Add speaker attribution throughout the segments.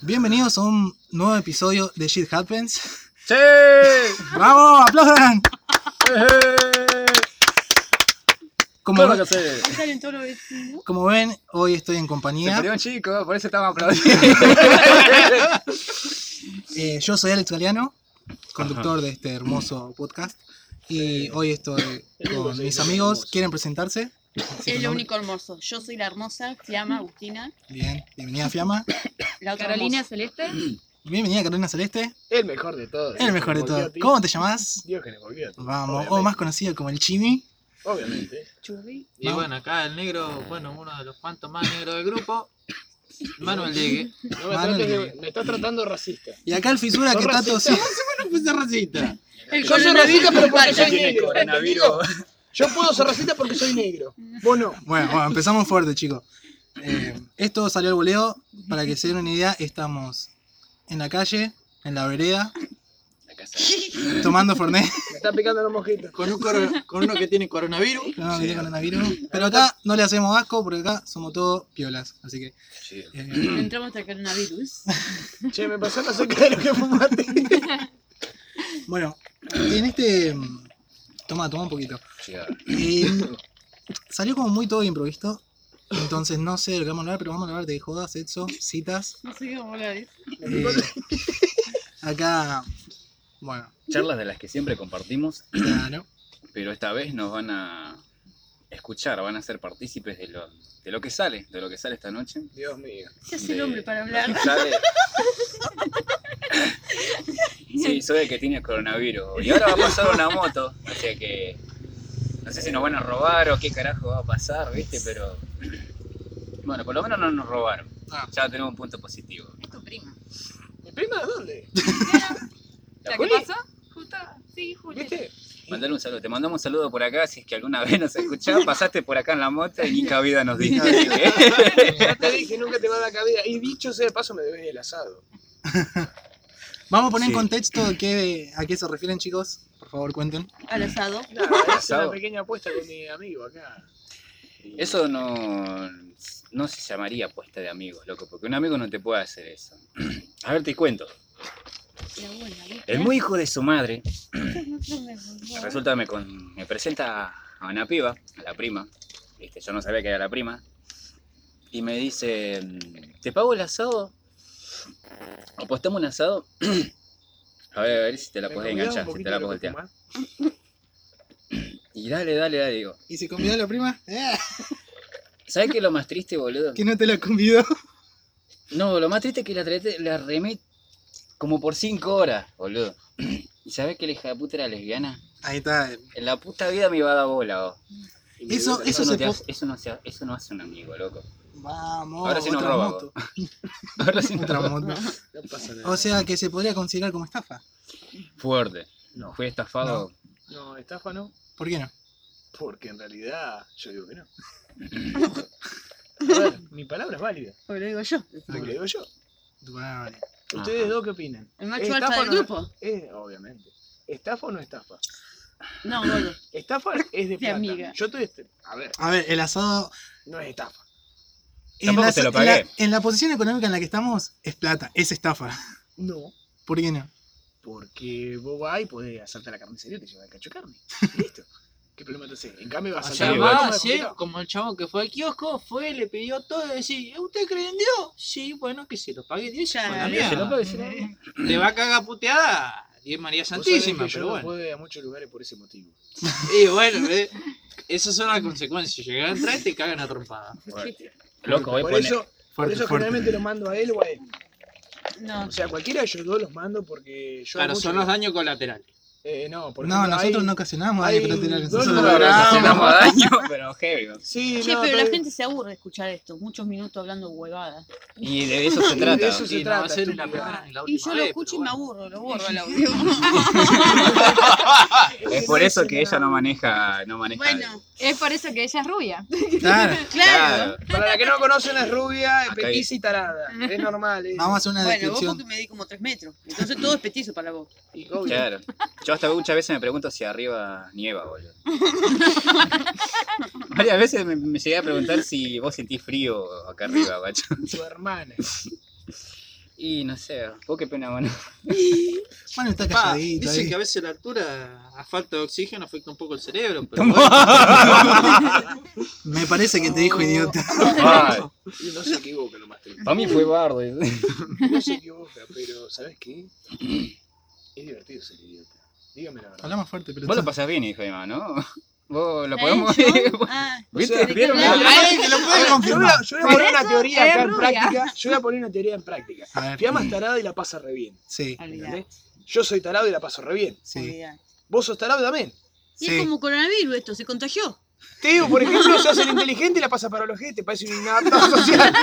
Speaker 1: Bienvenidos a un nuevo episodio de Shit Happens.
Speaker 2: ¡Sí!
Speaker 1: ¡Bravo! ¡Aplaudan! Como,
Speaker 2: Claro que
Speaker 1: ve-
Speaker 2: sí.
Speaker 3: Me salen todos los-
Speaker 1: como ven, hoy estoy en
Speaker 2: Se perdió
Speaker 1: compañía.
Speaker 2: un chico, por eso estamos aplaudiendo.
Speaker 1: Eh, yo soy Alex Galeano, conductor de este hermoso podcast. Y hoy estoy con mis amigos. ¿Quieren presentarse?
Speaker 3: Es lo único hermoso. Yo soy la hermosa, se llama Agustina.
Speaker 1: Bien, bienvenida Fiamma.
Speaker 3: La otra
Speaker 4: Carolina
Speaker 3: hermosa.
Speaker 4: Celeste.
Speaker 1: Bienvenida Carolina Celeste,
Speaker 2: El mejor de todos.
Speaker 1: el mejor de todos. ¿Cómo te llamas?
Speaker 2: Dios que le volvió a ti.
Speaker 1: Vamos, o
Speaker 2: Obviamente.
Speaker 1: más conocido como el Chimi.
Speaker 2: Obviamente.
Speaker 3: Churri.
Speaker 5: Y
Speaker 1: Vamos.
Speaker 5: bueno, acá el negro, bueno, uno de los cuantos más negros del grupo, Manuel Diegue.
Speaker 2: No me,
Speaker 1: Manuel.
Speaker 2: trates de- me estás tratando racista.
Speaker 1: Y acá el fisura
Speaker 2: ¿Sos
Speaker 1: que está
Speaker 2: racista?
Speaker 1: tosiendo. pues
Speaker 3: El
Speaker 2: Yo soy
Speaker 3: color
Speaker 2: racista, pero porque soy
Speaker 3: azul.
Speaker 2: negro. ¿entendido? Yo puedo ser racista porque soy negro. Vos no.
Speaker 1: Bueno, bueno, empezamos fuerte, chicos. Eh, esto salió al voleo. Para que se den una idea, estamos en la calle, en la vereda, tomando Fernet.
Speaker 2: Me está picando la mosquita.
Speaker 5: Con, un coro- con uno que tiene coronavirus.
Speaker 1: No, que tiene coronavirus. Pero acá no le hacemos asco porque acá somos todos piolas. Así que. eh,
Speaker 3: Entramos al coronavirus.
Speaker 2: Che, me pasó la cerca de lo que fumaste.
Speaker 1: bueno, en este. Toma, toma un poquito. Eh, salió como muy todo improvisto. Entonces no sé de lo que vamos a hablar, pero vamos a hablar de jodas, sexo, citas.
Speaker 3: No sé cómo hablar de eso.
Speaker 1: eh, acá. Bueno,
Speaker 6: charlas de las que siempre compartimos,
Speaker 1: claro.
Speaker 6: pero esta vez nos van a escuchar, van a ser partícipes de lo, de lo que sale, de lo que sale esta noche.
Speaker 2: Dios mío.
Speaker 3: Se hace el
Speaker 6: De-
Speaker 3: hombre para hablar.
Speaker 6: Sale- Sí, soy el que tiene coronavirus. Y ahora va a pasar una moto, o sea que no sé si nos van a robar o qué carajo va a pasar, ¿viste? Pero bueno, por lo menos no nos robaron.
Speaker 1: Ah.
Speaker 6: Ya tenemos un punto positivo.
Speaker 4: Es tu prima.
Speaker 2: ¿Mi prima de dónde?
Speaker 4: ¿La que
Speaker 2: Juli?
Speaker 4: pasó? Justo. Sí, Juli.
Speaker 2: ¿Viste?
Speaker 6: Mandale un saludo. Te mandamos un saludo por acá, si es que alguna vez nos escuchás, pasaste por acá en la moto y ni cabida nos diste. así que- ¿eh?
Speaker 2: Ya te dije, nunca te va a dar cabida. Y dicho sea de paso, me debes el asado.
Speaker 1: Vamos a poner en
Speaker 6: Sí.
Speaker 1: contexto de qué, a qué se refieren, chicos. Por favor, cuenten.
Speaker 3: Al asado.
Speaker 2: Nada, es una
Speaker 6: Asado.
Speaker 2: pequeña apuesta con mi amigo acá.
Speaker 6: Eso no, no se llamaría apuesta de amigos, loco, porque un amigo no te puede hacer eso. A ver, te cuento.
Speaker 3: La buena, ¿viste?
Speaker 6: El muy hijo de su madre,
Speaker 3: No sé, me volvió.
Speaker 6: resulta me, con- me presenta a una piba, a la prima, ¿viste? yo no sabía que era la prima, y me dice, mm, ¿te pago el asado? ¿Apostamos un asado? A ver, a ver si te la
Speaker 2: Me
Speaker 6: podés
Speaker 2: convidás un
Speaker 6: enganchar, si
Speaker 2: poquito
Speaker 6: te la
Speaker 2: a lo
Speaker 6: podés
Speaker 2: que
Speaker 6: voltear.
Speaker 2: fumás.
Speaker 6: Y dale, dale, dale, digo.
Speaker 1: ¿Y si convidó a la prima? ¡Eh!
Speaker 6: ¿Sabes qué es lo más triste, boludo?
Speaker 1: Que no te la convidó.
Speaker 6: No, lo más triste es que la, traté- la remé como por 5 horas, boludo. ¿Y sabés que la hija de puta era lesbiana?
Speaker 1: Ahí está.
Speaker 6: En la puta vida me iba a dar bola, vos.
Speaker 2: Y me
Speaker 1: Eso-
Speaker 2: gusta.
Speaker 6: Eso,
Speaker 1: se
Speaker 6: no te
Speaker 1: po-
Speaker 6: hace, eso, no se- eso no hace un amigo, loco.
Speaker 1: Vamos.
Speaker 6: Ahora sí nos
Speaker 1: otra
Speaker 6: roba,
Speaker 1: moto.
Speaker 6: Ahora sí no.
Speaker 1: Otra moto.
Speaker 2: No pasa nada.
Speaker 1: O sea que se podría considerar como estafa.
Speaker 6: Fuerte.
Speaker 2: No.
Speaker 6: Fui estafado.
Speaker 2: No, estafa no.
Speaker 1: ¿Por qué no?
Speaker 2: Porque en realidad yo digo que no. A ver, mi palabra es válida.
Speaker 3: Porque Pues lo digo yo.
Speaker 2: Lo que digo yo.
Speaker 1: Vale.
Speaker 2: ¿Ustedes
Speaker 6: Ajá.
Speaker 2: dos qué opinan?
Speaker 3: El macho
Speaker 2: ¿Estafa
Speaker 3: alfa del
Speaker 2: o no?
Speaker 3: grupo.
Speaker 2: Eh, obviamente. ¿Estafa o no estafa?
Speaker 3: No, gordo.
Speaker 2: Estafa es de
Speaker 3: De
Speaker 2: plata.
Speaker 3: amiga.
Speaker 2: Yo estoy... este- A ver,
Speaker 1: A ver, el asado.
Speaker 2: no es estafa.
Speaker 6: Tampoco
Speaker 1: la,
Speaker 6: te lo
Speaker 1: en la-
Speaker 6: pagué.
Speaker 1: en la posición económica en la que estamos, es plata, es estafa.
Speaker 2: No.
Speaker 1: ¿Por qué no?
Speaker 2: Porque vos vas y podés asaltar la carnicería y te llevas el cacho de carne. Listo. ¿Qué problema te hace? En cambio vas a
Speaker 6: sea,
Speaker 2: asaltar
Speaker 5: Allá
Speaker 2: el
Speaker 6: igual.
Speaker 5: va,
Speaker 2: banco,
Speaker 5: sí,
Speaker 2: complicado.
Speaker 5: como el chavo que fue al kiosco, fue, le pidió todo y decía, ¿usted cree en Dios? Sí, bueno, que se lo pague Dios.
Speaker 3: Ya,
Speaker 5: con la
Speaker 2: eh,
Speaker 3: que
Speaker 5: mierda.
Speaker 6: se lo pague, se lo pague.
Speaker 5: Te va a cagar puteada. Y es María
Speaker 2: Vos sabés
Speaker 5: Santísima,
Speaker 2: que yo
Speaker 5: pero
Speaker 2: no
Speaker 5: bueno.
Speaker 2: puedo ir a muchos lugares por ese motivo.
Speaker 5: Y bueno, eh, esas son las consecuencias. Llegan atrás y te cagan a trompada.
Speaker 6: Fuerte. Loco, voy a
Speaker 2: por
Speaker 6: poner-
Speaker 2: eso, por
Speaker 1: Fuerte,
Speaker 2: eso
Speaker 1: fuerte.
Speaker 2: generalmente lo mando a él o a él.
Speaker 3: No.
Speaker 2: O sea, cualquiera de ellos dos los mando porque yo.
Speaker 5: Claro,
Speaker 2: mucho-
Speaker 5: son los daños colaterales.
Speaker 2: Eh, no, por
Speaker 1: No,
Speaker 2: ejemplo,
Speaker 1: nosotros
Speaker 2: hay-
Speaker 1: no ocasionamos
Speaker 2: hay
Speaker 1: daño colateral.
Speaker 2: dos
Speaker 1: Nosotros
Speaker 2: lugares
Speaker 1: logramos.
Speaker 2: que
Speaker 6: Hacemos daño, pero heavy. ¿no?
Speaker 2: Sí,
Speaker 3: Che,
Speaker 2: no,
Speaker 3: pero
Speaker 2: está
Speaker 3: la
Speaker 2: bien.
Speaker 3: gente se aburre de escuchar esto. Muchos minutos hablando huevadas.
Speaker 6: Y de eso se
Speaker 2: Y
Speaker 6: trata.
Speaker 2: de eso se
Speaker 5: Y no va a
Speaker 2: trata,
Speaker 5: ser la
Speaker 2: estúpido.
Speaker 5: primera ni la
Speaker 3: Y
Speaker 5: última
Speaker 3: yo lo
Speaker 5: vez,
Speaker 3: escucho y
Speaker 5: pero
Speaker 3: me
Speaker 5: bueno.
Speaker 3: aburro, lo borro el audio.
Speaker 6: Es por eso que ella no maneja. No maneja
Speaker 3: Bueno,
Speaker 4: Es por eso que ella es rubia.
Speaker 1: Claro.
Speaker 3: claro.
Speaker 2: Para la que no conocen es rubia, es
Speaker 6: Ok.
Speaker 2: petiza y tarada. Es normal. Es...
Speaker 1: Vamos a hacer una
Speaker 3: Bueno, vos
Speaker 1: descripción.
Speaker 3: porque me di como 3 metros. Entonces todo es petizo para vos.
Speaker 2: y obvio.
Speaker 6: Claro. Yo hasta muchas veces me pregunto si arriba nieva, boludo. Varias veces me, me llegué a preguntar si vos sentís frío acá arriba, guacho.
Speaker 2: Su hermana.
Speaker 6: Y no sé, vos qué pena, bueno.
Speaker 1: Bueno, está
Speaker 5: Pa,
Speaker 1: calladito
Speaker 5: dicen
Speaker 1: ahí.
Speaker 5: que a veces la altura, a falta de oxígeno, afecta un poco el cerebro. Pero
Speaker 6: Toma.
Speaker 1: Me parece que te dijo idiota.
Speaker 6: Ay,
Speaker 2: Y no se equivoca lo más triste.
Speaker 6: para mí fue bardo.
Speaker 2: No se equivoca, pero ¿sabes qué? Es divertido ser idiota. Dígame la verdad.
Speaker 1: Habla más fuerte, pero.
Speaker 6: Vos lo pasás bien, hijo de mamá, ¿no? Vos lo
Speaker 3: ¿Eh,
Speaker 6: podemos.
Speaker 3: yo? Ah,
Speaker 6: ¿Viste?
Speaker 2: O sea,
Speaker 6: ¿Vieron?
Speaker 3: ¿de qué hablamos?
Speaker 1: puede
Speaker 2: Yo voy,
Speaker 1: confirmar.
Speaker 2: a, yo voy a poner una
Speaker 4: eso
Speaker 2: teoría acá
Speaker 4: es
Speaker 2: en
Speaker 4: rubia.
Speaker 2: práctica. Yo voy a poner una teoría en práctica.
Speaker 1: A ver,
Speaker 2: Fiamma es tarada y la pasa re bien.
Speaker 1: Sí,
Speaker 3: olvidá,
Speaker 2: Yo soy tarado y la paso re bien.
Speaker 1: sí.
Speaker 3: olvidá.
Speaker 2: Vos sos tarado también.
Speaker 3: Y
Speaker 1: Sí.
Speaker 3: es como coronavirus esto, se contagió.
Speaker 2: Teo, por ejemplo, se hace el inteligente y la pasa para los te parece un inadaptado social.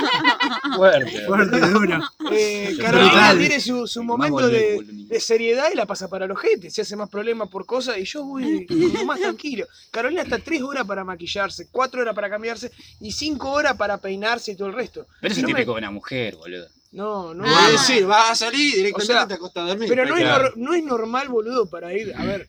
Speaker 6: Fuerte.
Speaker 1: Fuerte, duro.
Speaker 2: Eh,
Speaker 6: Brutal.
Speaker 2: Carolina tiene su, su
Speaker 6: Más
Speaker 2: momento
Speaker 6: golpe,
Speaker 2: de,
Speaker 6: boludo.
Speaker 2: de seriedad y la pasa para los gente. Se hace más problemas por cosas y yo voy como más tranquilo. Carolina está tres horas para maquillarse, cuatro horas para cambiarse y cinco horas para peinarse y todo el resto.
Speaker 6: Pero eso es
Speaker 2: No me-
Speaker 6: típico de una mujer, boludo.
Speaker 2: No, no.
Speaker 3: Ah.
Speaker 5: Voy a
Speaker 2: no.
Speaker 5: decir, vas a salir directamente
Speaker 2: O sea,
Speaker 5: te acostás a dormir.
Speaker 2: Pero no es,
Speaker 6: Claro.
Speaker 2: nor- no es normal, boludo, para ir, a ver,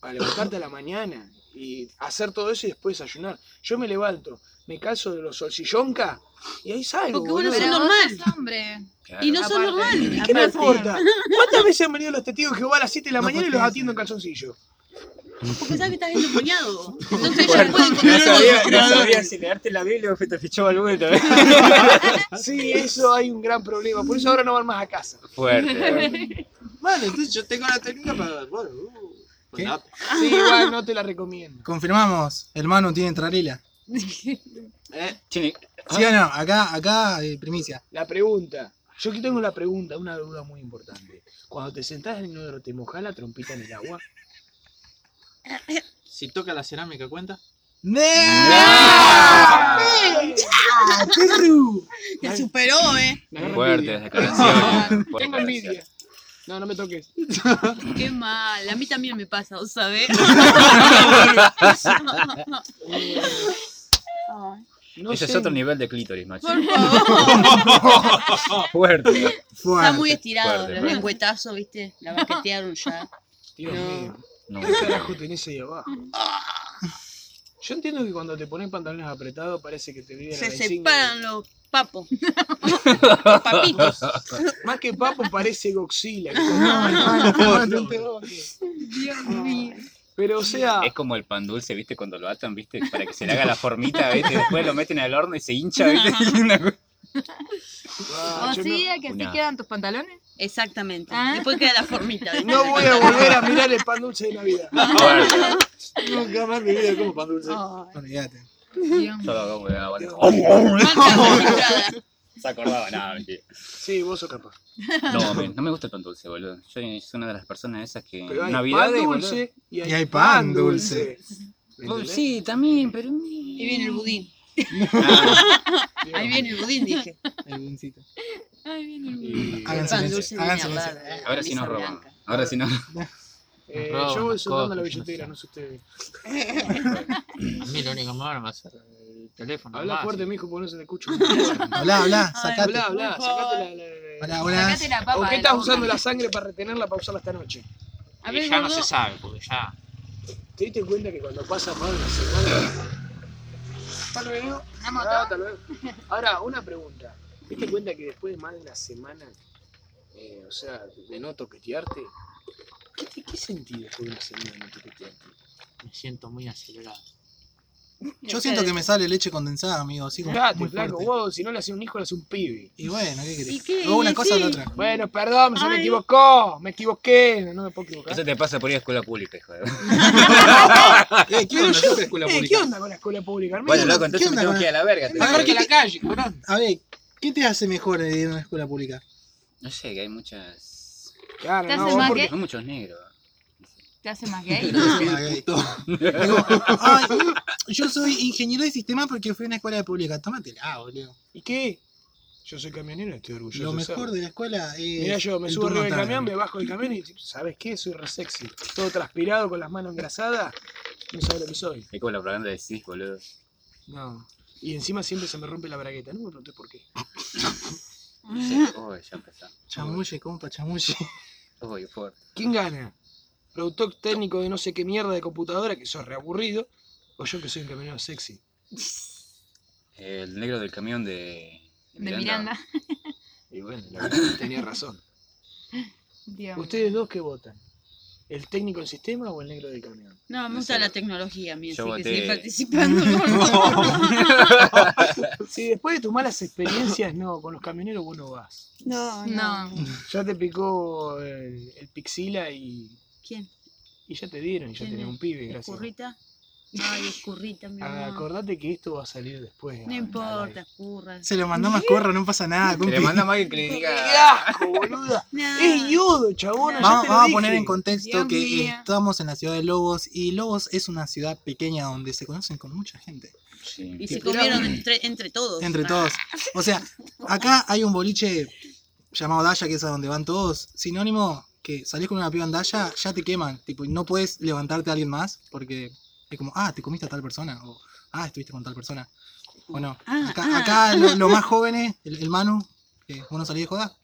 Speaker 2: a levantarte a la mañana y hacer todo eso y después desayunar. Yo me levanto, me calzo de los solsillonca y ahí salgo.
Speaker 3: Porque vos no
Speaker 2: boludo.
Speaker 3: sos
Speaker 4: Pero vos
Speaker 3: normal.
Speaker 4: sos hombre.
Speaker 6: Claro.
Speaker 3: Y no sos
Speaker 4: Aparte.
Speaker 3: normal.
Speaker 2: ¿Qué me
Speaker 3: aparte.
Speaker 2: importa? ¿Cuántas veces han venido los testigos de Jehová a las 7 de la
Speaker 1: No,
Speaker 2: mañana y
Speaker 1: porque
Speaker 2: los
Speaker 1: es-
Speaker 2: atiendo en calzoncillo?
Speaker 3: Porque sabes que estás bien puñado vos. Entonces
Speaker 6: Bueno,
Speaker 3: ellos pueden
Speaker 6: no
Speaker 3: comer
Speaker 6: sabía,
Speaker 3: todo.
Speaker 6: no sabía si leerte la Biblia o te fichó al vuelto. ¿eh?
Speaker 2: Sí, eso hay un gran problema. Por eso ahora no van más a casa.
Speaker 6: Fuerte.
Speaker 5: Bueno, entonces yo tengo la técnica para. Bueno, uh,
Speaker 1: ¿Qué?
Speaker 5: bueno,
Speaker 2: Sí, igual no te la recomiendo.
Speaker 1: Confirmamos, el Manu tiene trarila.
Speaker 5: eh,
Speaker 6: Tiene-
Speaker 2: Ah.
Speaker 1: ¿Sí o no? Acá, acá, eh, primicia.
Speaker 2: La pregunta. Yo aquí tengo la pregunta, una duda muy importante. Cuando te sentás en el inodoro, ¿te mojás la trompita en el agua?
Speaker 5: si toca la cerámica, cuenta.
Speaker 1: ¡No!
Speaker 2: ¡Ey!
Speaker 1: ¡Perru!
Speaker 3: Te superó, eh.
Speaker 2: Me agarra
Speaker 6: Fuertes
Speaker 2: envidia.
Speaker 6: declaraciones. fuertes
Speaker 2: Tengo
Speaker 6: declaraciones.
Speaker 2: envidia. No, no me toques.
Speaker 3: Qué mal. A mí también me pasa, ¿vos sabés? Ay,
Speaker 2: No
Speaker 6: Ese es
Speaker 2: sé.
Speaker 6: otro nivel de clítoris, macho.
Speaker 3: Por favor.
Speaker 6: Fuerte.
Speaker 1: Fuerte.
Speaker 3: Está muy estirado.
Speaker 6: Fuerte,
Speaker 3: Los
Speaker 6: fuerte.
Speaker 3: lengüetazos, viste, la baquetearon ya.
Speaker 2: Dios
Speaker 3: No.
Speaker 2: mío.
Speaker 6: No.
Speaker 2: ¿Qué carajo tenés ahí abajo? Yo entiendo que cuando te pones pantalones apretados parece que te viene
Speaker 3: Se
Speaker 2: la insignia.
Speaker 3: separan los papos. Los papitos.
Speaker 2: Más que papo parece Godzilla. que
Speaker 1: no,
Speaker 2: te-
Speaker 4: Dios mío.
Speaker 2: Pero o sea,
Speaker 6: Es como el pan dulce, ¿viste? Cuando lo atan, ¿viste? Para que se le haga la formita, ¿viste? Después lo meten al horno y se hincha, ¿viste? Y una cosa-
Speaker 2: ah,
Speaker 4: ¿O
Speaker 3: Oh,
Speaker 2: yo
Speaker 4: sí, que así
Speaker 6: Una.
Speaker 4: quedan tus pantalones?
Speaker 3: Exactamente.
Speaker 4: Ah.
Speaker 3: Después queda la formita. ¿viste?
Speaker 2: no, no voy a volver a mirar el pan dulce de Navidad.
Speaker 6: Fuerte.
Speaker 5: Nunca más mi vida como pan dulce.
Speaker 3: Ay,
Speaker 1: Olvídate.
Speaker 4: Dios mío.
Speaker 6: Todo como de abajo.
Speaker 3: marca registrada.
Speaker 6: Se acordaba, nada, mentira.
Speaker 2: Sí, vos sos capaz.
Speaker 6: No, men, no me gusta el pan dulce, boludo. Yo soy una de las personas esas que.
Speaker 2: Pero hay
Speaker 6: Navidad
Speaker 2: pan dulce y hay,
Speaker 1: Y hay pan
Speaker 3: Oh,
Speaker 2: ¿Me entendés?
Speaker 6: Sí, también, pero.
Speaker 3: Ahí viene el budín.
Speaker 2: Digo,
Speaker 3: Ahí viene el budín, dije.
Speaker 1: El buencito.
Speaker 4: Ay, bien el mundo.
Speaker 2: y-
Speaker 1: Hagan
Speaker 3: Pan
Speaker 1: silencio,
Speaker 3: dulce
Speaker 1: hagan
Speaker 3: ni
Speaker 1: silencio.
Speaker 3: hablar, eh,
Speaker 6: Ahora sí
Speaker 3: camisa
Speaker 6: nos roban.
Speaker 3: blanca.
Speaker 6: Ahora sí nos
Speaker 2: Eh,
Speaker 5: Roban
Speaker 2: yo voy
Speaker 5: las
Speaker 2: soltando la
Speaker 5: cosas, no sé.
Speaker 2: billetera, no sé ustedes.
Speaker 5: A mí lo único malo va a ser el teléfono.
Speaker 2: Habla
Speaker 5: nomás.
Speaker 2: fuerte, mijo, porque no se te escucha.
Speaker 1: Hablá, hablá,
Speaker 3: Ay,
Speaker 1: sacate.
Speaker 2: Habla, habla,
Speaker 3: Por favor.
Speaker 2: sacate la- la- la...
Speaker 1: Hola, hola.
Speaker 4: Sacate la papa.
Speaker 2: ¿O qué
Speaker 4: de
Speaker 2: estás
Speaker 4: la boca.
Speaker 2: usando la sangre para retenerla para usarla esta noche?
Speaker 3: A
Speaker 5: Y
Speaker 3: ver,
Speaker 5: ya no
Speaker 3: gordo.
Speaker 5: se sabe, porque ya.
Speaker 2: ¿Te diste cuenta que cuando pasa más de una semana... Hasta luego.
Speaker 4: Vamos,
Speaker 2: Ah, hasta luego. Ahora, una pregunta. ¿Te diste cuenta que después de más de una semana, eh, o sea, de no toquetearte, ¿qué, te- qué sentí después de una semana de no toquetearte?
Speaker 5: Me siento muy acelerado.
Speaker 1: Yo siento que me sale leche condensada, amigo. Así como
Speaker 2: Fíjate,
Speaker 1: muy
Speaker 2: flaco,
Speaker 1: fuerte.
Speaker 2: vos, si no le haces un hijo, le haces un pibe.
Speaker 1: Y bueno, ¿qué
Speaker 3: ¿Y
Speaker 1: querés?
Speaker 3: qué?
Speaker 1: O una
Speaker 3: Y
Speaker 1: cosa o la
Speaker 3: sí.
Speaker 1: otra.
Speaker 2: Bueno, perdón, se me
Speaker 3: Ay.
Speaker 2: equivocó, me equivoqué, no me puedo equivocar.
Speaker 6: Eso te pasa por ir a escuela pública, hijo de.
Speaker 5: Eh,
Speaker 2: Ah, Pero yo-
Speaker 5: la escuela
Speaker 2: Eh, ¿Qué onda con la escuela pública? hermano?
Speaker 6: Bueno, loco, entonces
Speaker 1: ¿Qué
Speaker 6: me
Speaker 1: onda
Speaker 6: tengo
Speaker 1: con-
Speaker 6: que ir a la verga. te
Speaker 5: Mejor
Speaker 6: digo.
Speaker 5: que la calle, cabrón.
Speaker 1: A ver, ¿qué te hace mejor de ir a una escuela pública?
Speaker 6: No sé, que hay muchas.
Speaker 2: Claro,
Speaker 4: ¿Te
Speaker 2: no,
Speaker 4: hace
Speaker 2: vos
Speaker 4: más
Speaker 2: porque-
Speaker 4: ¿Qué?
Speaker 6: Hay muchos negros.
Speaker 4: ¿Te hace más gay?
Speaker 1: Ah, gay. Digo, Ay, yo soy ingeniero de sistema porque fui a una escuela pública. Tómatela, boludo.
Speaker 2: ¿Y qué? Yo soy camionero, estoy orgulloso.
Speaker 1: Lo
Speaker 2: de
Speaker 1: mejor
Speaker 2: serlo.
Speaker 1: de la escuela es.
Speaker 2: Mirá yo, me
Speaker 1: el
Speaker 2: subo
Speaker 1: turno
Speaker 2: arriba del
Speaker 1: tarde.
Speaker 2: camión, me bajo del camión y ¿sabes qué? Soy re sexy. Todo transpirado, con las manos engrasadas. No sabes lo que soy.
Speaker 6: Es como la propaganda de CIS, boludo.
Speaker 2: No. Y encima siempre se me rompe la bragueta. No me pregunté por qué.
Speaker 6: Sí, Uy, ya empezó.
Speaker 1: Chamulle, compa, chamulle.
Speaker 6: Uy, fuerte.
Speaker 2: ¿Quién gana? ¿Productor técnico de no sé qué mierda de computadora que sos reaburrido? ¿O yo que soy un camionero sexy?
Speaker 6: El negro del camión de.
Speaker 4: De Miranda.
Speaker 2: Eh, Y bueno, la verdad, tenía razón.
Speaker 4: Dios.
Speaker 2: ¿Ustedes dos qué votan? ¿El técnico del sistema o el negro del camión?
Speaker 3: No, me
Speaker 6: No
Speaker 3: gusta
Speaker 6: sé.
Speaker 3: la tecnología, mía, así
Speaker 6: Yo
Speaker 3: que
Speaker 6: voté-
Speaker 3: sigue participando. por favor.
Speaker 2: Si después de tus malas experiencias, no, con los camioneros vos no vas.
Speaker 3: No,
Speaker 4: No.
Speaker 2: Ya te picó el, el pixila y,
Speaker 3: ¿Quién?
Speaker 2: y ya te dieron, y ya
Speaker 3: ¿Quién
Speaker 2: tenés
Speaker 3: es?
Speaker 2: un pibe, gracias.
Speaker 3: ¿Escurrita? Ay, escurrita, mi
Speaker 2: Ah,
Speaker 3: amor.
Speaker 2: Acordate que esto va a salir después.
Speaker 3: No importa, escurra.
Speaker 1: Se lo mandó más corra, no pasa nada,
Speaker 6: Que
Speaker 1: compi.
Speaker 6: le manda más que le
Speaker 2: ¡Qué
Speaker 6: diga.
Speaker 2: asco, boluda!
Speaker 3: No.
Speaker 2: ¡Es yodo, chabona! ya
Speaker 1: Vamos,
Speaker 2: te lo
Speaker 1: vamos a poner
Speaker 2: dije.
Speaker 1: en contexto
Speaker 4: Dios
Speaker 1: que
Speaker 4: mío.
Speaker 1: estamos en la ciudad de Lobos y Lobos es una ciudad pequeña donde se conocen con mucha gente.
Speaker 3: Y
Speaker 6: Sí.
Speaker 3: se comieron entre, entre todos.
Speaker 1: Entre
Speaker 3: Ah,
Speaker 1: todos. O sea, acá hay un boliche llamado Daya, que es a donde van todos. Sinónimo que salís con una piba en Daya, ya te queman. Tipo, y no puedes levantarte a alguien más porque es como, ah, te comiste a tal persona. O, ah, estuviste con tal persona. O no.
Speaker 3: Ah,
Speaker 1: Acá,
Speaker 3: ah,
Speaker 1: acá lo- los más jóvenes, el, el Manu, que vos no salís de joda.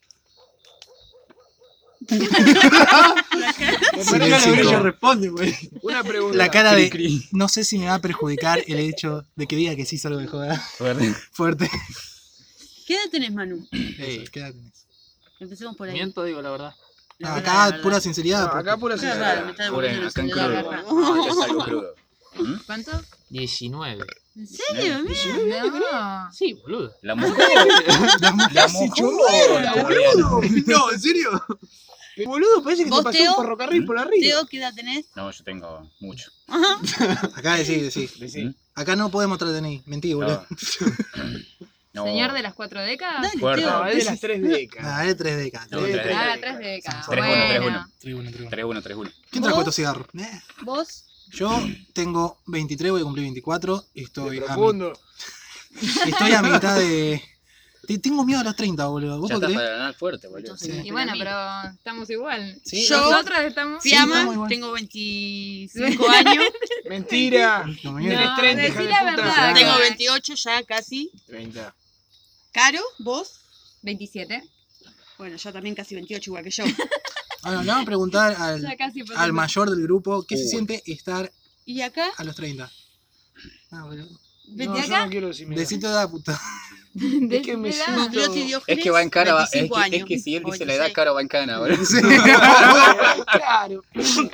Speaker 2: Me parece que
Speaker 1: Silencio.
Speaker 2: ella responde, güey. Una pregunta.
Speaker 1: La cara de, no sé si me va a perjudicar el hecho de que diga que sí salgo de joda.
Speaker 6: Fuerte.
Speaker 1: Fuerte.
Speaker 3: ¿Qué edad tenés, Manu?
Speaker 1: Eso, ¿qué edad tenés?
Speaker 3: Empecemos por ahí.
Speaker 5: Miento, digo la verdad.
Speaker 3: La
Speaker 1: acá
Speaker 3: verdad, la verdad.
Speaker 1: pura sinceridad.
Speaker 2: No, acá
Speaker 1: porque-
Speaker 2: pura
Speaker 3: Claro,
Speaker 2: sinceridad.
Speaker 3: me está
Speaker 6: Fuera,
Speaker 3: devolviendo
Speaker 6: acá en
Speaker 3: el celular.
Speaker 6: crudo.
Speaker 3: Garra.
Speaker 6: Ahora es algo crudo.
Speaker 4: ¿Cuánto?
Speaker 5: 19.
Speaker 3: ¿En serio? mira?
Speaker 4: No.
Speaker 5: Sí, boludo.
Speaker 6: La mujer.
Speaker 1: La
Speaker 6: La
Speaker 1: mujer se
Speaker 6: mujer.
Speaker 1: chumó.
Speaker 2: ¡Boludo! No, en serio. Boludo, parece que te
Speaker 3: ¿Vos,
Speaker 2: pasó
Speaker 3: Teo?
Speaker 2: un ferrocarril por arriba.
Speaker 3: Teo, ¿qué edad tenés?
Speaker 6: No, yo tengo mucho.
Speaker 3: Ajá.
Speaker 1: Acá decí, decí.
Speaker 6: ¿Mm?
Speaker 1: Acá no podemos tratener. Mentí, boludo.
Speaker 6: No. No.
Speaker 4: ¿Señor de las cuatro décadas?
Speaker 3: Dale,
Speaker 6: Fuerte.
Speaker 2: No,
Speaker 3: Teo.
Speaker 2: es de las tres décadas.
Speaker 1: Ah, es 3D,
Speaker 6: No,
Speaker 1: no,
Speaker 6: tres décadas.
Speaker 4: Ah, tres décadas.
Speaker 6: Tres,
Speaker 4: bueno.
Speaker 6: uno, tres, uno.
Speaker 1: Tribuno, tribuno.
Speaker 6: 3-1, 3-1.
Speaker 1: ¿Quién trajo estos cigarros? Eh,
Speaker 3: ¿Vos?
Speaker 1: Yo tengo 23, voy a cumplir 24. Estoy
Speaker 2: De
Speaker 1: a, mi-
Speaker 2: profundo.
Speaker 1: estoy a mitad de. Te- Tengo miedo a los 30, boludo. ¿Vos
Speaker 6: Ya
Speaker 1: podés
Speaker 6: estás para
Speaker 1: creer?
Speaker 6: ganar fuerte, boludo.
Speaker 3: Entonces,
Speaker 1: Sí.
Speaker 4: Y bueno, pero estamos igual.
Speaker 1: Sí,
Speaker 3: Yo-
Speaker 4: Nosotros estamos.
Speaker 1: Sí,
Speaker 3: Fiamma,
Speaker 1: estamos igual.
Speaker 3: tengo 25 años.
Speaker 2: Mentira.
Speaker 1: No, me
Speaker 2: Tienes
Speaker 1: mierda.
Speaker 4: No,
Speaker 2: 30,
Speaker 4: decí
Speaker 2: hija
Speaker 4: la
Speaker 2: de puta.
Speaker 4: verdad.
Speaker 3: tengo
Speaker 4: Ah.
Speaker 3: 28 ya casi.
Speaker 2: 30.
Speaker 3: Caro, vos.
Speaker 4: 27.
Speaker 3: Bueno, yo también casi 28 igual que yo.
Speaker 1: Ahora, le vamos a preguntar
Speaker 4: Ya
Speaker 1: al,
Speaker 4: casi
Speaker 1: al mayor del grupo qué se
Speaker 6: Uy.
Speaker 1: siente estar
Speaker 3: Y acá,
Speaker 1: a los 30. Ah, boludo.
Speaker 2: No,
Speaker 4: Vete
Speaker 2: yo
Speaker 4: acá.
Speaker 2: no quiero decir mi edad.
Speaker 1: Decito de la puta.
Speaker 4: de
Speaker 2: es que me
Speaker 4: de edad.
Speaker 2: siento-
Speaker 3: Nucleotis Diógenes.
Speaker 6: Es que va en cara, va- es, que,
Speaker 3: 25
Speaker 6: es
Speaker 3: años.
Speaker 6: que si él dice la
Speaker 3: 86.
Speaker 6: edad, Caro va en cana, boludo.
Speaker 1: Sí.
Speaker 2: Claro.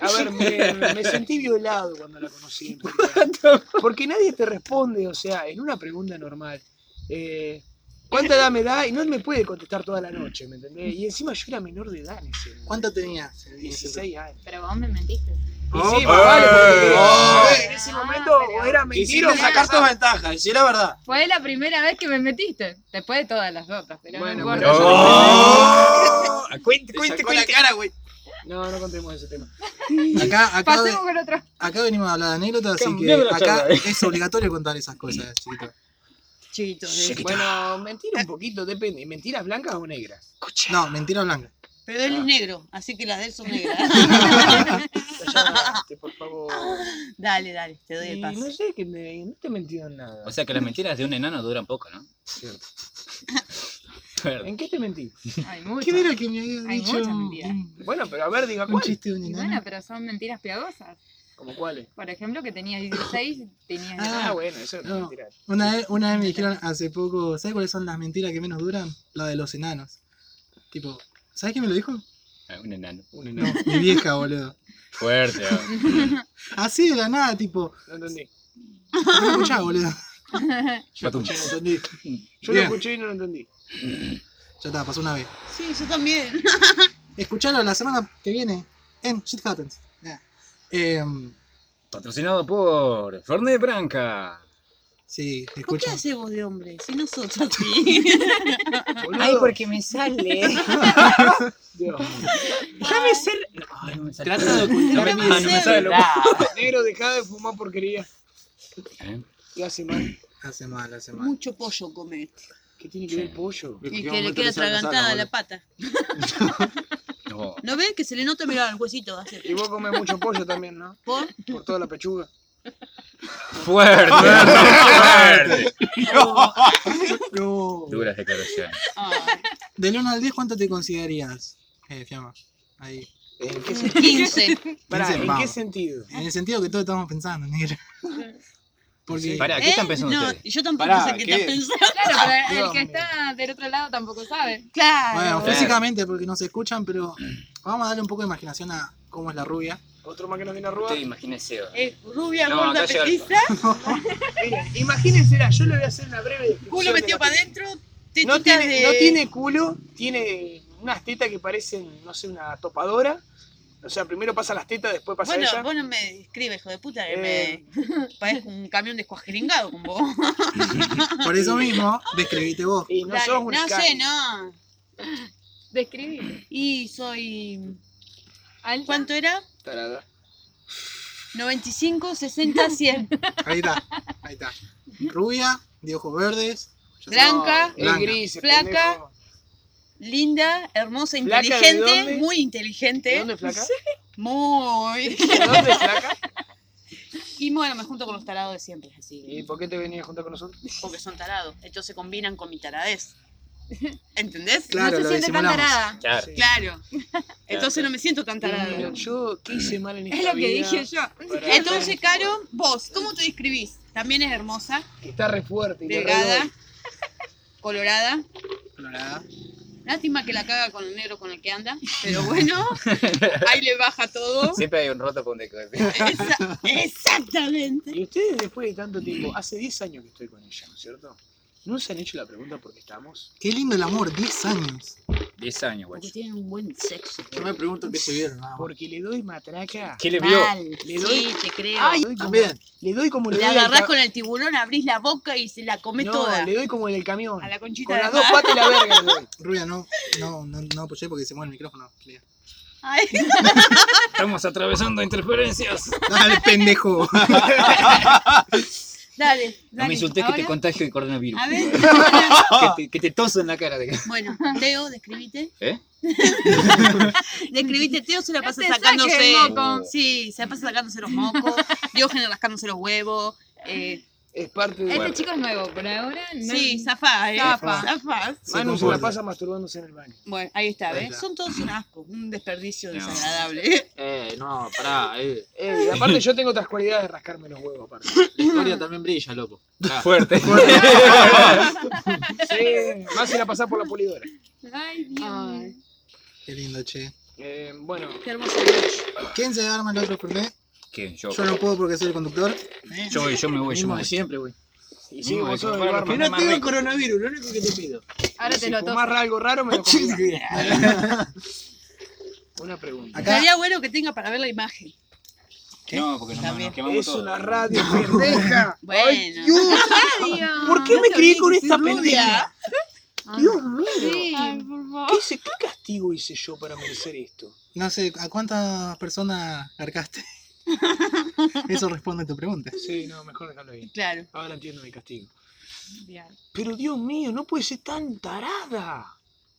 Speaker 2: A ver, me, me sentí violado cuando la conocí. en realidad. Porque nadie te responde, o sea, en una pregunta normal. eh, ¿Cuánta edad me da? Y no me puede contestar toda la noche, ¿me entendés? Y encima yo era menor de edad en ese momento.
Speaker 1: ¿Cuánto tenías?
Speaker 2: 16 años.
Speaker 4: Pero vos me mentiste.
Speaker 2: Y sí, más vale, porque-
Speaker 5: Oh.
Speaker 2: en ese momento
Speaker 4: Ah, pero-
Speaker 2: o era mentira o
Speaker 4: Quisiste
Speaker 2: sacar
Speaker 4: sacar
Speaker 2: todo.
Speaker 5: ventaja, decí la verdad.
Speaker 4: Fue la primera vez que me metiste. Después de todas las otras. Pero
Speaker 2: Bueno,
Speaker 4: no importa.
Speaker 2: pero-
Speaker 6: ¡Oh!
Speaker 5: Ah,
Speaker 6: Cuente,
Speaker 5: Te
Speaker 6: cuente,
Speaker 5: sacó la
Speaker 6: cuente.
Speaker 5: cara, güey.
Speaker 2: No, no contemos ese tema.
Speaker 1: Acá, acá,
Speaker 4: Pasemos con otro.
Speaker 1: acá venimos a hablar de anécdotas, así que
Speaker 6: Cambiame la
Speaker 1: acá
Speaker 6: charla, eh.
Speaker 1: es obligatorio contar esas cosas, chiquito.
Speaker 3: Chiquito, eh.
Speaker 2: Bueno, mentira un poquito, depende. ¿Mentiras blancas o negras?
Speaker 1: No, mentira blanca.
Speaker 3: Pero él es negro, así que las de él son negras.
Speaker 2: Cállate, por favor.
Speaker 3: dale, dale, te doy
Speaker 2: Y
Speaker 3: el
Speaker 2: no
Speaker 3: paso.
Speaker 2: sé, que me- no te he mentido en nada.
Speaker 6: O sea que las mentiras de un enano duran poco, ¿no?
Speaker 2: Cierto.
Speaker 6: Fuerte.
Speaker 2: ¿En qué te mentí?
Speaker 4: Hay muchas.
Speaker 1: ¿Qué era que me había
Speaker 4: Hay
Speaker 1: dicho?
Speaker 4: muchas
Speaker 1: un-
Speaker 4: mentiras.
Speaker 1: un-
Speaker 2: Bueno, pero a ver, diga
Speaker 1: Un
Speaker 2: cuál.
Speaker 1: chiste de un
Speaker 4: Y
Speaker 1: enano.
Speaker 4: bueno, pero son mentiras piadosas.
Speaker 2: ¿Como cuáles?
Speaker 4: Por ejemplo, que tenías 16, tenías.
Speaker 1: Ah,
Speaker 2: Ah, bueno, eso no es
Speaker 1: no.
Speaker 2: mentira.
Speaker 1: Una vez, una vez me dijeron hace poco, ¿sabes cuáles son las mentiras que menos duran? La de los enanos. Tipo, ¿sabes quién me lo dijo?
Speaker 6: Ah, Un enano.
Speaker 2: Un
Speaker 1: No,
Speaker 2: enano.
Speaker 1: mi vieja, boludo.
Speaker 6: Fuerte. ah.
Speaker 1: Así de la nada, tipo,
Speaker 2: No entendí.
Speaker 1: no escuchá, boludo.
Speaker 2: Yo lo
Speaker 6: Patum.
Speaker 2: escuché y no entendí. Yo
Speaker 1: Bien.
Speaker 2: lo escuché y no lo entendí.
Speaker 1: Ya está, pasó una vez.
Speaker 3: Sí, yo también.
Speaker 1: Escuchalo la semana que viene en Shit Happens. Ah. Em,
Speaker 6: Patrocinado por Fernet Branca.
Speaker 1: sí,
Speaker 3: ¿Por qué
Speaker 1: escucha.
Speaker 3: haces vos de hombre? Si nosotros sí.
Speaker 2: Boludo,
Speaker 6: me sale.
Speaker 2: Dios.
Speaker 6: Déjame ser. Ay, no me sale.
Speaker 5: Trata de ocultar
Speaker 6: No me,
Speaker 3: mi
Speaker 6: no me sale, loco.
Speaker 2: Negro, dejá de fumar porquería.
Speaker 6: ¿Eh?
Speaker 2: Y hace mal.
Speaker 1: Hace mal, hace mal.
Speaker 3: Mucho pollo come.
Speaker 2: ¿Qué tiene que ver el pollo?
Speaker 3: Y que le queda atragantada la pata.
Speaker 6: No.
Speaker 3: ¿No ves? Que se le nota, mirá, el huesito. Hace.
Speaker 2: Y vos comes mucho pollo también, ¿no?
Speaker 3: ¿Por?
Speaker 2: Por toda la pechuga.
Speaker 6: Fuerte. Fuerte.
Speaker 1: No.
Speaker 6: Duras declaraciones.
Speaker 3: Ah,
Speaker 1: Del 1 al 10, ¿cuánto te considerarías, eh, Fiamma? Ahí.
Speaker 2: ¿En qué, sen-
Speaker 4: Ah,
Speaker 3: 15.
Speaker 2: Pará,
Speaker 1: Piensen,
Speaker 2: ¿en qué
Speaker 1: vamos.
Speaker 2: sentido?
Speaker 1: En el sentido que todos estamos pensando, negro. Porque
Speaker 6: Pará, ¿qué están
Speaker 3: ¿Eh?
Speaker 6: pensando
Speaker 3: No,
Speaker 6: ustedes?
Speaker 3: yo tampoco
Speaker 2: Pará,
Speaker 3: sé qué,
Speaker 2: ¿qué?
Speaker 3: estás pensando.
Speaker 4: Claro, pero
Speaker 2: Dios
Speaker 4: el que
Speaker 2: mío.
Speaker 4: está del otro lado tampoco sabe.
Speaker 3: Claro.
Speaker 1: Bueno,
Speaker 6: Claro.
Speaker 1: físicamente, porque no se escuchan, pero vamos a darle un poco de imaginación a cómo es la rubia.
Speaker 2: Otro más que nos viene a robar.
Speaker 6: Ustedes imagínense.
Speaker 3: Eh, rubia,
Speaker 6: No,
Speaker 3: gorda,
Speaker 6: acá llega-
Speaker 3: petiza,
Speaker 2: Miren, imagínense, yo le voy a hacer una breve descripción.
Speaker 3: culo
Speaker 2: de
Speaker 3: metido
Speaker 2: la
Speaker 3: para adentro,
Speaker 2: no
Speaker 3: tetitas
Speaker 2: tiene,
Speaker 3: de...
Speaker 2: no tiene culo, tiene unas tetas que parecen, no sé, una topadora. O sea, primero pasa las tetas, después pasa
Speaker 3: Bueno,
Speaker 2: ella.
Speaker 3: vos no me describes, hijo de puta, que
Speaker 2: Eh.
Speaker 3: me parezco un camión descuajeringado con vos.
Speaker 1: Por eso mismo, describiste vos.
Speaker 2: y no
Speaker 3: Dale,
Speaker 2: sos un
Speaker 3: no
Speaker 2: Icardi.
Speaker 3: sé, no.
Speaker 4: Describí.
Speaker 3: Y soy...
Speaker 4: Alta.
Speaker 3: ¿Cuánto era?
Speaker 2: Tarada.
Speaker 3: 95, 60, 100.
Speaker 1: Ahí está, ahí está. Rubia, de ojos verdes. ya sé.
Speaker 3: Blanca,
Speaker 2: No, es
Speaker 1: Blanca.
Speaker 2: gris, es
Speaker 3: Flaca.
Speaker 2: pendejo.
Speaker 3: linda, hermosa,
Speaker 2: ¿Flaca de dónde?
Speaker 3: inteligente, muy
Speaker 2: ¿De
Speaker 3: inteligente.
Speaker 2: dónde es flaca?
Speaker 3: Muy.
Speaker 2: ¿De dónde es flaca?
Speaker 3: Y bueno, me junto con los tarados de siempre,
Speaker 2: ¿Y
Speaker 3: así.
Speaker 2: por qué te venías a juntar con nosotros?
Speaker 3: Porque son tarados. Entonces combinan con mi taradez. ¿Entendés?
Speaker 1: Claro,
Speaker 3: no
Speaker 1: lo
Speaker 3: se siente tan
Speaker 1: disimulamos.
Speaker 3: tarada.
Speaker 6: Claro.
Speaker 2: Sí.
Speaker 3: Claro. Entonces no me siento tan tarada.
Speaker 2: Mira, Yo, ¿qué hice mal en esta
Speaker 4: Es lo que
Speaker 2: vida?
Speaker 4: dije yo.
Speaker 2: Pará.
Speaker 3: Entonces, Caro, vos, ¿cómo te describís? También es hermosa,
Speaker 2: Que está re fuerte. y te re
Speaker 3: delgada,
Speaker 2: doy.
Speaker 3: colorada.
Speaker 1: Colorada.
Speaker 3: Lástima que la caga con el negro con el que anda, pero bueno, ahí le baja todo.
Speaker 6: Siempre hay un roto con de
Speaker 3: Esa- exactamente.
Speaker 2: Y ustedes, después de tanto tiempo, hace 10 años que estoy con ella, ¿no es cierto? ¿No se han hecho la pregunta por qué estamos?
Speaker 1: Qué lindo el amor, 10 años.
Speaker 6: 10 años, guacho.
Speaker 3: Porque tienen un buen sexo.
Speaker 1: Yo me pregunto qué se vieron. nada más.
Speaker 2: Porque le doy matraca.
Speaker 6: ¿Qué le vio?
Speaker 3: Mal.
Speaker 2: Le doy-
Speaker 3: Sí, te creo.
Speaker 2: Ay, le doy como-
Speaker 1: También.
Speaker 2: Le doy como le
Speaker 3: la
Speaker 2: doy al
Speaker 3: agarrás
Speaker 2: ca-
Speaker 3: con el tiburón, abrís la boca y se la come
Speaker 2: no,
Speaker 3: toda.
Speaker 2: le doy como en el camión.
Speaker 3: A la conchita
Speaker 2: Con
Speaker 3: de
Speaker 2: las
Speaker 3: mar.
Speaker 2: dos patas y la verga le doy.
Speaker 1: Rubia, no, no, no, no apoyé porque se mueve el micrófono. Lea.
Speaker 3: Ay,
Speaker 6: Estamos atravesando interferencias.
Speaker 1: Dale, pendejo.
Speaker 3: dale, dale.
Speaker 6: No me insultes que te
Speaker 3: Ahora,
Speaker 6: contagio de coronavirus.
Speaker 3: A ver,
Speaker 6: Que te, que te toso en la cara. De...
Speaker 3: bueno, Teo, describite.
Speaker 6: ¿Eh?
Speaker 3: Describite, Teo se la
Speaker 4: No
Speaker 3: pasa
Speaker 4: te
Speaker 3: sacándose.
Speaker 4: saques,
Speaker 6: moco.
Speaker 3: Sí, se la pasa sacándose los mocos, Diógenes rascándose los huevos. eh,
Speaker 2: Es parte de.
Speaker 4: Este
Speaker 6: Bueno.
Speaker 4: chico es nuevo, por ahora no.
Speaker 3: sí, zafá, eh.
Speaker 4: Zafa.
Speaker 3: Zafá.
Speaker 1: Se
Speaker 2: Manu se la
Speaker 1: comporta.
Speaker 2: pasa masturbándose en el baño.
Speaker 3: Bueno, ahí está,
Speaker 1: Ahí
Speaker 3: ¿ves?
Speaker 1: está.
Speaker 3: Son todos un asco, un desperdicio
Speaker 6: No.
Speaker 3: desagradable.
Speaker 5: Eh, no, pará. eh,
Speaker 2: Eh, y aparte, yo tengo otras cualidades de rascarme los huevos, aparte.
Speaker 5: La historia también brilla, loco. Claro.
Speaker 6: Fuerte.
Speaker 2: Sí, más si la pasás por la pulidora.
Speaker 4: Ay, Dios.
Speaker 3: Ay.
Speaker 1: Qué lindo, che.
Speaker 2: Eh, bueno,
Speaker 3: Qué hermoso. Nacho.
Speaker 1: ¿Quién se arma el otro fernet?
Speaker 6: ¿Qué? Yo,
Speaker 1: Yo no puedo porque soy el conductor.
Speaker 3: Eh.
Speaker 6: yo, voy, yo me voy, yo me
Speaker 5: Mismo de
Speaker 6: voy.
Speaker 5: siempre, güey.
Speaker 2: y sí,
Speaker 6: No,
Speaker 2: vos sos
Speaker 6: que
Speaker 2: el
Speaker 6: fuera
Speaker 2: barman.
Speaker 6: Más
Speaker 5: Que no tengo
Speaker 6: rico.
Speaker 5: coronavirus, lo único que te pido.
Speaker 4: Ahora
Speaker 2: si
Speaker 4: te lo toco.
Speaker 2: fumás algo raro, me lo convidás. Una pregunta.
Speaker 1: Acá,
Speaker 3: Estaría bueno que tenga para ver la imagen.
Speaker 6: No, porque nos,
Speaker 3: También.
Speaker 6: nos quemamos
Speaker 2: Es
Speaker 6: todos.
Speaker 2: una radio pendeja.
Speaker 3: Bueno.
Speaker 2: Ay, Dios,
Speaker 4: Dios.
Speaker 2: ¿Por qué me
Speaker 3: Eso
Speaker 2: crié
Speaker 3: tiene
Speaker 2: con
Speaker 3: que
Speaker 2: esta
Speaker 3: ser rubia. Ah.
Speaker 2: pendeja? Dios mío.
Speaker 4: Sí.
Speaker 3: Ay, por favor.
Speaker 2: ¿Qué, hice- qué castigo hice yo para merecer esto?
Speaker 1: no sé, ¿a cuántas personas cargaste? Eso responde a tu pregunta.
Speaker 2: Sí, no, mejor dejarlo ahí.
Speaker 3: Claro.
Speaker 2: Ahora entiendo mi castigo.
Speaker 4: Bien.
Speaker 2: Pero Dios mío, no puede ser tan tarada.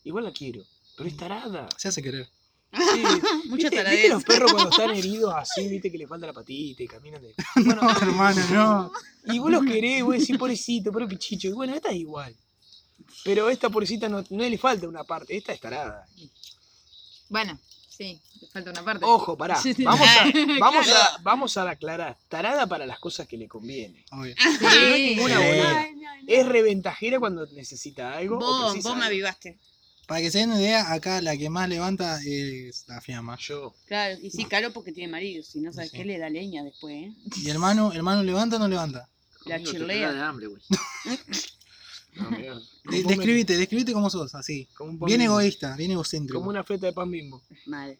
Speaker 2: Igual la quiero, pero es tarada.
Speaker 1: Se hace querer.
Speaker 2: Sí.
Speaker 3: Mucha
Speaker 2: ¿Viste,
Speaker 3: taradez.
Speaker 2: viste los perros cuando están heridos así, viste que le falta la patita y caminan de... Bueno,
Speaker 1: No, hermano, no.
Speaker 2: y vos los querés, vos decís, pobrecito, pobre pichicho. Y bueno, esta es igual. Pero esta pobrecita no, no le falta una parte, esta es tarada.
Speaker 4: Bueno, sí, te falta una parte.
Speaker 2: Ojo, pará,
Speaker 4: Sí, sí.
Speaker 2: vamos a, vamos
Speaker 4: Claro.
Speaker 2: a, vamos a aclarar. Tarada para las cosas que le conviene.
Speaker 1: Obvio.
Speaker 4: Sí.
Speaker 2: ninguna
Speaker 5: Eh,
Speaker 1: Sí.
Speaker 2: bolera. Es reventajera cuando necesita algo. o
Speaker 3: Vos,
Speaker 2: precisa
Speaker 3: vos me
Speaker 2: algo.
Speaker 3: avivaste.
Speaker 1: Para que se den una idea, acá la que más levanta es la fiamma.
Speaker 2: Yo.
Speaker 3: Claro, y sí, caro porque tiene marido. Si no sabes
Speaker 1: Sí.
Speaker 3: qué, le da leña después, ¿eh?
Speaker 1: ¿Y hermano, hermano levanta o no levanta?
Speaker 3: La
Speaker 5: Conmigo te
Speaker 3: chirlea.
Speaker 5: cagás de hambre, güey.
Speaker 2: No, mirá,
Speaker 1: De-
Speaker 2: como un-
Speaker 1: describite, describite cómo sos, así.
Speaker 2: como un pan
Speaker 1: Bien
Speaker 2: bimbo,
Speaker 1: egoísta, bien egocéntrico.
Speaker 2: Como una feta de pan bimbo.
Speaker 3: Mal.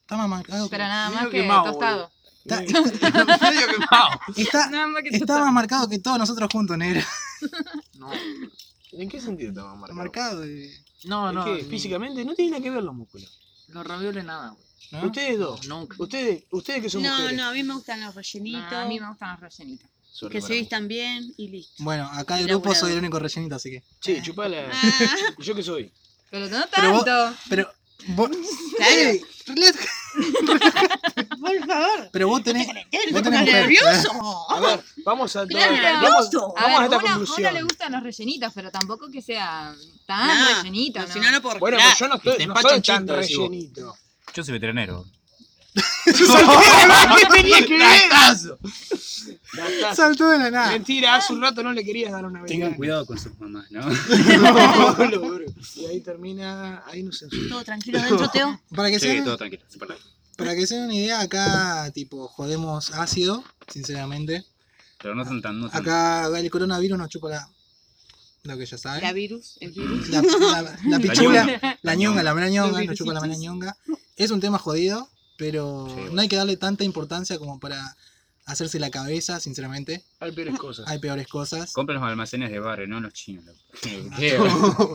Speaker 1: Está mamá. algo-
Speaker 4: Pero nada
Speaker 5: Medio
Speaker 4: más que
Speaker 5: quemado,
Speaker 4: tostado.
Speaker 1: Está-
Speaker 2: Medio quemado.
Speaker 1: Está,
Speaker 4: Nada más que
Speaker 1: está
Speaker 4: tostado.
Speaker 1: más marcado que todos nosotros juntos, negra.
Speaker 5: No,
Speaker 2: ¿En qué sentido estaba marcado?
Speaker 1: Marcado. eh,
Speaker 5: no,
Speaker 2: Es
Speaker 5: no.
Speaker 2: que físicamente no tiene nada que ver los músculos.
Speaker 5: Los ravioles nada, güey.
Speaker 1: ¿no?
Speaker 2: Ustedes dos.
Speaker 5: Nunca.
Speaker 2: Ustedes, ustedes que son
Speaker 3: No,
Speaker 2: mujeres.
Speaker 3: no, a mí me gustan los rellenitos.
Speaker 4: Nah, Ah, a mí me gustan los rellenitos.
Speaker 5: Sorry,
Speaker 3: que se
Speaker 5: pará.
Speaker 3: vistan bien y listo.
Speaker 1: Bueno, acá del
Speaker 3: Elaborado.
Speaker 1: grupo soy el único rellenito, así que.
Speaker 2: Sí, chupala.
Speaker 3: Ah,
Speaker 2: ¿Yo qué soy?
Speaker 4: Pero no
Speaker 1: Pero vos-
Speaker 4: tanto.
Speaker 1: Pero. Vos,
Speaker 3: Claro.
Speaker 1: Ey, relaja-
Speaker 3: por favor.
Speaker 1: pero vos tenés.
Speaker 3: ¿No
Speaker 1: vos
Speaker 3: estás
Speaker 1: tenés mujer,
Speaker 2: A
Speaker 3: nervioso?
Speaker 2: ver, vamos a...
Speaker 3: Claro,
Speaker 2: vamos,
Speaker 3: nervioso.
Speaker 4: A
Speaker 2: vamos a
Speaker 4: ver,
Speaker 2: esta
Speaker 4: una, una
Speaker 2: conclusión.
Speaker 4: le gustan los rellenitos, pero tampoco que sea tan
Speaker 3: Nah,
Speaker 4: rellenito,
Speaker 3: Ah, no,
Speaker 4: ¿no?
Speaker 3: Si no, no puedo
Speaker 2: Bueno,
Speaker 3: respirar.
Speaker 2: pero yo no estoy,
Speaker 5: Te
Speaker 2: no
Speaker 5: empachan
Speaker 2: estoy tan
Speaker 5: chanta, decís vos.
Speaker 2: rellenito.
Speaker 6: Yo soy veterinario.
Speaker 2: ¿Qué tenía que ver?
Speaker 5: ¡Caso!
Speaker 2: Gatazo.
Speaker 1: Saltó de la nada.
Speaker 2: Mentira, hace un rato no le querías dar una
Speaker 6: Tengan
Speaker 2: vegana.
Speaker 6: cuidado con sus mamás, ¿no?
Speaker 2: Lo duro. y ahí termina, ahí nos censuró.
Speaker 3: Todo tranquilo adentro, Teo.
Speaker 1: Para que, se
Speaker 6: Sí,
Speaker 1: den,
Speaker 6: todo tranquilo, super light.
Speaker 1: para que se den una idea, acá tipo jodemos ácido, sinceramente.
Speaker 6: Pero no son tan. No son-
Speaker 1: Acá el coronavirus nos chupa la... Lo que ya saben.
Speaker 3: La virus, el virus.
Speaker 1: la, la, la
Speaker 6: ñonga.
Speaker 1: pichula, la ñonga, la mera
Speaker 3: Los
Speaker 1: ñonga, nos chupa la mera
Speaker 3: virusitos.
Speaker 1: ñonga. Es un tema jodido, pero
Speaker 6: Sí.
Speaker 1: no hay que darle tanta importancia como para hacerse la cabeza, sinceramente.
Speaker 2: Hay peores cosas.
Speaker 1: Hay peores cosas. Ah,
Speaker 6: Compra los almacenes de barrio, no los chinos. loco.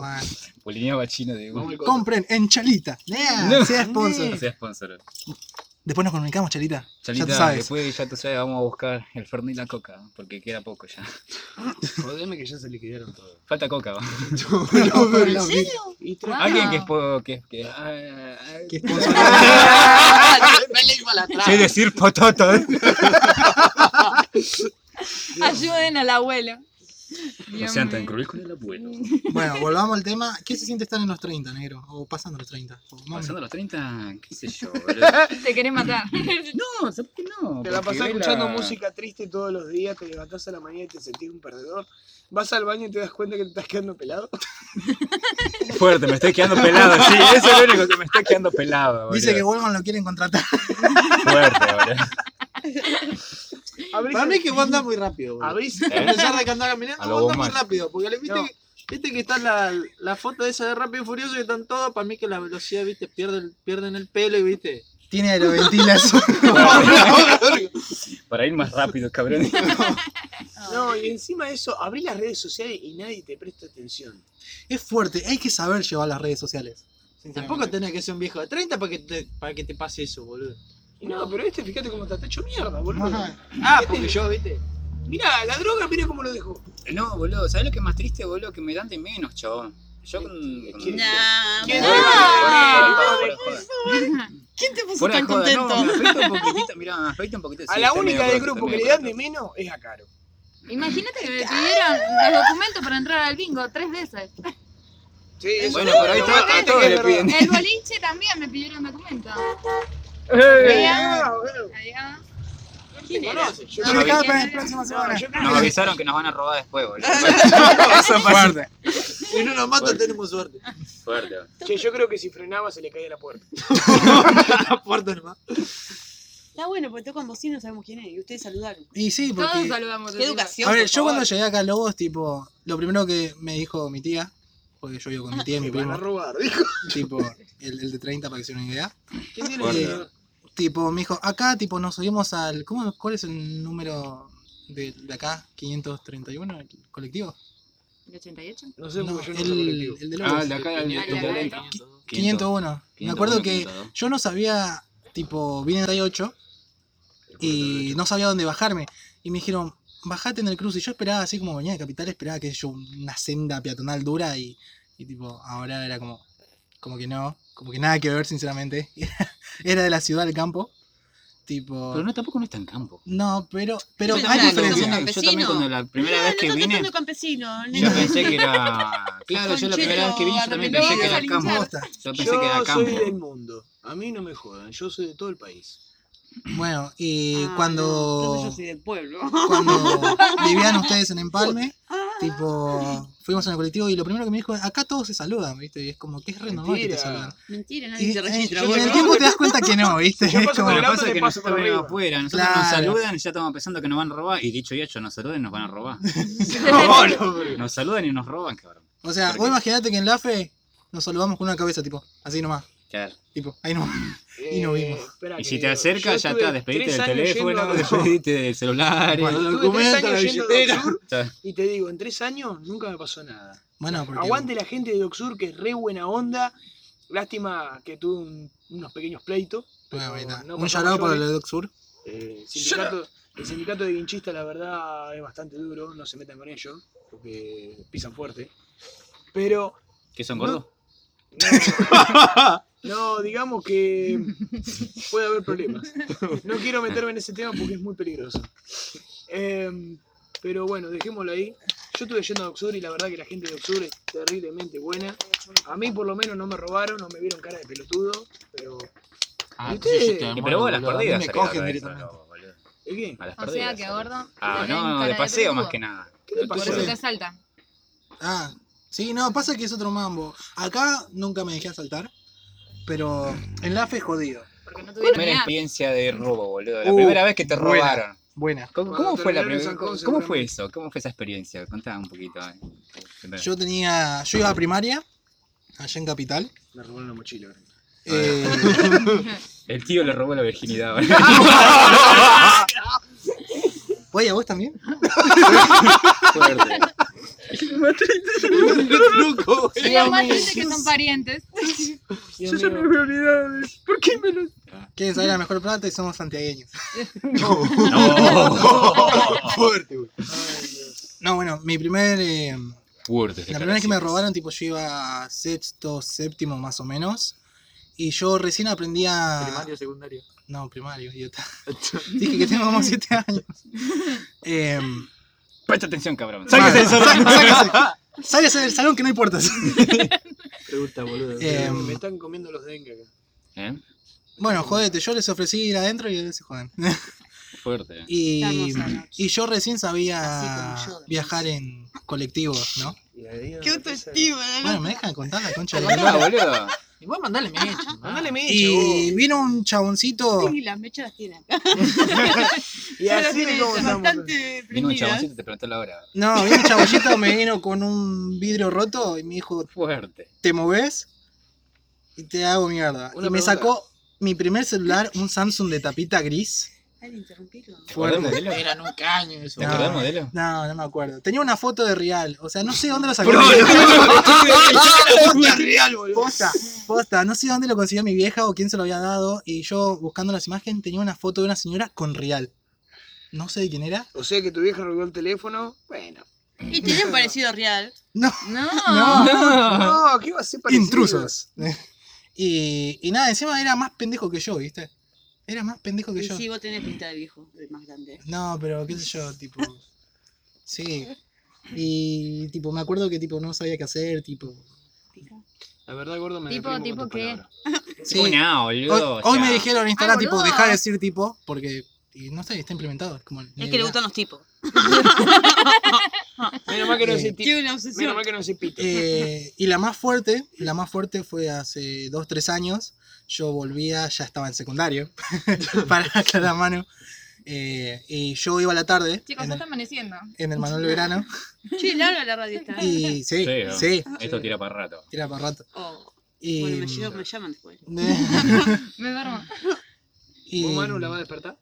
Speaker 1: Bueno,
Speaker 6: Polineaba chino de
Speaker 2: Vamos al coto.
Speaker 1: Compren en Chalita. Nah,
Speaker 6: No.
Speaker 1: Sea sponsor.
Speaker 6: No sea sponsor.
Speaker 1: Después nos comunicamos, Chalita. ya tú
Speaker 6: Chalita,
Speaker 1: sabes.
Speaker 6: después ya tú sabes, vamos a buscar el Fernet y la coca, porque queda poco ya.
Speaker 2: Jodeme que ya se liquidaron todo.
Speaker 6: Falta coca. ¿va?
Speaker 1: ¿En
Speaker 2: Y
Speaker 4: Ah.
Speaker 6: Alguien que es po- que, que- ah, ah,
Speaker 1: Que
Speaker 2: Dale igual atrás.
Speaker 6: Sé decir pototo. ¿eh?
Speaker 4: Ayuden al abuelo.
Speaker 6: No
Speaker 4: Dios
Speaker 6: sean
Speaker 4: mío.
Speaker 6: tan cruel con el abuelo.
Speaker 1: Bueno, volvamos al tema. ¿Qué se siente estar en los 30, negro? O pasando los 30. O más o menos.
Speaker 6: Pasando los 30, qué sé yo. boludo.
Speaker 4: Te querés matar.
Speaker 6: No, ¿sabes qué no?
Speaker 2: Te la
Speaker 6: Porque
Speaker 2: pasás
Speaker 6: ves
Speaker 2: escuchando
Speaker 6: la-
Speaker 2: música triste todos los días, te levantás a la mañana y te sentís un perdedor. Vas al baño y te das cuenta que te estás quedando pelado.
Speaker 6: Fuerte, me estoy quedando pelado. Sí, eso es lo único que me está quedando pelado.
Speaker 1: Dice que
Speaker 6: boludo.
Speaker 1: Wolman lo quieren contratar.
Speaker 6: fuerte, boludo.
Speaker 2: Abrís
Speaker 5: Para
Speaker 2: el-
Speaker 5: mí que vos andás muy rápido, boludo.
Speaker 2: abrís-
Speaker 5: Empezar a andar caminando,
Speaker 6: A lo
Speaker 5: vos andás
Speaker 6: Bob
Speaker 5: muy
Speaker 6: Marley.
Speaker 5: rápido. Porque le viste,
Speaker 2: No.
Speaker 5: que, viste que está la, la foto esa de Rápido y Furioso que están todos. Para mí que la velocidad, viste, pierden, pierden el pelo y viste.
Speaker 1: Tiene aeroventilas.
Speaker 6: Para ir más rápido, cabrón.
Speaker 2: No, y encima de eso, abrís las redes sociales y nadie te presta atención.
Speaker 1: es fuerte. Hay que saber llevar las redes sociales.
Speaker 5: Tampoco tenés que ser un viejo de 30 para que te, para que te pase eso, boludo.
Speaker 2: Y no, pero este, fíjate cómo está, está hecho mierda, boludo.
Speaker 1: Ajá.
Speaker 5: Ah, porque yo, viste.
Speaker 2: Mirá, la droga, mirá cómo lo dejó.
Speaker 6: No, boludo, ¿sabes lo que es más triste, boludo? Que me dan de menos, chabón. Yo con. con-
Speaker 2: ¿Quién?
Speaker 3: Nah,
Speaker 2: ¿Quién
Speaker 3: boludo. Ah,
Speaker 2: Ah,
Speaker 6: Fuera de joda, fuera de joda.
Speaker 3: ¿Quién te puso
Speaker 6: Fuera de
Speaker 3: tan
Speaker 6: joda,
Speaker 3: contento?
Speaker 6: no, me afecta un poquitito, mirá, me afecta un poquitito.
Speaker 2: A
Speaker 6: sí,
Speaker 2: la
Speaker 6: está
Speaker 2: única
Speaker 6: medio
Speaker 2: del
Speaker 6: roto,
Speaker 2: grupo que
Speaker 6: está
Speaker 2: le
Speaker 6: medio
Speaker 2: dan de
Speaker 6: roto.
Speaker 2: menos es a Caro.
Speaker 4: Imagínate que me pidieron los documentos para entrar al bingo tres veces.
Speaker 2: Sí, eso
Speaker 6: Bueno,
Speaker 2: es
Speaker 6: pero ahí
Speaker 2: lo
Speaker 6: todo- a
Speaker 2: bastante
Speaker 6: todos
Speaker 2: que
Speaker 6: le
Speaker 2: es verdad.
Speaker 6: piden.
Speaker 4: El boliche también me pidieron documentos.
Speaker 2: Ah, bueno.
Speaker 4: Allá.
Speaker 2: ¿Quién era?
Speaker 5: conoce?
Speaker 2: Yo
Speaker 1: Nos
Speaker 6: no
Speaker 2: creo
Speaker 1: dejaba
Speaker 6: vi.
Speaker 4: ¿quién
Speaker 1: para
Speaker 4: es?
Speaker 1: la próxima semana.
Speaker 2: No, yo
Speaker 6: Nos
Speaker 2: creo que
Speaker 6: avisaron que nos van a robar después, boludo.
Speaker 1: Eso fuerte.
Speaker 5: Si no nos matan, tenemos suerte.
Speaker 6: Fuerte.
Speaker 2: Che, yo creo que si frenaba se le caía la puerta.
Speaker 5: La puerta nomás.
Speaker 3: Está bueno, porque tocan bocina, sabemos quién es. Y ustedes saludaron.
Speaker 1: Y sí,
Speaker 4: Todos
Speaker 1: porque.
Speaker 4: saludamos.
Speaker 3: Qué educación.
Speaker 1: A ver,
Speaker 3: por
Speaker 1: yo cuando
Speaker 3: favor.
Speaker 1: llegué acá a Lobos, tipo, lo primero que me dijo mi tía, porque yo vivo con mi tía y mi
Speaker 2: Me van a
Speaker 1: primo,
Speaker 2: robar, dijo.
Speaker 1: tipo, el, el de 30 para que se den una idea.
Speaker 2: ¿Quién tiene
Speaker 6: Fuerte.
Speaker 2: dinero?
Speaker 1: Tipo, me dijo, acá, tipo, nos subimos al. ¿cómo, ¿Cuál es el número de, de acá? ¿531? ¿El colectivo?
Speaker 4: ¿El 88?
Speaker 2: No sé,
Speaker 1: No,
Speaker 2: porque yo no
Speaker 1: el,
Speaker 2: soy colectivo.
Speaker 1: el de Lobos.
Speaker 6: Ah, el de acá, el de
Speaker 4: Ah, el de
Speaker 6: el de-
Speaker 4: acá.
Speaker 1: 501. Me acuerdo que
Speaker 6: 501.
Speaker 1: yo no sabía, tipo, vine en 8 y no sabía dónde bajarme. Y me dijeron, bajate en el cruce. Y yo esperaba, así como venía de Capital, esperaba que yo una senda peatonal dura y, y tipo, ahora era como, como que no, como que nada que ver, sinceramente. era de la ciudad del campo. Tipo,
Speaker 6: Pero
Speaker 1: no,
Speaker 6: no, tampoco no está en campo.
Speaker 1: pero, pero
Speaker 3: Pero
Speaker 1: hay
Speaker 3: claro,
Speaker 1: diferencia.
Speaker 3: somos
Speaker 6: Yo también
Speaker 3: campesinos.
Speaker 6: cuando la primera vez que
Speaker 3: no,
Speaker 6: vine,
Speaker 3: No, campesino,
Speaker 6: yo
Speaker 3: nene.
Speaker 6: pensé que era... Claro, yo la primera vez que vine, yo también
Speaker 3: Conchito,
Speaker 6: pensé que era
Speaker 3: arremetido.
Speaker 1: Me
Speaker 6: campo.
Speaker 1: gusta.
Speaker 6: Yo pensé que era
Speaker 2: Yo soy
Speaker 6: campo.
Speaker 2: del mundo. A mí no me jodan, yo soy de todo el país.
Speaker 1: Bueno, y
Speaker 3: Ah,
Speaker 1: cuando...
Speaker 3: entonces yo soy del pueblo.
Speaker 1: cuando vivían ustedes en Empalme,
Speaker 3: Ah.
Speaker 1: tipo, fuimos en el colectivo y lo primero que me dijo, acá todos se saludan, ¿viste? Y es como que es re normal que te
Speaker 2: Mentira.
Speaker 1: saludan.
Speaker 3: Mentira, nadie
Speaker 1: Y,
Speaker 3: se
Speaker 1: y-
Speaker 3: registra.
Speaker 1: y en
Speaker 3: bueno.
Speaker 1: el tiempo te das cuenta que no, ¿viste?
Speaker 2: Yo
Speaker 1: Es
Speaker 2: paso
Speaker 1: como-
Speaker 6: Lo
Speaker 2: por
Speaker 6: que
Speaker 2: el auto
Speaker 6: pasa es
Speaker 2: le
Speaker 6: que
Speaker 2: paso
Speaker 6: nosotros
Speaker 2: por
Speaker 6: venimos
Speaker 2: arriba.
Speaker 6: afuera, nosotros nos
Speaker 1: Claro.
Speaker 6: saludan y ya estamos pensando que nos van a robar. Y dicho y hecho, nos saludan y nos van a robar. Nos saludan y nos roban, cabrón.
Speaker 1: o sea, vos imaginate que en la fe nos saludamos con una cabeza, tipo, así nomás.
Speaker 6: Claro.
Speaker 1: Tipo, ahí nomás. Y no vimos.
Speaker 2: esperá
Speaker 6: Y
Speaker 2: eh, que
Speaker 6: si te
Speaker 2: digo,
Speaker 6: acercas, ya
Speaker 2: yo estuve
Speaker 6: está, despedite
Speaker 2: tres
Speaker 6: del
Speaker 2: años
Speaker 6: teléfono,
Speaker 2: yendo a-
Speaker 6: despedite del celular.
Speaker 1: Bueno,
Speaker 2: Estuve tres
Speaker 5: Documento,
Speaker 2: años
Speaker 5: la
Speaker 2: yendo a
Speaker 5: billetera.
Speaker 2: Docsur
Speaker 6: Ya.
Speaker 2: Y te digo, en tres años nunca me pasó nada.
Speaker 1: Bueno, porque
Speaker 2: Aguante la gente de Docsur, que es re buena onda. Lástima que tuve un- unos pequeños pleitos.
Speaker 1: bueno,
Speaker 2: pero
Speaker 1: ahí está.
Speaker 2: no
Speaker 1: un
Speaker 2: pasó
Speaker 1: charado para
Speaker 2: mayores.
Speaker 1: el Doc Sur.
Speaker 2: Eh, el sindicato- el sindicato de guinchistas, la verdad, es bastante duro. No se metan con ellos, porque pisan fuerte. Pero
Speaker 6: ¿Qué son gordos?
Speaker 2: No, No, digamos que puede haber problemas. No quiero meterme en ese tema porque es muy peligroso. Em, pero bueno, dejémoslo ahí. Yo estuve yendo a Oxur y la verdad que la gente de Oxur es terriblemente buena. A mí por lo menos no me robaron, no me vieron cara de pelotudo, pero
Speaker 7: Ah,
Speaker 2: ¿Y
Speaker 7: entonces yo
Speaker 2: ustedes?
Speaker 7: estoy en
Speaker 6: Y
Speaker 7: bola,
Speaker 6: pero vos a las
Speaker 7: boludo. A mí
Speaker 6: perdidas
Speaker 1: me
Speaker 6: salí
Speaker 1: cogen
Speaker 6: a
Speaker 1: directamente.
Speaker 6: loco, boludo.
Speaker 2: ¿El qué?
Speaker 6: A las
Speaker 4: O
Speaker 6: perdidas.
Speaker 4: sea que gordo.
Speaker 6: Ah,
Speaker 4: tenés
Speaker 6: no,
Speaker 4: cara
Speaker 6: de paseo
Speaker 4: pelotudo.
Speaker 6: más que nada.
Speaker 2: ¿Qué le
Speaker 4: Por
Speaker 2: pasó?
Speaker 4: eso
Speaker 1: Sí.
Speaker 4: te asalta.
Speaker 1: Ah, sí, no, pasa que es otro mambo. Acá nunca me dejé asaltar, pero en la fe jodido.
Speaker 4: Porque no tuvieron
Speaker 6: Primera
Speaker 4: nada.
Speaker 6: experiencia de robo, boludo. La
Speaker 1: Uh,
Speaker 6: primera vez que te
Speaker 1: buena.
Speaker 6: robaron.
Speaker 1: Buena.
Speaker 6: ¿Cómo,
Speaker 2: Cuando
Speaker 6: cómo fue la
Speaker 2: terminaron
Speaker 6: primera?
Speaker 2: en San
Speaker 6: ¿Cómo
Speaker 2: José,
Speaker 6: cómo fue
Speaker 2: seguramente.
Speaker 6: eso? ¿Cómo fue esa experiencia? Contá un poquito. eh.
Speaker 1: Yo tenía, yo iba a primaria, allá en Capital.
Speaker 2: Me robaron la mochila. bro.
Speaker 1: Eh,
Speaker 6: El tío le robó la virginidad. boludo.
Speaker 1: Oye, ¿a vos también?
Speaker 6: Fuerte.
Speaker 4: Y lo más triste es que son parientes.
Speaker 2: Yo ya me había olvidado de eso. ¿Por qué me lo.?
Speaker 1: ¿Quieren saber la mejor plata y somos santiagueños?
Speaker 2: Fuerte, güey.
Speaker 1: No, bueno, mi primer, eh,
Speaker 7: Word,
Speaker 6: este
Speaker 1: la primera vez que me robaron, tipo, yo iba sexto, séptimo más o menos. Y yo recién aprendí a...
Speaker 5: Primario, secundario.
Speaker 1: No, primario, idiota. Dije que tengo como 7 años. Em,
Speaker 6: Presta atención, cabrón.
Speaker 1: Sáquese del salón. Sáquese, sáquese del salón que no hay puertas.
Speaker 5: Pregunta, boludo.
Speaker 1: Eh,
Speaker 2: me están comiendo los dengue acá.
Speaker 6: ¿Eh?
Speaker 1: Bueno, jodete, yo les ofrecí ir adentro y ellos se joden.
Speaker 6: Fuerte. eh.
Speaker 1: Y,
Speaker 3: Hermosa noche.
Speaker 1: y yo recién sabía
Speaker 3: Así como yo, de
Speaker 1: viajar en colectivos, ¿no?
Speaker 2: Y ahí
Speaker 3: Qué
Speaker 2: empieza-
Speaker 3: autoestima,
Speaker 1: Bueno,
Speaker 3: ¿no?
Speaker 1: me dejan contar la concha de la
Speaker 6: Pará,
Speaker 1: lora.
Speaker 6: boludo.
Speaker 5: Y vos mandale mecha.
Speaker 2: Mandale mecha,
Speaker 1: Y
Speaker 2: vos.
Speaker 1: vino un chaboncito.
Speaker 3: Sí, las mechas las tiene acá.
Speaker 2: Y así es como estamos.
Speaker 3: bastante
Speaker 6: Vino
Speaker 1: ¿eh?
Speaker 6: un
Speaker 3: prendidas.
Speaker 6: chaboncito y te preguntó la hora.
Speaker 1: No, vino un chaboncito, me vino con un vidrio roto y me dijo,
Speaker 6: Fuerte.
Speaker 1: ¿te moves? Y te hago mierda.
Speaker 2: Una
Speaker 1: y me
Speaker 2: pregunta.
Speaker 1: sacó mi primer celular, un Samsung de tapita gris.
Speaker 3: Ay, interrumpirlo.
Speaker 6: ¿Te acordás del
Speaker 1: Fuerte.
Speaker 6: modelo?
Speaker 5: Eran un caño eso.
Speaker 6: ¿Te
Speaker 1: No.
Speaker 6: acordás del modelo?
Speaker 1: No, no me acuerdo. Tenía una foto de Real. O sea, no sé dónde lo sacó. Posta, posta. No sé dónde lo consiguió mi vieja o quién se lo había dado. Y yo, buscando las imágenes, tenía una foto de una señora con Real. No sé de quién era.
Speaker 2: O sea que tu vieja robó el teléfono. Bueno.
Speaker 3: Y tienen parecido real.
Speaker 1: No.
Speaker 4: No.
Speaker 1: No.
Speaker 2: No, ¿qué va a ser parecido?
Speaker 1: Intrusos. Y, y nada, encima era más pendejo que yo, ¿viste? Era más pendejo que
Speaker 3: Y
Speaker 1: yo.
Speaker 3: sí, vos tenés pinta de viejo, de más grande.
Speaker 1: No, pero qué sé yo, tipo. Sí. Y tipo, me acuerdo que tipo no sabía qué hacer, tipo.
Speaker 2: La verdad, gordo, me
Speaker 4: Tipo,
Speaker 2: deprimo
Speaker 4: tipo,
Speaker 2: con tus
Speaker 4: ¿qué?
Speaker 2: palabras.
Speaker 1: Sí.
Speaker 6: Uy, no,
Speaker 1: Hoy,
Speaker 6: boludo.
Speaker 1: hoy me
Speaker 6: ya.
Speaker 1: dijeron en
Speaker 3: Ah,
Speaker 1: Instagram, tipo,
Speaker 4: boludo.
Speaker 1: dejar de decir tipo, porque y no sé, está implementado. Es, como el-
Speaker 3: Es que le gustan los tipos.
Speaker 2: Menos mal que no
Speaker 1: Eh,
Speaker 2: se pita.
Speaker 3: Tiene una
Speaker 2: Menos
Speaker 3: obsesión.
Speaker 2: mal que no se pita.
Speaker 1: Eh, y la más fuerte, la más fuerte fue hace dos, tres años. Yo volvía, ya estaba en secundario, para aclarar la mano. Eh, y yo iba a la tarde
Speaker 4: Chicos,
Speaker 1: en,
Speaker 4: ya está
Speaker 1: el,
Speaker 4: amaneciendo.
Speaker 1: en el Manuel Belgrano.
Speaker 3: Che, larga la radio está.
Speaker 1: Y sí,
Speaker 6: Sí,
Speaker 1: sí,
Speaker 6: ¿no? Esto tira para rato.
Speaker 1: tira para rato.
Speaker 3: Oh,
Speaker 1: Y, eh,
Speaker 3: bueno, me, llevo- me llaman después.
Speaker 4: Me duermo.
Speaker 1: y-
Speaker 2: ¿Vos, Manu, la vas a despertar?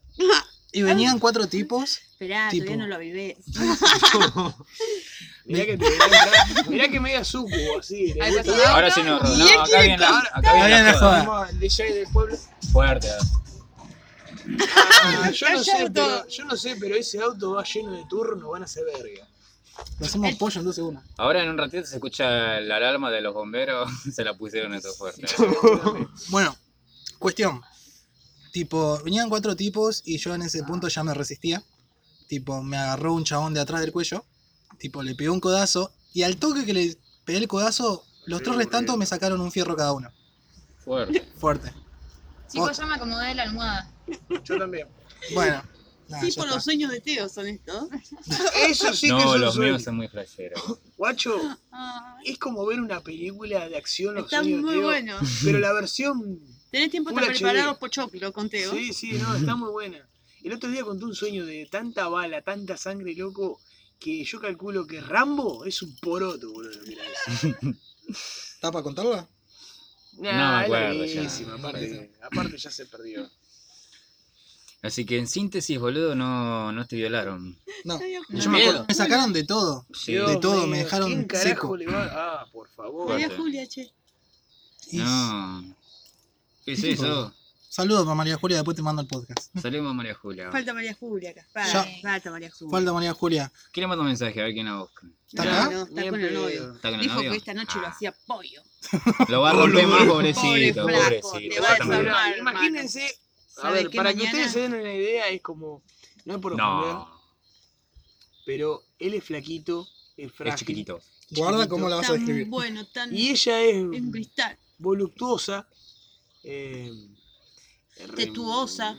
Speaker 1: y venían cuatro tipos.
Speaker 3: Esperá,
Speaker 1: Tipo.
Speaker 3: todavía no lo vivé.
Speaker 2: Mirá que te voy a entrar. Mirá que media sucubo, así.
Speaker 4: Ahí
Speaker 2: Le gusta.
Speaker 4: pasó.
Speaker 6: Ahora sí no,
Speaker 3: Y
Speaker 6: no,
Speaker 3: él
Speaker 6: acá
Speaker 3: quiere
Speaker 6: viene la,
Speaker 2: cantar.
Speaker 6: acá viene la joda.
Speaker 2: Vamos al DJ del pueblo.
Speaker 6: Fuerte.
Speaker 2: Ah, yo, no
Speaker 3: Calla
Speaker 2: sé,
Speaker 3: auto.
Speaker 2: pero, yo no sé, pero ese auto va lleno de turno, van a ser verga.
Speaker 1: Lo hacemos pollo en dos segundos.
Speaker 6: Ahora en un ratito se escucha la alarma de los bomberos. Se la pusieron estos fuertes.
Speaker 1: Bueno, cuestión. Tipo, venían cuatro tipos y yo en ese punto ya me resistía. Tipo, me agarró un chabón de atrás del cuello. Tipo, le pegué un codazo. Y al toque que le pegué el codazo, los tres restantes me sacaron un fierro cada uno.
Speaker 6: Fuerte.
Speaker 1: Fuerte.
Speaker 4: Chicos, ya me acomodé la almohada.
Speaker 2: Yo también.
Speaker 1: Bueno. nada,
Speaker 3: Sí,
Speaker 1: ya
Speaker 3: por
Speaker 1: está.
Speaker 3: los sueños de Teo son estos.
Speaker 2: Eso sí que
Speaker 6: No,
Speaker 2: son
Speaker 6: los
Speaker 2: sueños.
Speaker 6: míos son muy flasheros.
Speaker 2: Guacho,
Speaker 3: Ay,
Speaker 2: es como ver una película de acción los
Speaker 3: Están
Speaker 2: sueños de
Speaker 3: Ah, muy
Speaker 2: Teo,
Speaker 3: buenos.
Speaker 2: Pero la versión.
Speaker 3: Tenés tiempo hasta
Speaker 2: Pura
Speaker 3: preparar
Speaker 2: chivera.
Speaker 3: los pochoclos con Teo.
Speaker 2: Sí, sí, no, está muy buena. El otro día conté un sueño de tanta bala, tanta sangre, loco, que yo calculo que Rambo es un poroto, boludo. lo que era eso.
Speaker 1: ¿Está para contarla?
Speaker 2: Nah, es
Speaker 6: acuerdo ya.
Speaker 2: larguísima, Aparte, aparte ya se perdió.
Speaker 6: Así que en síntesis, boludo, no, no te violaron.
Speaker 1: No.
Speaker 3: Ay, ojo.
Speaker 1: Yo me,
Speaker 5: Miedo.
Speaker 1: acuerdo, me sacaron de todo.
Speaker 6: Sí.
Speaker 1: De todo, me dejaron
Speaker 2: ¿Quién
Speaker 1: seco.
Speaker 2: carajo le va? Ah, por favor.
Speaker 3: María
Speaker 6: Fuerte.
Speaker 3: Julia, che.
Speaker 1: Y-
Speaker 6: No. ¿Qué es eso?
Speaker 1: Saludos para María Julia, después te mando el podcast.
Speaker 6: Salimos a María Julia.
Speaker 3: Falta María Julia acá.
Speaker 1: Ya.
Speaker 3: Falta, falta María Julia.
Speaker 1: Falta María Julia.
Speaker 6: ¿Quién le manda un mensaje? A ver quién la busca.
Speaker 1: ¿Está
Speaker 3: no,
Speaker 1: acá?
Speaker 3: no, está
Speaker 2: Bien
Speaker 3: con el
Speaker 2: pedo.
Speaker 3: novio.
Speaker 6: ¿Está con el
Speaker 3: Dijo
Speaker 6: novio?
Speaker 3: que esta noche lo
Speaker 6: Ah,
Speaker 3: hacía pollo.
Speaker 6: Lo va a romper más, pobrecito,
Speaker 3: Pobre flaco,
Speaker 6: pobrecito.
Speaker 3: te va a
Speaker 6: Exactamente.
Speaker 3: desarmar. hermano.
Speaker 2: Imagínense, a
Speaker 3: ¿Sabes
Speaker 2: ver,
Speaker 3: qué
Speaker 2: para que
Speaker 3: mañana?
Speaker 2: ustedes se den una idea, es como, no es por ofender,
Speaker 6: No,
Speaker 2: pero él es flaquito, es
Speaker 6: es
Speaker 2: frágil,
Speaker 6: chiquitito.
Speaker 1: Guarda cómo la vas a
Speaker 3: Tan
Speaker 1: describir.
Speaker 3: bueno, tan.
Speaker 2: y ella es
Speaker 3: Es un cristal.
Speaker 2: voluptuosa, eh,
Speaker 7: Tetuosa.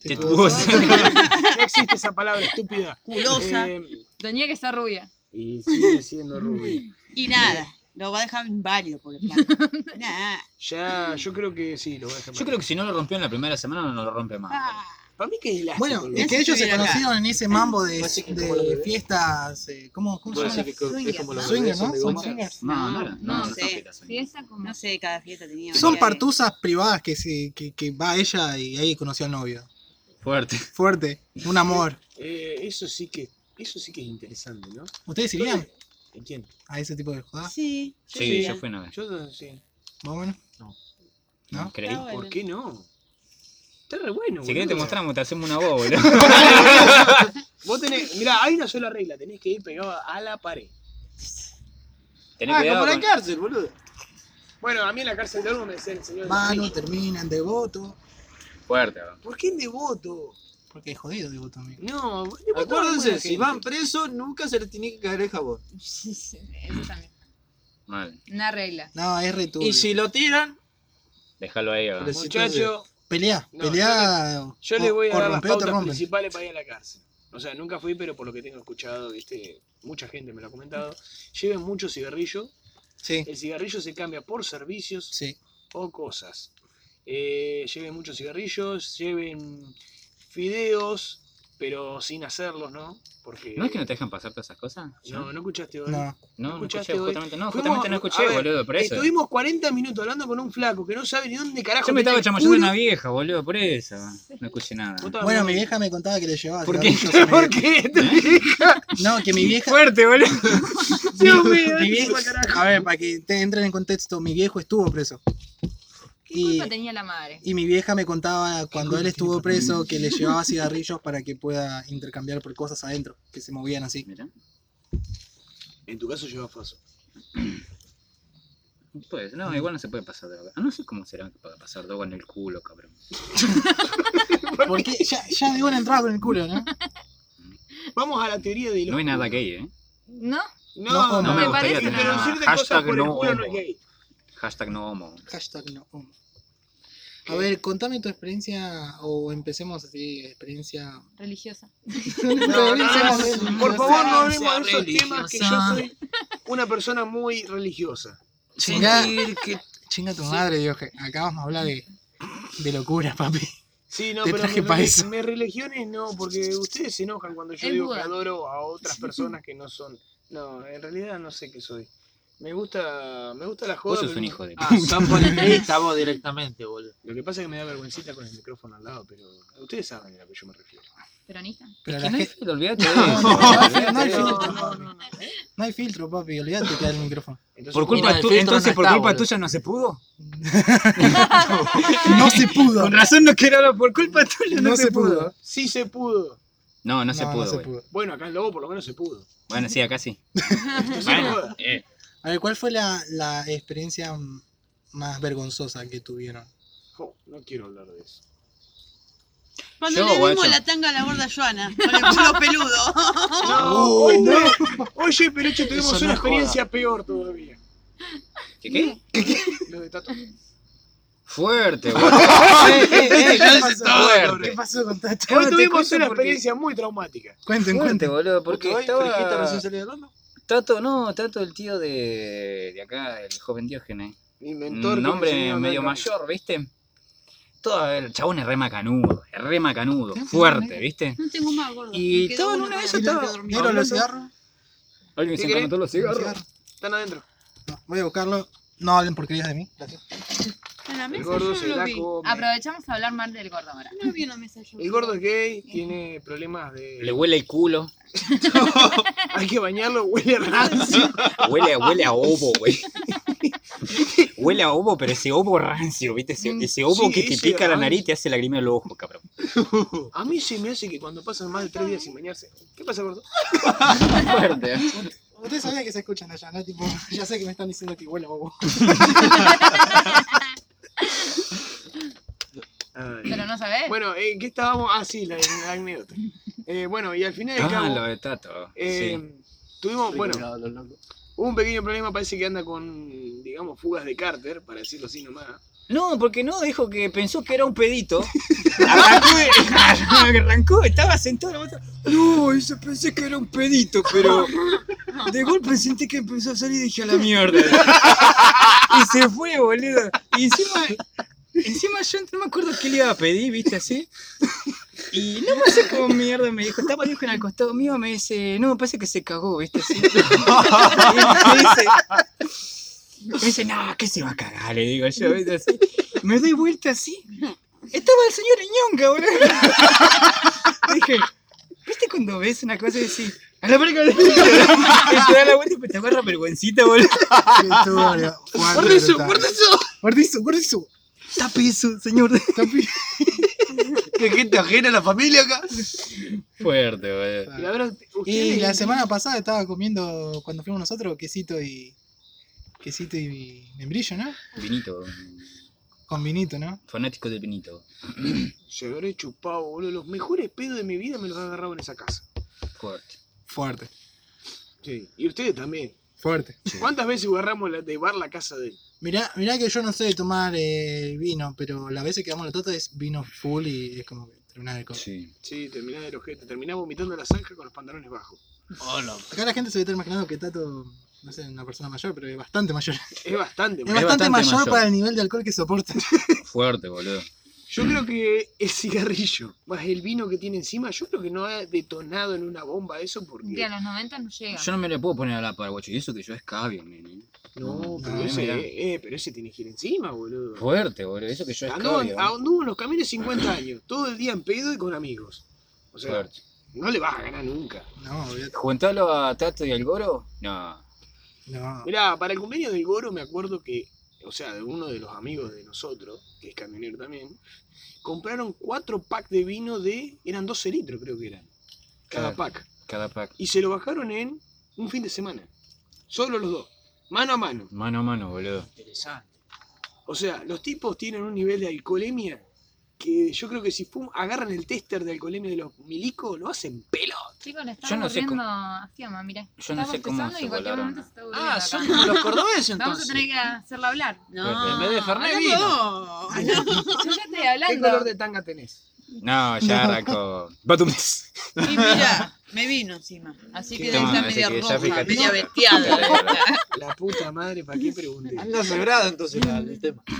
Speaker 6: Tetuosa.
Speaker 2: No existe esa palabra estúpida.
Speaker 7: Culosa.
Speaker 2: Eh,
Speaker 4: Tenía que ser rubia.
Speaker 2: y sigue siendo rubia.
Speaker 7: Y nada, lo va a dejar inválido por el plata. Nah.
Speaker 2: Ya, yo creo que sí, lo voy a dejar.
Speaker 6: Yo creo que si no lo rompió en la primera semana, no lo rompe más.
Speaker 7: Ah,
Speaker 2: Para mí que es elástico.
Speaker 1: Bueno,
Speaker 2: ¿no?
Speaker 1: es que
Speaker 7: Eso
Speaker 1: ellos se
Speaker 7: estuviera acá.
Speaker 1: conocieron en ese mambo de,
Speaker 5: Así que
Speaker 1: de
Speaker 5: como los bebés.
Speaker 1: fiestas. eh, ¿Cómo, cómo se
Speaker 5: Puedo
Speaker 1: llama?
Speaker 5: decir que creo que es como los
Speaker 1: Swingers,
Speaker 5: bebés
Speaker 1: ¿no?
Speaker 5: son de
Speaker 1: Son
Speaker 5: goma.
Speaker 1: swingers.
Speaker 6: No, no, no,
Speaker 4: No,
Speaker 6: no,
Speaker 7: no sé.
Speaker 6: son fiestas,
Speaker 4: Sí, esa como.
Speaker 7: no sé, cada fiesta tenía.
Speaker 1: Son
Speaker 3: ¿eh?
Speaker 7: varias.
Speaker 1: partusas privadas que, se, que, que va ella y ahí conoció al novio.
Speaker 6: Fuerte.
Speaker 1: Fuerte, un amor.
Speaker 2: Eh, eso sí que eso sí que es interesante, ¿no?
Speaker 1: ¿Ustedes irían
Speaker 2: ¿Entiendes?
Speaker 1: a ese tipo de jodas?
Speaker 7: Sí, yo
Speaker 6: Sí,
Speaker 7: diría.
Speaker 6: yo fui una vez.
Speaker 2: Yo no sé.
Speaker 1: Más o menos. ¿No?
Speaker 6: ¿Creí?
Speaker 7: Está bueno.
Speaker 2: ¿Por qué no? Está re bueno.
Speaker 6: Si querés te
Speaker 2: Ah, boludo.
Speaker 6: mostramos, te hacemos una boba, boludo.
Speaker 2: Vos tenés, mirá, hay una sola regla, tenés que ir pegado a la pared.
Speaker 6: Tenés
Speaker 5: Ah,
Speaker 6: cuidado
Speaker 5: como la
Speaker 6: con-
Speaker 5: cárcel, boludo.
Speaker 2: Bueno, a mí en la cárcel de Olmo me decían el señor.
Speaker 1: Mano,
Speaker 2: del anillo.
Speaker 1: terminan devoto.
Speaker 6: Fuerte, bro.
Speaker 2: ¿Por qué en devoto?
Speaker 1: Porque es jodido devoto, amigo.
Speaker 2: No, devoto
Speaker 5: Acuérdense,
Speaker 2: buena
Speaker 5: si
Speaker 2: gente.
Speaker 5: van presos, nunca se les tiene que caer el jabón.
Speaker 4: Eso también.
Speaker 6: Mal.
Speaker 4: Una regla.
Speaker 1: No, es re turbio.
Speaker 5: Y si lo tiran,
Speaker 6: Déjalo ahí, bro.
Speaker 5: Les-
Speaker 2: Muchacho,
Speaker 1: Peleá,
Speaker 2: No,
Speaker 1: peleá.
Speaker 2: yo
Speaker 1: o-
Speaker 2: les voy a
Speaker 1: o
Speaker 2: dar las
Speaker 1: rompe o te
Speaker 2: pautas
Speaker 1: rompen.
Speaker 2: principales para ir a la cárcel. O sea, nunca fui, pero por lo que tengo escuchado, viste, mucha gente me lo ha comentado. Lleven mucho cigarrillo.
Speaker 1: Sí,
Speaker 2: El cigarrillo se cambia por servicios
Speaker 1: sí.
Speaker 2: o cosas. Eh, lleven muchos cigarrillos, lleven fideos, pero sin hacerlos, ¿no? Porque.
Speaker 6: ¿No es que no te dejan pasar todas esas cosas?
Speaker 2: No, no escuchaste hoy.
Speaker 1: No.
Speaker 6: No,
Speaker 2: ¿No
Speaker 6: no
Speaker 2: escuchaste
Speaker 6: escuché,
Speaker 2: hoy?
Speaker 6: justamente no,
Speaker 2: Fuimos-
Speaker 6: justamente no escuché,
Speaker 2: a ver,
Speaker 6: boludo, por eso.
Speaker 2: Eh, Estuvimos 40 minutos hablando con un flaco que no sabe ni dónde carajo.
Speaker 6: Yo me estaba
Speaker 2: mete el
Speaker 6: chamayando
Speaker 2: culo.
Speaker 6: una vieja, boludo, por eso. No escuché nada.
Speaker 2: Vos estabas
Speaker 1: Bueno,
Speaker 2: hablando-
Speaker 1: mi vieja me contaba que le llevaba.
Speaker 6: ¿Por qué?
Speaker 1: cigarrillos a mi
Speaker 2: ¿Por
Speaker 1: vieja.
Speaker 2: qué? Tu vieja.
Speaker 1: No, que mi vieja.
Speaker 6: Fuerte, boludo.
Speaker 2: Dios mío,
Speaker 1: mi viejo-
Speaker 2: este carajo.
Speaker 1: a ver, para que te entren en contexto, mi viejo estuvo preso.
Speaker 4: ¿Qué
Speaker 1: Y,
Speaker 4: culpa tenía la madre?
Speaker 1: y mi vieja me contaba cuando él estuvo preso que le llevaba cigarrillos para que pueda intercambiar por cosas adentro, que se movían así.
Speaker 6: Mirá,
Speaker 2: En tu caso lleva faso.
Speaker 6: Pues, no, igual no se puede pasar droga. Ah, No sé cómo será que pueda pasar droga en el culo, cabrón.
Speaker 1: Porque ya, ya de una entrada con el culo, ¿no?
Speaker 2: Vamos a la teoría de los.
Speaker 6: No hay nada gay, ¿eh?
Speaker 4: ¿no
Speaker 2: No, no,
Speaker 1: No me
Speaker 2: no,
Speaker 4: gustaría
Speaker 2: pero
Speaker 4: tener
Speaker 2: decirte
Speaker 6: nada.
Speaker 2: cosas por
Speaker 6: Hashtag
Speaker 2: el culo
Speaker 6: no
Speaker 2: no es
Speaker 6: homo.
Speaker 2: gay.
Speaker 6: Hashtag no homo.
Speaker 1: Hashtag no. homo. A ver, contame tu experiencia o empecemos así, experiencia.
Speaker 4: Religiosa.
Speaker 1: Empecemos-
Speaker 2: Por favor, no
Speaker 3: Sea
Speaker 2: hablemos de esos temas que yo
Speaker 6: religiosa.
Speaker 2: soy una persona muy religiosa.
Speaker 1: Chingá, chinga tu madre, Dioje. Acá vamos a hablar de, de locura, papi.
Speaker 2: Sí, no,
Speaker 1: Te
Speaker 2: pero
Speaker 1: traje
Speaker 2: mi-
Speaker 1: pa'
Speaker 2: mi-
Speaker 1: eso.
Speaker 2: mis religiones no, porque ustedes se enojan cuando yo
Speaker 4: Es
Speaker 2: digo que
Speaker 4: Buda.
Speaker 2: adoro a otras personas que no son. No, en realidad no sé qué soy. Me gusta, me gusta la joda.
Speaker 6: Vos sos
Speaker 2: pero
Speaker 6: un
Speaker 2: no-
Speaker 6: hijo de
Speaker 5: ah, son politeístas vos directamente, boludo.
Speaker 2: Lo que pasa es que me da vergüencita con el micrófono al lado, pero ustedes saben a lo que yo me refiero.
Speaker 4: Peronista.
Speaker 1: Pero
Speaker 6: Que
Speaker 1: la
Speaker 6: no hay
Speaker 1: gente.
Speaker 6: filo, olvídate de
Speaker 1: No, no hay
Speaker 6: eso.
Speaker 1: filtro,
Speaker 2: No, no,
Speaker 1: papi. No hay filtro, papi. Olvídate que el micrófono.
Speaker 2: Entonces,
Speaker 6: Por
Speaker 5: culpa
Speaker 6: culpa
Speaker 5: Mira, el tu- filtro
Speaker 6: entonces
Speaker 5: entonces, no
Speaker 6: por
Speaker 5: por está,
Speaker 6: culpa
Speaker 5: culpa boludo.
Speaker 6: tuya no se pudo.
Speaker 1: No se pudo.
Speaker 6: Con razón no quiero hablar, por culpa tuya no, se pudo.
Speaker 2: Sí se pudo.
Speaker 6: No, no se pudo.
Speaker 1: No se
Speaker 6: güey.
Speaker 1: pudo.
Speaker 2: Bueno, acá en Lobo por lo menos se pudo.
Speaker 6: Bueno, sí, acá sí.
Speaker 2: joda.
Speaker 6: bueno, eh,
Speaker 1: A ver, ¿cuál fue la, la experiencia mm, más vergonzosa que tuvieron?
Speaker 2: Jo, no quiero hablar de eso.
Speaker 7: Cuando
Speaker 6: Yo,
Speaker 7: le dimos
Speaker 6: guacho.
Speaker 7: la tanga a la gorda Joana, con el culo peludo.
Speaker 2: No,
Speaker 1: Oh.
Speaker 2: hoy no. Oye, Perucho, tuvimos
Speaker 5: Eso no
Speaker 2: una
Speaker 5: es joda.
Speaker 2: experiencia peor todavía.
Speaker 6: ¿qué qué?
Speaker 2: Lo de Tato.
Speaker 6: Fuerte, boludo.
Speaker 1: ¿Qué
Speaker 5: eh,
Speaker 6: Fuerte.
Speaker 1: pasó con Tato?
Speaker 2: Hoy
Speaker 6: te
Speaker 2: tuvimos
Speaker 6: cuento
Speaker 2: una
Speaker 6: porque-
Speaker 2: experiencia muy traumática.
Speaker 1: Cuenten,
Speaker 6: Fuerte,
Speaker 1: cuenten.
Speaker 6: boludo, porque
Speaker 5: Porque hoy Frijita
Speaker 6: estaba...
Speaker 5: recién salió del horno.
Speaker 6: Tato, no, Tato, el tío de, de acá, el joven Diógenes.
Speaker 2: Inventor.
Speaker 6: Un
Speaker 2: que me enseñó a
Speaker 6: hombre
Speaker 2: andar
Speaker 6: medio
Speaker 2: en camión.
Speaker 6: mayor, ¿viste? Todo, el chabón es re macanudo, es re macanudo,
Speaker 1: Sí, sí,
Speaker 6: fuerte,
Speaker 1: sí.
Speaker 6: ¿viste?
Speaker 3: No tengo más gordo.
Speaker 6: Y
Speaker 3: Me quedó
Speaker 6: todo en
Speaker 3: uno
Speaker 6: una de
Speaker 3: para
Speaker 6: esas
Speaker 3: mí.
Speaker 6: estaba-
Speaker 1: ¿Vieron los cigarros?
Speaker 6: Alguien
Speaker 2: ¿Qué
Speaker 6: se
Speaker 2: querés?
Speaker 6: encanó todos los
Speaker 1: ¿Los
Speaker 6: cigarros.
Speaker 1: cigarros?
Speaker 2: Están adentro.
Speaker 1: No, voy a buscarlo. No hablen porquerías de mí. Gracias.
Speaker 3: En la
Speaker 2: El
Speaker 3: mesa
Speaker 2: gordo
Speaker 3: yo
Speaker 2: se
Speaker 3: no lo
Speaker 2: la
Speaker 3: vi.
Speaker 2: come.
Speaker 4: Aprovechamos a hablar mal del gordo ahora.
Speaker 3: No vi en la mesa yo.
Speaker 2: El gordo es gay, tiene problemas
Speaker 6: Le
Speaker 2: de.
Speaker 6: huele el culo,
Speaker 2: Hay que bañarlo, huele
Speaker 3: Ah,
Speaker 2: rancio.
Speaker 6: huele, huele a ovo, güey. Huele a ovo, pero ese ovo rancio, ¿viste? Ese, ese ovo
Speaker 2: Mm, Sí,
Speaker 6: que te
Speaker 2: ese
Speaker 6: pica la
Speaker 2: rancio.
Speaker 6: nariz te hace lagrimar los ojos, cabrón.
Speaker 2: A mí se me hace que cuando pasan más de tres días sin bañarse. ¿Qué pasa, gordo?
Speaker 6: Fuerte.
Speaker 1: Ustedes sabían que se escuchan allá, ¿no? Tipo, ya sé que me están diciendo que huele a bobo.
Speaker 4: Pero no sabés.
Speaker 2: Bueno, ¿en qué estábamos? Ah, sí, la, la anécdota. Eh, bueno, y al final del
Speaker 6: Ah,
Speaker 2: cabo,
Speaker 6: lo de Tato.
Speaker 2: eh,
Speaker 6: Sí.
Speaker 2: tuvimos,
Speaker 5: Estoy
Speaker 2: bueno,
Speaker 5: colgado, los locos.
Speaker 2: hubo un pequeño problema, parece que anda con, digamos, fugas de cárter, para decirlo así nomás.
Speaker 6: No, porque no, dijo que pensó que era un pedito. Arrancó, arrancó estaba sentado. en la mesa. No, yo pensé que era un pedito, pero de golpe sentí que empezó a salir y dije a la mierda. Y se fue, boludo. Y encima, encima yo no me acuerdo qué le iba a pedir, viste, así. Y no me sé cómo mierda me dijo. Estaba dijo en el costado mío, me dice, no, me parece que se cagó, viste, así. Y me dice, me dice, no, ¿qué se va a cagar? Le digo yo, ¿viste? Así. Me doy vuelta así. Estaba el señor Ñonga, boludo. Dije, ¿viste cuando ves una cosa y decís, a la verga, boludo? Y te da la vuelta y te agarra vergüencita, boludo.
Speaker 1: Guarda
Speaker 5: Guarda eso, guarda eso.
Speaker 1: Guarda eso, guarda eso. Tape eso, señor. Tape.
Speaker 5: Que gente ajena a la familia acá.
Speaker 6: Fuerte, boludo.
Speaker 2: Y, ahora,
Speaker 1: Y
Speaker 2: ustedes-
Speaker 1: la semana pasada estaba comiendo, cuando fuimos nosotros, quesito y. Quesito y membrillo, ¿no?
Speaker 6: Vinito,
Speaker 1: Con vinito, ¿no?
Speaker 6: fanático del vinito.
Speaker 2: Se habré chupado, boludo. Los mejores pedos de mi vida me los han agarrado en esa casa.
Speaker 6: Fuerte.
Speaker 1: Fuerte,
Speaker 2: Sí. Y ustedes también.
Speaker 1: fuerte.
Speaker 2: ¿Cuántas veces agarramos la- de bar la casa de él?
Speaker 1: Mirá, mirá que yo no sé tomar eh, vino, pero las veces que damos la tota es vino full y es como que terminar el coche.
Speaker 6: Sí.
Speaker 2: Sí, terminás de ojete. Terminás vomitando la zanja con los pantalones bajos.
Speaker 1: Acá la gente se debe estar imaginando que Tato, no sé, una persona mayor, pero es bastante mayor. Es,
Speaker 2: Es bastante, boludo.
Speaker 1: bastante,
Speaker 6: bastante
Speaker 1: mayor,
Speaker 6: mayor.
Speaker 1: para el nivel de alcohol que soporta.
Speaker 6: Fuerte, boludo.
Speaker 2: Yo creo que el cigarrillo más el vino que tiene encima, yo creo que no ha detonado en una bomba eso
Speaker 4: Que a
Speaker 2: porque.
Speaker 4: los 90 no llega.
Speaker 6: Yo no me le puedo poner a la par, guacho. Y eso que yo es cabio, nene.
Speaker 2: No, pero,
Speaker 1: No,
Speaker 2: ese,
Speaker 6: mirá.
Speaker 2: eh, eh, pero ese tiene que ir encima, boludo.
Speaker 6: Fuerte, boludo. Eso que yo es
Speaker 2: Anduvo,
Speaker 6: cabio.
Speaker 2: anduvo en los caminos 50 años, todo el día en pedo y con amigos. O sea,
Speaker 6: Fuerte.
Speaker 2: no le vas a ganar nunca.
Speaker 1: No, olvídate.
Speaker 6: ¿Juntalo a Tato y al Goro? No.
Speaker 1: no.
Speaker 2: Mirá, para el cumpleaños del Goro me acuerdo que, o sea, de uno de los amigos de nosotros, que es camionero también, compraron cuatro packs de vino de, eran 12 litros creo que eran, cada
Speaker 6: Claro.
Speaker 2: pack.
Speaker 6: Cada pack.
Speaker 2: Y se lo bajaron en un fin de semana. Solo los dos. Mano a mano.
Speaker 6: Mano a mano, boludo.
Speaker 2: Interesante. O sea, los tipos tienen un nivel de alcoholemia que yo creo que si fum- agarran el tester de alcoholemia de los milicos, lo hacen pelota.
Speaker 4: Chicos, le
Speaker 6: Yo
Speaker 4: están
Speaker 6: no sé
Speaker 4: aburriendo a Fiamma, mirá.
Speaker 6: Yo no
Speaker 4: Está
Speaker 6: sé cómo
Speaker 4: bostezando y
Speaker 6: se
Speaker 4: en cualquier
Speaker 6: volaron.
Speaker 4: momento se está aburriendo
Speaker 5: Ah,
Speaker 4: acá.
Speaker 5: son como los cordobeses
Speaker 4: Vamos a
Speaker 5: entonces.
Speaker 4: tener que hacerla hablar.
Speaker 3: No.
Speaker 5: En vez de Fernet,
Speaker 3: no,
Speaker 5: vino.
Speaker 3: Ah, no.
Speaker 4: Yo ya estoy
Speaker 2: ¿Qué color
Speaker 4: hablando.
Speaker 2: de tanga tenés?
Speaker 6: No, ya arrancó. Batumes.
Speaker 3: Y mira, me vino encima. Así que
Speaker 2: Qué
Speaker 3: ya
Speaker 2: mal,
Speaker 6: así
Speaker 3: media
Speaker 6: que ya
Speaker 3: roja,
Speaker 6: fíjate.
Speaker 3: media veteada.
Speaker 2: La puta madre, ¿para qué pregunté?
Speaker 5: Anda sobrado entonces la- el tema.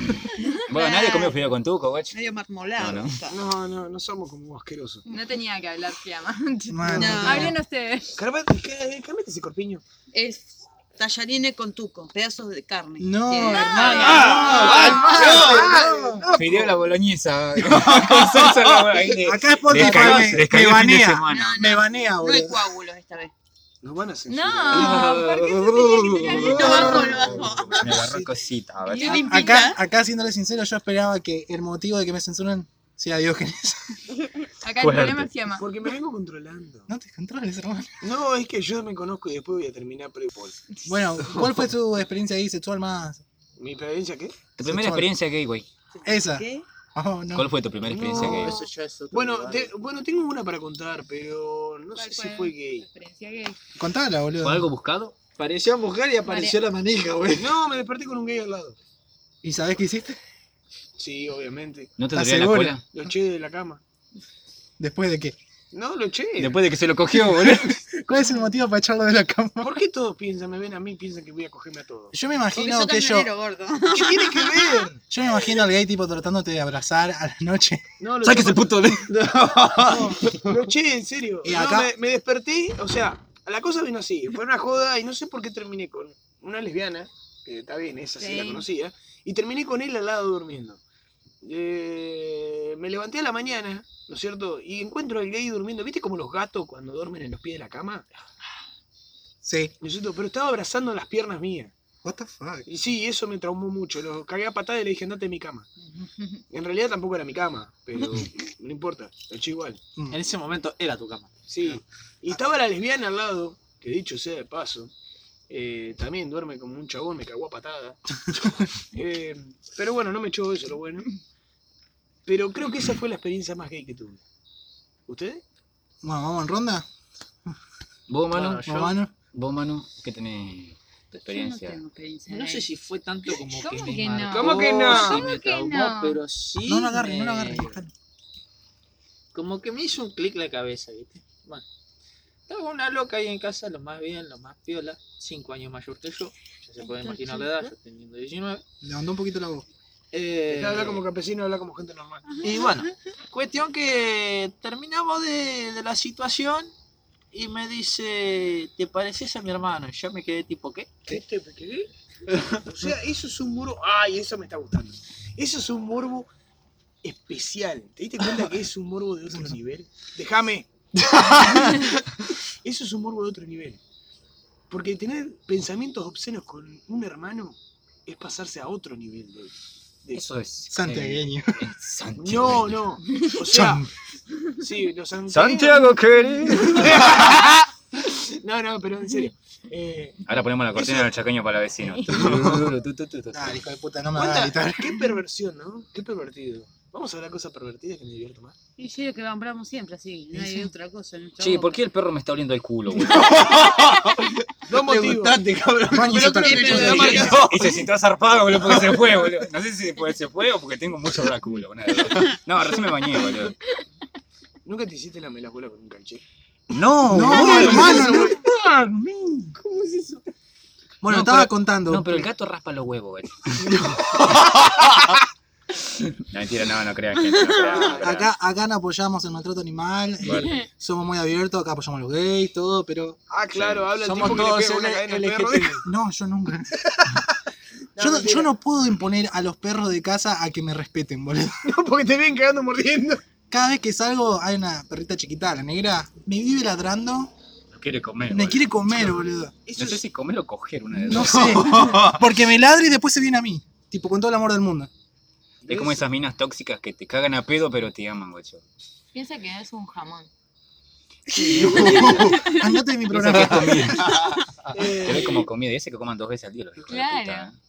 Speaker 6: Bueno, nadie comió fideo con tuco, guacho.
Speaker 3: medio marmolada.
Speaker 6: No, no.
Speaker 3: está.
Speaker 2: No, no, no somos como asquerosos.
Speaker 4: No tenía que hablar Fiamma.
Speaker 1: Mano,
Speaker 3: No.
Speaker 1: no.
Speaker 4: Hablen ustedes.
Speaker 2: Cármate qué- cármate ese corpiño.
Speaker 3: Es tallarines con tuco, pedazos de carne.
Speaker 1: No,
Speaker 3: Tiene-
Speaker 6: Ah,
Speaker 1: hermano.
Speaker 3: ah,
Speaker 2: ah.
Speaker 6: Fideo a la boloñesa. con salsa a la boloñesa.
Speaker 1: Acá Spotify
Speaker 6: Descargó-
Speaker 1: me,
Speaker 6: descargó
Speaker 1: me
Speaker 6: el fin de
Speaker 1: banea.
Speaker 6: semana.
Speaker 1: Me banea,
Speaker 3: No hay
Speaker 1: boludo.
Speaker 3: coágulos esta vez.
Speaker 2: Nos van a hacer.
Speaker 4: No, ¿por qué se tenía que
Speaker 3: No
Speaker 4: tirar esto?
Speaker 3: bajo, no bajo.
Speaker 6: Me agarró cosita, a ver.
Speaker 3: Estoy limpita.
Speaker 1: Acá, acá, siéndole sincero, yo esperaba que el motivo de que me censuran sea Diógenes.
Speaker 4: Acá el
Speaker 6: Fuerte.
Speaker 4: problema es Fiamma.
Speaker 2: Porque me vengo controlando.
Speaker 1: No te controles, hermano.
Speaker 2: No, es que yo me conozco y después voy a terminar pre -pol.
Speaker 1: Bueno, ¿cuál fue tu experiencia ahí sexual más?
Speaker 2: ¿Mi preferencia qué?
Speaker 6: Tu primera experiencia gay, güey.
Speaker 1: Esa.
Speaker 3: ¿Qué?
Speaker 1: Oh, no.
Speaker 6: ¿Cuál fue tu primera experiencia
Speaker 2: No,
Speaker 6: gay?
Speaker 5: Eso ya es otro
Speaker 2: Bueno,
Speaker 5: lugar.
Speaker 2: te- bueno, tengo una para contar, pero no sé si fue gay.
Speaker 4: Experiencia gay.
Speaker 1: Contala, boludo.
Speaker 6: ¿Fue algo buscado?
Speaker 5: Parecía mujer y apareció la manija, güey.
Speaker 2: No, me desperté con un gay al lado.
Speaker 1: ¿Y sabés qué hiciste?
Speaker 2: Sí, obviamente.
Speaker 6: ¿No te
Speaker 1: ¿Estás
Speaker 6: dolía la
Speaker 1: seguro?
Speaker 6: cola?
Speaker 2: Lo eché de la cama.
Speaker 1: ¿Después de qué?
Speaker 2: No, lo eché.
Speaker 6: Después de que se lo cogió, boludo.
Speaker 1: ¿Cuál es el motivo para echarlo de la cama?
Speaker 2: ¿Por qué todos piensan, me ven a mí, piensan que voy a cogerme a todos?
Speaker 1: Yo me
Speaker 3: Porque
Speaker 1: imagino
Speaker 3: yo
Speaker 1: que yo.
Speaker 3: camionero, gordo.
Speaker 2: ¿Qué tiene que ver?
Speaker 1: Yo me imagino al gay tipo tratándote de abrazar a la noche.
Speaker 2: No, lo
Speaker 6: ¡Sáquese, puto! de-
Speaker 2: No, lo eché, en serio.
Speaker 1: Y
Speaker 2: No,
Speaker 1: acá-
Speaker 2: me, me desperté, o sea, la cosa vino así. Fue una joda y no sé por qué terminé con una lesbiana, que está bien, esa sí, la
Speaker 3: Sí.
Speaker 2: conocía, y terminé con él al lado durmiendo. Eh, me levanté a la mañana, ¿no es cierto? Y encuentro al gay durmiendo, ¿viste como los gatos cuando duermen en los pies de la cama?
Speaker 1: Sí.
Speaker 2: ¿No es cierto? Pero estaba abrazando las piernas mías.
Speaker 1: What the fuck?
Speaker 2: Y sí, eso me traumó mucho. Lo cagué a patada y le dije, andate de mi cama. En realidad tampoco era mi cama, pero no importa, lo eché igual.
Speaker 1: Mm.
Speaker 5: En ese momento era tu cama.
Speaker 2: Sí. Y estaba la lesbiana al lado, que dicho sea de paso, eh, también duerme como un chabón, me cagó a patada. Eh, pero bueno, no me echó eso, lo bueno. Pero creo que esa fue la experiencia más gay que tuve. ¿Ustedes?
Speaker 1: Bueno, vamos en ronda.
Speaker 6: ¿Vos, mano?
Speaker 5: Bueno,
Speaker 1: Ah, Vamos, mano.
Speaker 6: ¿Vos, mano? ¿Qué tenés? tu
Speaker 7: Yo no
Speaker 6: experiencia.
Speaker 7: tengo experiencia.
Speaker 5: No sé si fue tanto como
Speaker 4: ¿Cómo
Speaker 5: que,
Speaker 4: que
Speaker 5: me
Speaker 4: no?
Speaker 5: marcó,
Speaker 2: ¿Cómo que no?
Speaker 5: si
Speaker 4: ¿Cómo
Speaker 5: me
Speaker 4: que
Speaker 5: traumó,
Speaker 4: no?
Speaker 5: pero sí
Speaker 1: No lo agarres, no lo
Speaker 5: me-
Speaker 1: agarres. déjalo.
Speaker 5: Como que me hizo un clic la cabeza, ¿viste? Bueno. Estaba una loca ahí en casa, lo más bien, lo más piola, cinco años mayor que yo, ya se puede imaginar la edad, yo teniendo 19.
Speaker 1: Levantó un poquito la voz.
Speaker 5: Eh,
Speaker 2: Habla como campesino, habla como gente normal.
Speaker 5: Y bueno, cuestión que terminamos de, de la situación y me dice, ¿te pareces a mi hermano? Y yo me quedé tipo, ¿qué?
Speaker 2: ¿Qué te qué? O sea, eso es un morbo. Ay, eso me está gustando. Eso es un morbo especial. ¿Te diste cuenta que es un morbo de otro nivel? Déjame. eso es un morbo de otro nivel. Porque tener pensamientos obscenos con un hermano es pasarse a otro nivel de. de-
Speaker 6: Eso es.
Speaker 1: Santiagueño.
Speaker 6: eh, santiagueño.
Speaker 2: No, no. O sea, sí, los santiagueños-
Speaker 6: Santiago querido.
Speaker 2: No, no, pero en serio. Eh,
Speaker 6: Ahora ponemos la cortina del chaqueño para vecinos.
Speaker 1: Ah, hijo de puta, no me hagas
Speaker 2: ¿Cuánta-
Speaker 1: gritar.
Speaker 2: Qué perversión, ¿no? Qué pervertido. Vamos a hablar cosas pervertidas que me divierto más.
Speaker 7: Y yo creo que nombramos siempre así, no hay otra cosa. en nuestra
Speaker 6: Che,
Speaker 7: boca.
Speaker 6: ¿por qué el perro me está oliendo el culo, boludo?
Speaker 2: Dos motivos.
Speaker 1: Juan hizo tal-
Speaker 7: que-
Speaker 1: hizo
Speaker 7: pero-
Speaker 1: tal-
Speaker 7: pero-
Speaker 6: Y se sintió zarpado, boludo, porque se fue, boludo. No sé si porque se fue o porque tengo mucho olor a culo. una de dos. No, recién me bañé, boludo.
Speaker 2: ¿Nunca te hiciste la melacuela con un canche?
Speaker 6: No,
Speaker 2: Ah,
Speaker 1: No, hermano. no.
Speaker 2: ¿Cómo es eso?
Speaker 1: Bueno,
Speaker 6: No,
Speaker 1: estaba
Speaker 6: pero-
Speaker 1: contando.
Speaker 6: No, pero el gato raspa los huevos, boludo. No, mentira, no, no crean, gente. No crean, no crean.
Speaker 1: Acá, acá no apoyamos el maltrato animal, eh,
Speaker 6: Bueno.
Speaker 1: somos muy abiertos, acá apoyamos a los gays, todo, pero
Speaker 2: Ah, claro, habla el
Speaker 1: somos
Speaker 2: tipo que le
Speaker 1: todos
Speaker 2: pega una cadena al perro.
Speaker 1: LGTB. No, yo nunca. yo, no, yo no puedo imponer a los perros de casa a que me respeten, boludo.
Speaker 2: No, porque te vienen cagando mordiendo.
Speaker 1: Cada vez que salgo hay una perrita chiquita, la negra, me vive ladrando,
Speaker 6: No quiere comer,
Speaker 1: me
Speaker 6: boludo.
Speaker 1: quiere comer, boludo.
Speaker 2: Eso
Speaker 6: No sé
Speaker 2: es,
Speaker 6: si comer o coger una de
Speaker 1: No
Speaker 6: dos.
Speaker 1: sé, porque me ladra y después se viene a mí, tipo con todo el amor del mundo.
Speaker 6: Es como esas minas tóxicas que te cagan a pedo, pero te aman, guacho.
Speaker 4: Piensa que es un jamón.
Speaker 1: Andate de mi
Speaker 6: Piensa que
Speaker 1: programa.
Speaker 6: es comida.
Speaker 2: eh,
Speaker 6: Te ve como comida. Dice que coman dos veces al día los hijos de puta,
Speaker 4: Claro.
Speaker 6: ¿eh?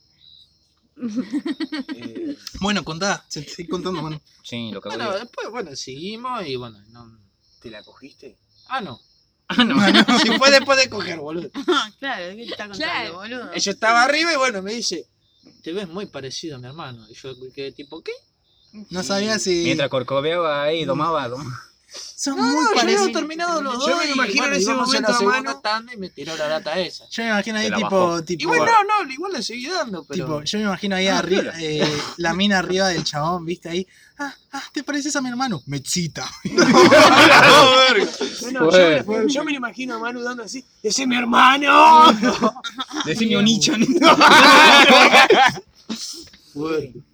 Speaker 2: eh,
Speaker 1: Bueno, contá, se te estoy contando, mano.
Speaker 6: Sí, lo cago
Speaker 5: Bueno,
Speaker 6: de...
Speaker 5: después, bueno, seguimos y bueno, no...
Speaker 2: ¿Te la cogiste?
Speaker 5: Ah, no.
Speaker 6: Ah, no.
Speaker 5: Si fue después de coger, boludo.
Speaker 7: claro, ¿qué te está contando,
Speaker 4: Claro.
Speaker 7: boludo?
Speaker 5: Ella estaba arriba y bueno, me dice, te ves muy parecido a mi hermano. Y yo quedé tipo, ¿qué?
Speaker 1: No sabía si. Mm.
Speaker 6: Mientras corcoveaba ahí, domaba, domaba.
Speaker 1: Son
Speaker 5: No,
Speaker 1: muy
Speaker 5: no, ya
Speaker 1: parecidos.
Speaker 5: habíamos terminado los dos.
Speaker 2: Yo me
Speaker 5: y
Speaker 2: imagino en
Speaker 5: bueno,
Speaker 2: ese
Speaker 5: íbamos a la
Speaker 2: momento a
Speaker 5: segunda
Speaker 2: mano.
Speaker 5: tanda y me tiró la lata esa.
Speaker 1: Yo me imagino ahí
Speaker 6: Te la
Speaker 1: tipo,
Speaker 6: bajó.
Speaker 1: tipo,
Speaker 5: Y bueno, no, no, igual le seguí dando, pero...
Speaker 1: tipo, yo me imagino ahí
Speaker 6: Ah,
Speaker 1: arriba, eh, la mina arriba del chabón, viste ahí, ah, ah, te pareces a mi hermano, mezita.
Speaker 2: No, no, yo, me-
Speaker 6: Bueno.
Speaker 2: yo me lo imagino a Manu dando así. ¡Ese es mi hermano!
Speaker 6: Decime un nicho,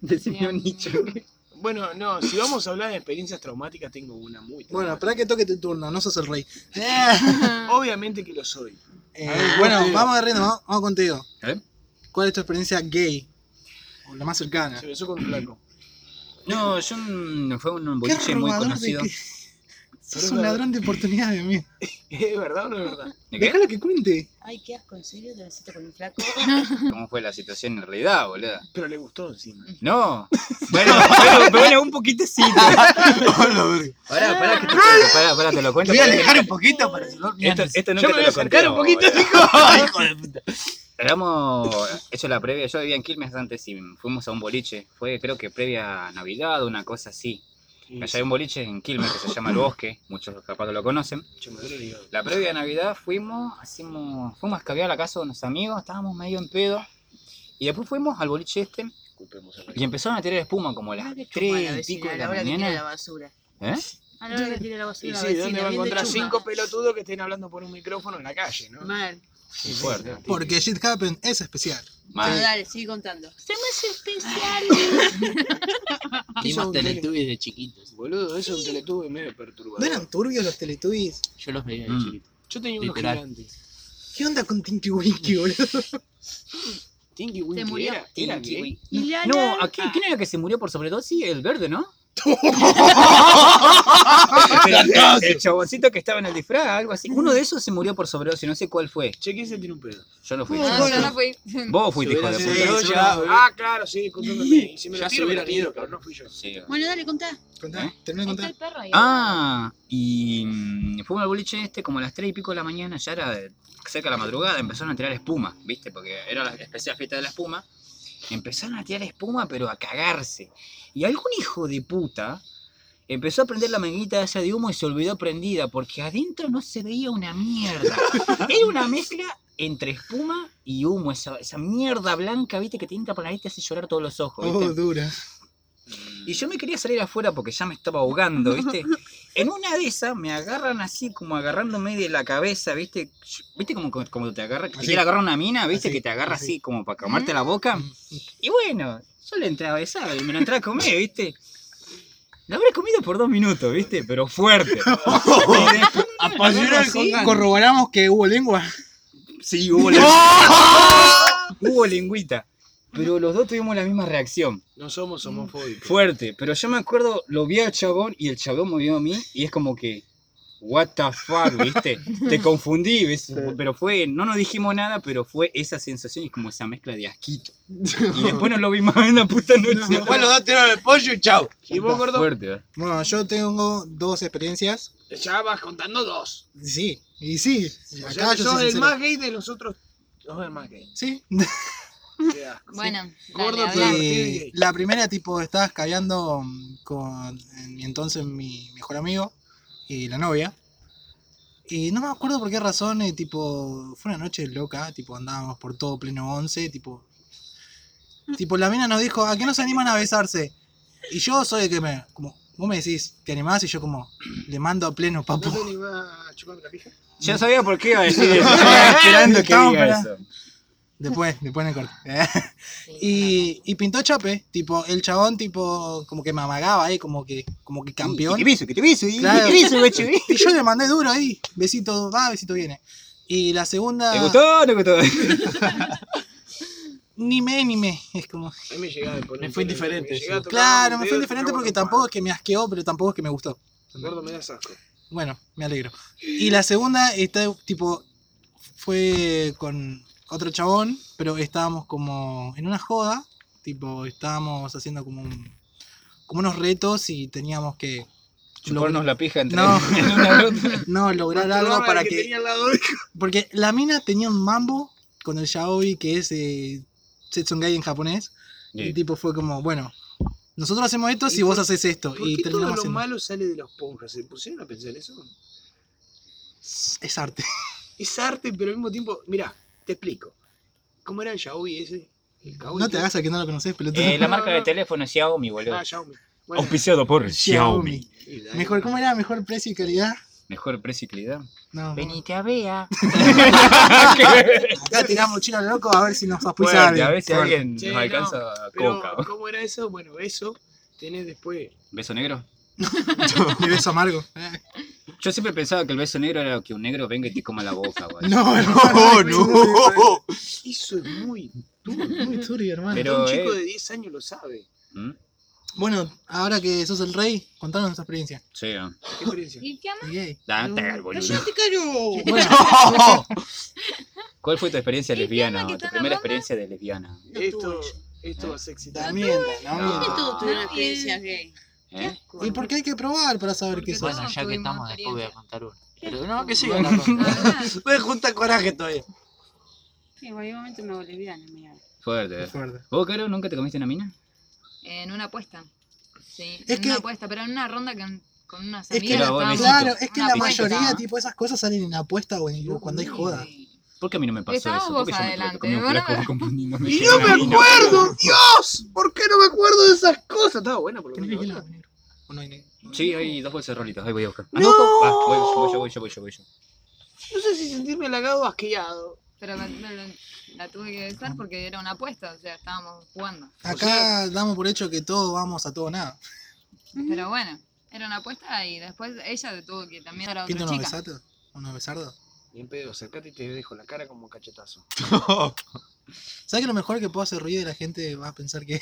Speaker 6: Decime un nicho.
Speaker 2: Bueno, no, si vamos a hablar de experiencias traumáticas, tengo una muy.
Speaker 1: Bueno,
Speaker 2: traumática.
Speaker 1: espera que toque tu turno, no sos el rey.
Speaker 4: Ah,
Speaker 2: Obviamente que lo soy.
Speaker 1: Eh,
Speaker 2: A ver,
Speaker 1: bueno,
Speaker 2: contigo.
Speaker 1: vamos de ritmo, vamos, vamos contigo.
Speaker 6: ¿Eh?
Speaker 1: ¿Cuál es tu experiencia gay? O la más cercana.
Speaker 2: Se besó con un flaco.
Speaker 6: No, yo mm, fue un
Speaker 1: Qué
Speaker 6: boliche muy
Speaker 1: robador de
Speaker 6: conocido.
Speaker 1: que- Sos un ladrón de oportunidades, amigo.
Speaker 2: ¿Es verdad o no es verdad?
Speaker 6: ¿De qué?
Speaker 1: Déjalo que cuente.
Speaker 7: Ay, qué asco, en serio, te besito con un flaco.
Speaker 6: ¿Cómo fue la situación en realidad, boludo?
Speaker 2: Pero le gustó encima.
Speaker 6: No. Bueno, bueno, bueno, un poquitecito. Pará, pará, que te, pará, pará, te lo cuento. porque-
Speaker 1: un poquito para el olor.
Speaker 6: Esto, esto nunca
Speaker 2: Yo me
Speaker 6: te lo eh.
Speaker 2: voy a acercar
Speaker 6: conté,
Speaker 2: un poquito,
Speaker 6: boludo.
Speaker 2: dijo.
Speaker 6: Éramos, eso la previa, yo vivía en Quilmes antes y fuimos a un boliche, fue creo que previa a Navidad, una cosa así. Allá hay un boliche en Quilmes que se llama El Bosque, muchos capaz que lo conocen. La previa de Navidad fuimos, hacimos, fuimos a escabear a la casa de unos amigos, estábamos medio en pedo. Y después fuimos al boliche este y empezaron a tirar espuma como a las
Speaker 7: Mirá que chupa la
Speaker 6: 3 y
Speaker 7: vecina,
Speaker 6: pico de
Speaker 7: la
Speaker 6: la
Speaker 7: hora que tira la
Speaker 6: mañana.
Speaker 7: basura.
Speaker 6: ¿Eh?
Speaker 7: A la hora que tira la basura.
Speaker 2: Y
Speaker 7: la
Speaker 2: sí, ¿dónde
Speaker 7: vecina,
Speaker 2: va a
Speaker 7: bien de
Speaker 2: encontrar
Speaker 7: chuma.
Speaker 2: cinco pelotudos que estén hablando por un micrófono en la calle, no?
Speaker 7: Mal.
Speaker 2: Sí, sí,
Speaker 6: fuerte.
Speaker 2: sí.
Speaker 1: Porque Shit Happen es especial.
Speaker 7: Pero
Speaker 6: Mal.
Speaker 7: dale, sigue contando.
Speaker 4: Se me hace especial.
Speaker 2: Eso es
Speaker 5: Vimos
Speaker 2: un
Speaker 5: Teletubbies de chiquitos.
Speaker 2: Boludo, eso es un teletubbie medio perturbador.
Speaker 1: ¿No eran turbios los Teletubbies?
Speaker 5: Yo los veía de
Speaker 6: Mm.
Speaker 5: chiquito.
Speaker 2: Yo tenía unos
Speaker 5: Literal.
Speaker 2: gigantes.
Speaker 1: ¿Qué onda con Tinky Winky, boludo?
Speaker 2: Tinky
Speaker 7: Se
Speaker 2: Winky
Speaker 7: murió.
Speaker 2: era, era gay.
Speaker 7: Y la
Speaker 6: No,
Speaker 7: la-
Speaker 3: ah,
Speaker 6: ¿a quién, quién era que se murió por sobredosis? El verde, ¿no? Pero el chaboncito que estaba en el disfraz, algo así. Uno de esos se murió por sobredosis, no sé cuál fue.
Speaker 2: Che, ¿quién se tiene un pedo?
Speaker 6: Yo no fui.
Speaker 4: No, yo no Ah, fui.
Speaker 6: Vos fuiste, hijo de
Speaker 2: Sí,
Speaker 6: puta.
Speaker 2: yo
Speaker 5: Sí,
Speaker 2: ya-
Speaker 5: sí, sí.
Speaker 2: Ah, claro, sí, contándome. Y si me lo
Speaker 5: Ya se
Speaker 2: tiro, me lo
Speaker 5: hubiera
Speaker 2: tiro,
Speaker 5: ido,
Speaker 2: pero no fui yo.
Speaker 6: Sí.
Speaker 3: Bueno, dale, contá.
Speaker 1: Contá,
Speaker 6: ¿Eh?
Speaker 1: termina de
Speaker 4: Ahí está el
Speaker 1: contar.
Speaker 4: perro ahí.
Speaker 6: Ah, y mm, fuimos al boliche este como a las 3 y pico de la mañana, ya era de- cerca de la madrugada, empezaron a tirar espuma, ¿viste? Porque era la especial fiesta de la espuma. Empezaron a tirar espuma, pero a cagarse. Y algún hijo de puta empezó a prender la manguita esa de humo y se olvidó prendida, porque adentro no se veía una mierda. Era una mezcla entre espuma y humo, esa, esa mierda blanca, ¿viste? Que te entra por la nariz y te hace llorar todos los ojos, ¿viste?
Speaker 1: Oh, dura.
Speaker 6: Y yo me quería salir afuera porque ya me estaba ahogando, ¿viste? En una de esas me agarran así, como agarrándome de la cabeza, ¿viste? ¿Viste como, como te agarra, que te
Speaker 1: Así.
Speaker 6: quiere agarrar una mina, ¿viste?
Speaker 1: Así,
Speaker 6: que te agarra así,
Speaker 1: así.
Speaker 6: como para comerte la boca. Y bueno, yo le entré a besar y me la entré a comer, ¿viste? La habré comido por dos minutos, ¿viste? Pero fuerte. Y después me
Speaker 1: Ah,
Speaker 6: la agarro así.
Speaker 1: Corroboramos que hubo lengua.
Speaker 6: Sí, hubo lengüita. hubo lengüita. Pero los dos tuvimos la misma reacción.
Speaker 2: No somos homofóbicos.
Speaker 6: Fuerte, pero yo me acuerdo, lo vi al chabón y el chabón me vio a mí y es como que, what the fuck, viste, te confundí, ¿ves? pero fue, no nos dijimos nada, pero fue esa sensación y como esa mezcla de asquito. Y después no lo vi más en la puta noche.
Speaker 2: Después los dos tiraron el pollo y chau. ¿Y vos, gordo?
Speaker 6: Fuerte, ¿eh?
Speaker 1: Bueno, yo tengo dos experiencias.
Speaker 2: Ya vas contando dos.
Speaker 1: Sí, y sí.
Speaker 2: O
Speaker 1: acá
Speaker 2: sea, que
Speaker 1: yo
Speaker 2: Pues sos
Speaker 1: soy
Speaker 2: el
Speaker 1: sincero.
Speaker 2: más gay de los otros. Sos el más gay.
Speaker 1: Sí.
Speaker 2: Qué asco.
Speaker 4: Bueno,
Speaker 2: Gordo,
Speaker 4: dale,
Speaker 2: pero-
Speaker 4: habla.
Speaker 1: Eh, la primera, tipo, estabas callando con en- entonces mi mejor amigo y la novia. Y no me acuerdo por qué razón, eh, tipo, fue una noche loca, tipo, andábamos por todo pleno 11, tipo. Tipo, la mina nos dijo, ¿a qué no se animan a besarse? Y yo soy el que me. Como, vos me decís, ¿te animás? Y yo, como, le mando a pleno,
Speaker 2: ¿No te
Speaker 1: papo.
Speaker 2: animás a chuparme la pija?
Speaker 6: Ya sabía por qué iba a decir eso, estaba esperando que
Speaker 1: Estamos
Speaker 6: diga
Speaker 1: para-
Speaker 6: eso.
Speaker 1: Después, después en el corte. y, y pintó chape, tipo, el chabón, tipo, como que me amagaba ahí, como que, como que campeón.
Speaker 6: Que te piso, que te piso, y-
Speaker 1: Claro.
Speaker 6: que te piso, guacho, y-
Speaker 1: Y yo le mandé duro ahí. Besito va, besito viene. Y la segunda.
Speaker 6: ¿Te gustó o no gustó?
Speaker 1: Ni me, ni me. Es como.
Speaker 2: A mí me llegaba de poner.
Speaker 5: Me fue indiferente,
Speaker 2: me llegaba a tocar
Speaker 1: Claro,
Speaker 2: un
Speaker 1: me
Speaker 2: dedo
Speaker 1: fue
Speaker 2: y
Speaker 1: indiferente
Speaker 2: tiraba
Speaker 1: porque
Speaker 2: una
Speaker 6: ¿eh?
Speaker 1: tampoco es que me asqueó, pero tampoco es que me gustó.
Speaker 2: paja. Gordo, me das asco.
Speaker 1: Bueno, me alegro. Y la segunda, está tipo. Fue con otro chabón, pero estábamos como en una joda. Tipo, estábamos haciendo como un. Como unos retos y teníamos que.
Speaker 6: Chuparnos la pija entre
Speaker 1: No.
Speaker 6: en una brota.
Speaker 1: No, lograr
Speaker 2: Masturbarme
Speaker 1: algo
Speaker 2: al
Speaker 1: para que.
Speaker 2: tenía al lado de-
Speaker 1: Porque la mina tenía un mambo con el yaoi que es eh, Setsungay en japonés. Y tipo fue como, bueno, nosotros hacemos esto
Speaker 2: ¿Y
Speaker 1: si vos
Speaker 2: por-
Speaker 1: haces esto.
Speaker 2: ¿Por
Speaker 1: Y
Speaker 2: qué todo
Speaker 1: terminamos
Speaker 2: lo
Speaker 1: haciendo.
Speaker 2: malo sale de los ponjas? ¿Se pusieron a pensar eso?
Speaker 1: Es arte.
Speaker 2: Es arte, pero al mismo tiempo. Mirá, te explico. ¿Cómo era el yaoi ese? El kawaii.
Speaker 1: No te hagas a que no lo conoces, pelotudo.
Speaker 6: Eh, la marca de teléfono es Xiaomi, boludo.
Speaker 2: Ah, yaoi. Bueno,
Speaker 6: Auspiciado por Xiaomi.
Speaker 1: Xiaomi. Mejor, ¿cómo era? Mejor precio y calidad.
Speaker 6: Mejor precio y calidad. Ah,
Speaker 1: No.
Speaker 6: Venite a Bea.
Speaker 1: Acá tiramos chino al loco a ver si nos
Speaker 6: Fuerte,
Speaker 1: auspicia
Speaker 6: a ver si
Speaker 1: alguien.
Speaker 6: alguien
Speaker 2: Che,
Speaker 6: nos alcanza a
Speaker 2: Pero,
Speaker 6: coca.
Speaker 2: ¿cómo era eso? Bueno, eso tenés después.
Speaker 6: ¿Beso negro?
Speaker 1: Mi beso amargo.
Speaker 6: Yo siempre pensaba que el beso negro era que un negro venga y te coma la boca, güey.
Speaker 1: No, no, no.
Speaker 2: Oh, Eso es muy.
Speaker 1: Muy turbio, hermano.
Speaker 6: Pero,
Speaker 2: un chico
Speaker 6: eh.
Speaker 2: de 10 años lo sabe.
Speaker 6: ¿Mm?
Speaker 1: Bueno, ahora que sos el rey, contanos nuestra experiencia.
Speaker 6: Sí, ¿no?
Speaker 2: ¿Qué experiencia?
Speaker 4: ¿Y qué más?
Speaker 1: Gay.
Speaker 2: Ah,
Speaker 6: Date al boludo.
Speaker 7: ¡Cállate, caro!
Speaker 1: Bueno,
Speaker 6: ¿Cuál fue tu experiencia
Speaker 4: ¿Y qué
Speaker 6: lesbiana?
Speaker 4: onda que
Speaker 6: Tu
Speaker 4: está la
Speaker 6: primera
Speaker 4: onda?
Speaker 6: experiencia de lesbiana.
Speaker 2: Esto,
Speaker 7: tuyo.
Speaker 2: esto va a ser excitante.
Speaker 1: también, también.
Speaker 6: No.
Speaker 3: Todos tuvieron
Speaker 4: No,
Speaker 3: experiencias
Speaker 4: y-
Speaker 3: gay.
Speaker 6: ¿Eh?
Speaker 1: ¿Y por qué hay que probar para saber
Speaker 4: Porque
Speaker 1: qué sos?
Speaker 4: todos
Speaker 5: Bueno, ya que
Speaker 4: tuvimos
Speaker 5: estamos, después voy a
Speaker 4: experiencia.
Speaker 5: contar uno. Pero no, que siga
Speaker 1: Bueno.
Speaker 5: la ronda.
Speaker 4: Ah,
Speaker 2: Me junta coraje todavía.
Speaker 3: Sí, en cualquier momento me hago lesbiana, mira.
Speaker 6: Fuerte.
Speaker 1: Qué
Speaker 6: ¿eh?
Speaker 1: fuerte.
Speaker 6: ¿Vos, Caro, nunca te comiste una mina?
Speaker 4: en una apuesta. Sí,
Speaker 1: Es
Speaker 4: en
Speaker 1: que-
Speaker 4: una apuesta, pero en una ronda que con unas
Speaker 1: que-
Speaker 4: amigas.
Speaker 6: Pero vos
Speaker 4: estábamos-
Speaker 6: necesito-
Speaker 1: Claro, es que
Speaker 4: una
Speaker 1: la
Speaker 4: apuesta.
Speaker 1: mayoría, tipo, esas cosas salen en apuesta o en- o cuando hay joda.
Speaker 4: Sí.
Speaker 6: ¿Por qué a mí no me pasó
Speaker 4: Estabas
Speaker 6: eso?
Speaker 4: vos
Speaker 6: Porque yo me tuve que
Speaker 4: adelante,
Speaker 6: comer un
Speaker 4: vos no
Speaker 6: flaco
Speaker 4: me-
Speaker 6: confundí, no
Speaker 2: ¡Y
Speaker 6: llegué
Speaker 2: no
Speaker 6: una
Speaker 2: me
Speaker 6: mina.
Speaker 2: acuerdo! ¡Dios! ¿Por qué no me acuerdo de esas cosas? Estaba buena por lo menos. ¿verdad?
Speaker 1: ¿O no hay negro?
Speaker 6: Sí, hay dos bolsas de rolitos, ahí voy a buscar.
Speaker 2: No.
Speaker 6: Va, voy, yo voy, yo voy, yo voy, yo voy. yo.
Speaker 2: No sé si sentirme halagado o asqueado.
Speaker 4: Pero la, la- la tuve que besar porque era una apuesta, o sea, estábamos jugando.
Speaker 1: Acá damos por hecho que todos vamos a todo o nada.
Speaker 4: Pero bueno, era una apuesta y después ella tuvo que también era otra
Speaker 1: ¿Pinta unos
Speaker 4: chica.
Speaker 1: besatos? ¿Unos besardos?
Speaker 2: Bien pedo, acercate y te dejo la cara como un cachetazo.
Speaker 1: ¿Sabes que lo mejor que puedo hacer ruido y la gente va a pensar que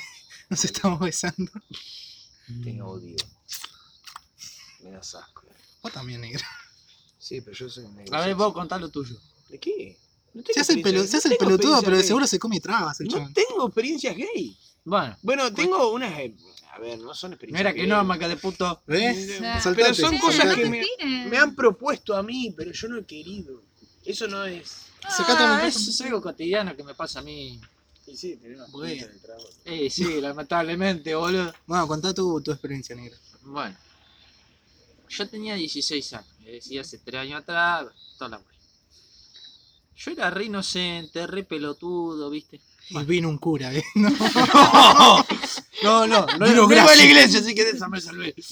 Speaker 1: nos estamos besando?
Speaker 2: Te odio. Me das asco.
Speaker 1: Vos también, negro.
Speaker 2: Sí, pero yo soy negro.
Speaker 5: A ver, vos contá lo tuyo.
Speaker 2: ¿De qué? No
Speaker 1: Se
Speaker 2: tengo
Speaker 1: hace el, pelu-
Speaker 2: experiencia-
Speaker 1: se hace
Speaker 2: no
Speaker 1: el
Speaker 2: tengo
Speaker 1: pelotudo,
Speaker 2: experiencia
Speaker 1: pero de
Speaker 2: gay.
Speaker 1: seguro se come trabas el
Speaker 2: No
Speaker 1: chaval.
Speaker 2: tengo experiencias gay.
Speaker 5: Bueno,
Speaker 2: Bueno, tengo unas. eh, A ver, no son
Speaker 5: no
Speaker 2: experiencias.
Speaker 5: era que
Speaker 2: gay.
Speaker 5: no, maca de puto.
Speaker 1: ¿Ves?
Speaker 4: Pero
Speaker 1: Soltate,
Speaker 2: son
Speaker 4: Sí,
Speaker 2: cosas
Speaker 4: no
Speaker 1: soltate.
Speaker 2: que
Speaker 4: se
Speaker 2: me-
Speaker 4: tiren.
Speaker 2: Me han propuesto a mí, pero yo no he querido. Eso no es.
Speaker 1: Sacate
Speaker 5: Ah,
Speaker 1: un-
Speaker 5: eso es algo cotidiano que me pasa a mí.
Speaker 2: Y sí, tenemos
Speaker 1: Bueno.
Speaker 2: pinta de trago.
Speaker 5: Eh, sí, lamentablemente, boludo.
Speaker 1: Bueno, contá tu, tu experiencia, negro.
Speaker 5: Bueno, yo tenía 16 años, le decía hace 3 años atrás, toda la wea. Yo era re inocente, re pelotudo, ¿viste?
Speaker 1: Y vino un cura, ¿eh? No,
Speaker 5: No, no, no,
Speaker 1: Dilo
Speaker 5: no iba a
Speaker 1: gracias.
Speaker 5: la iglesia, así que de esa me salvé.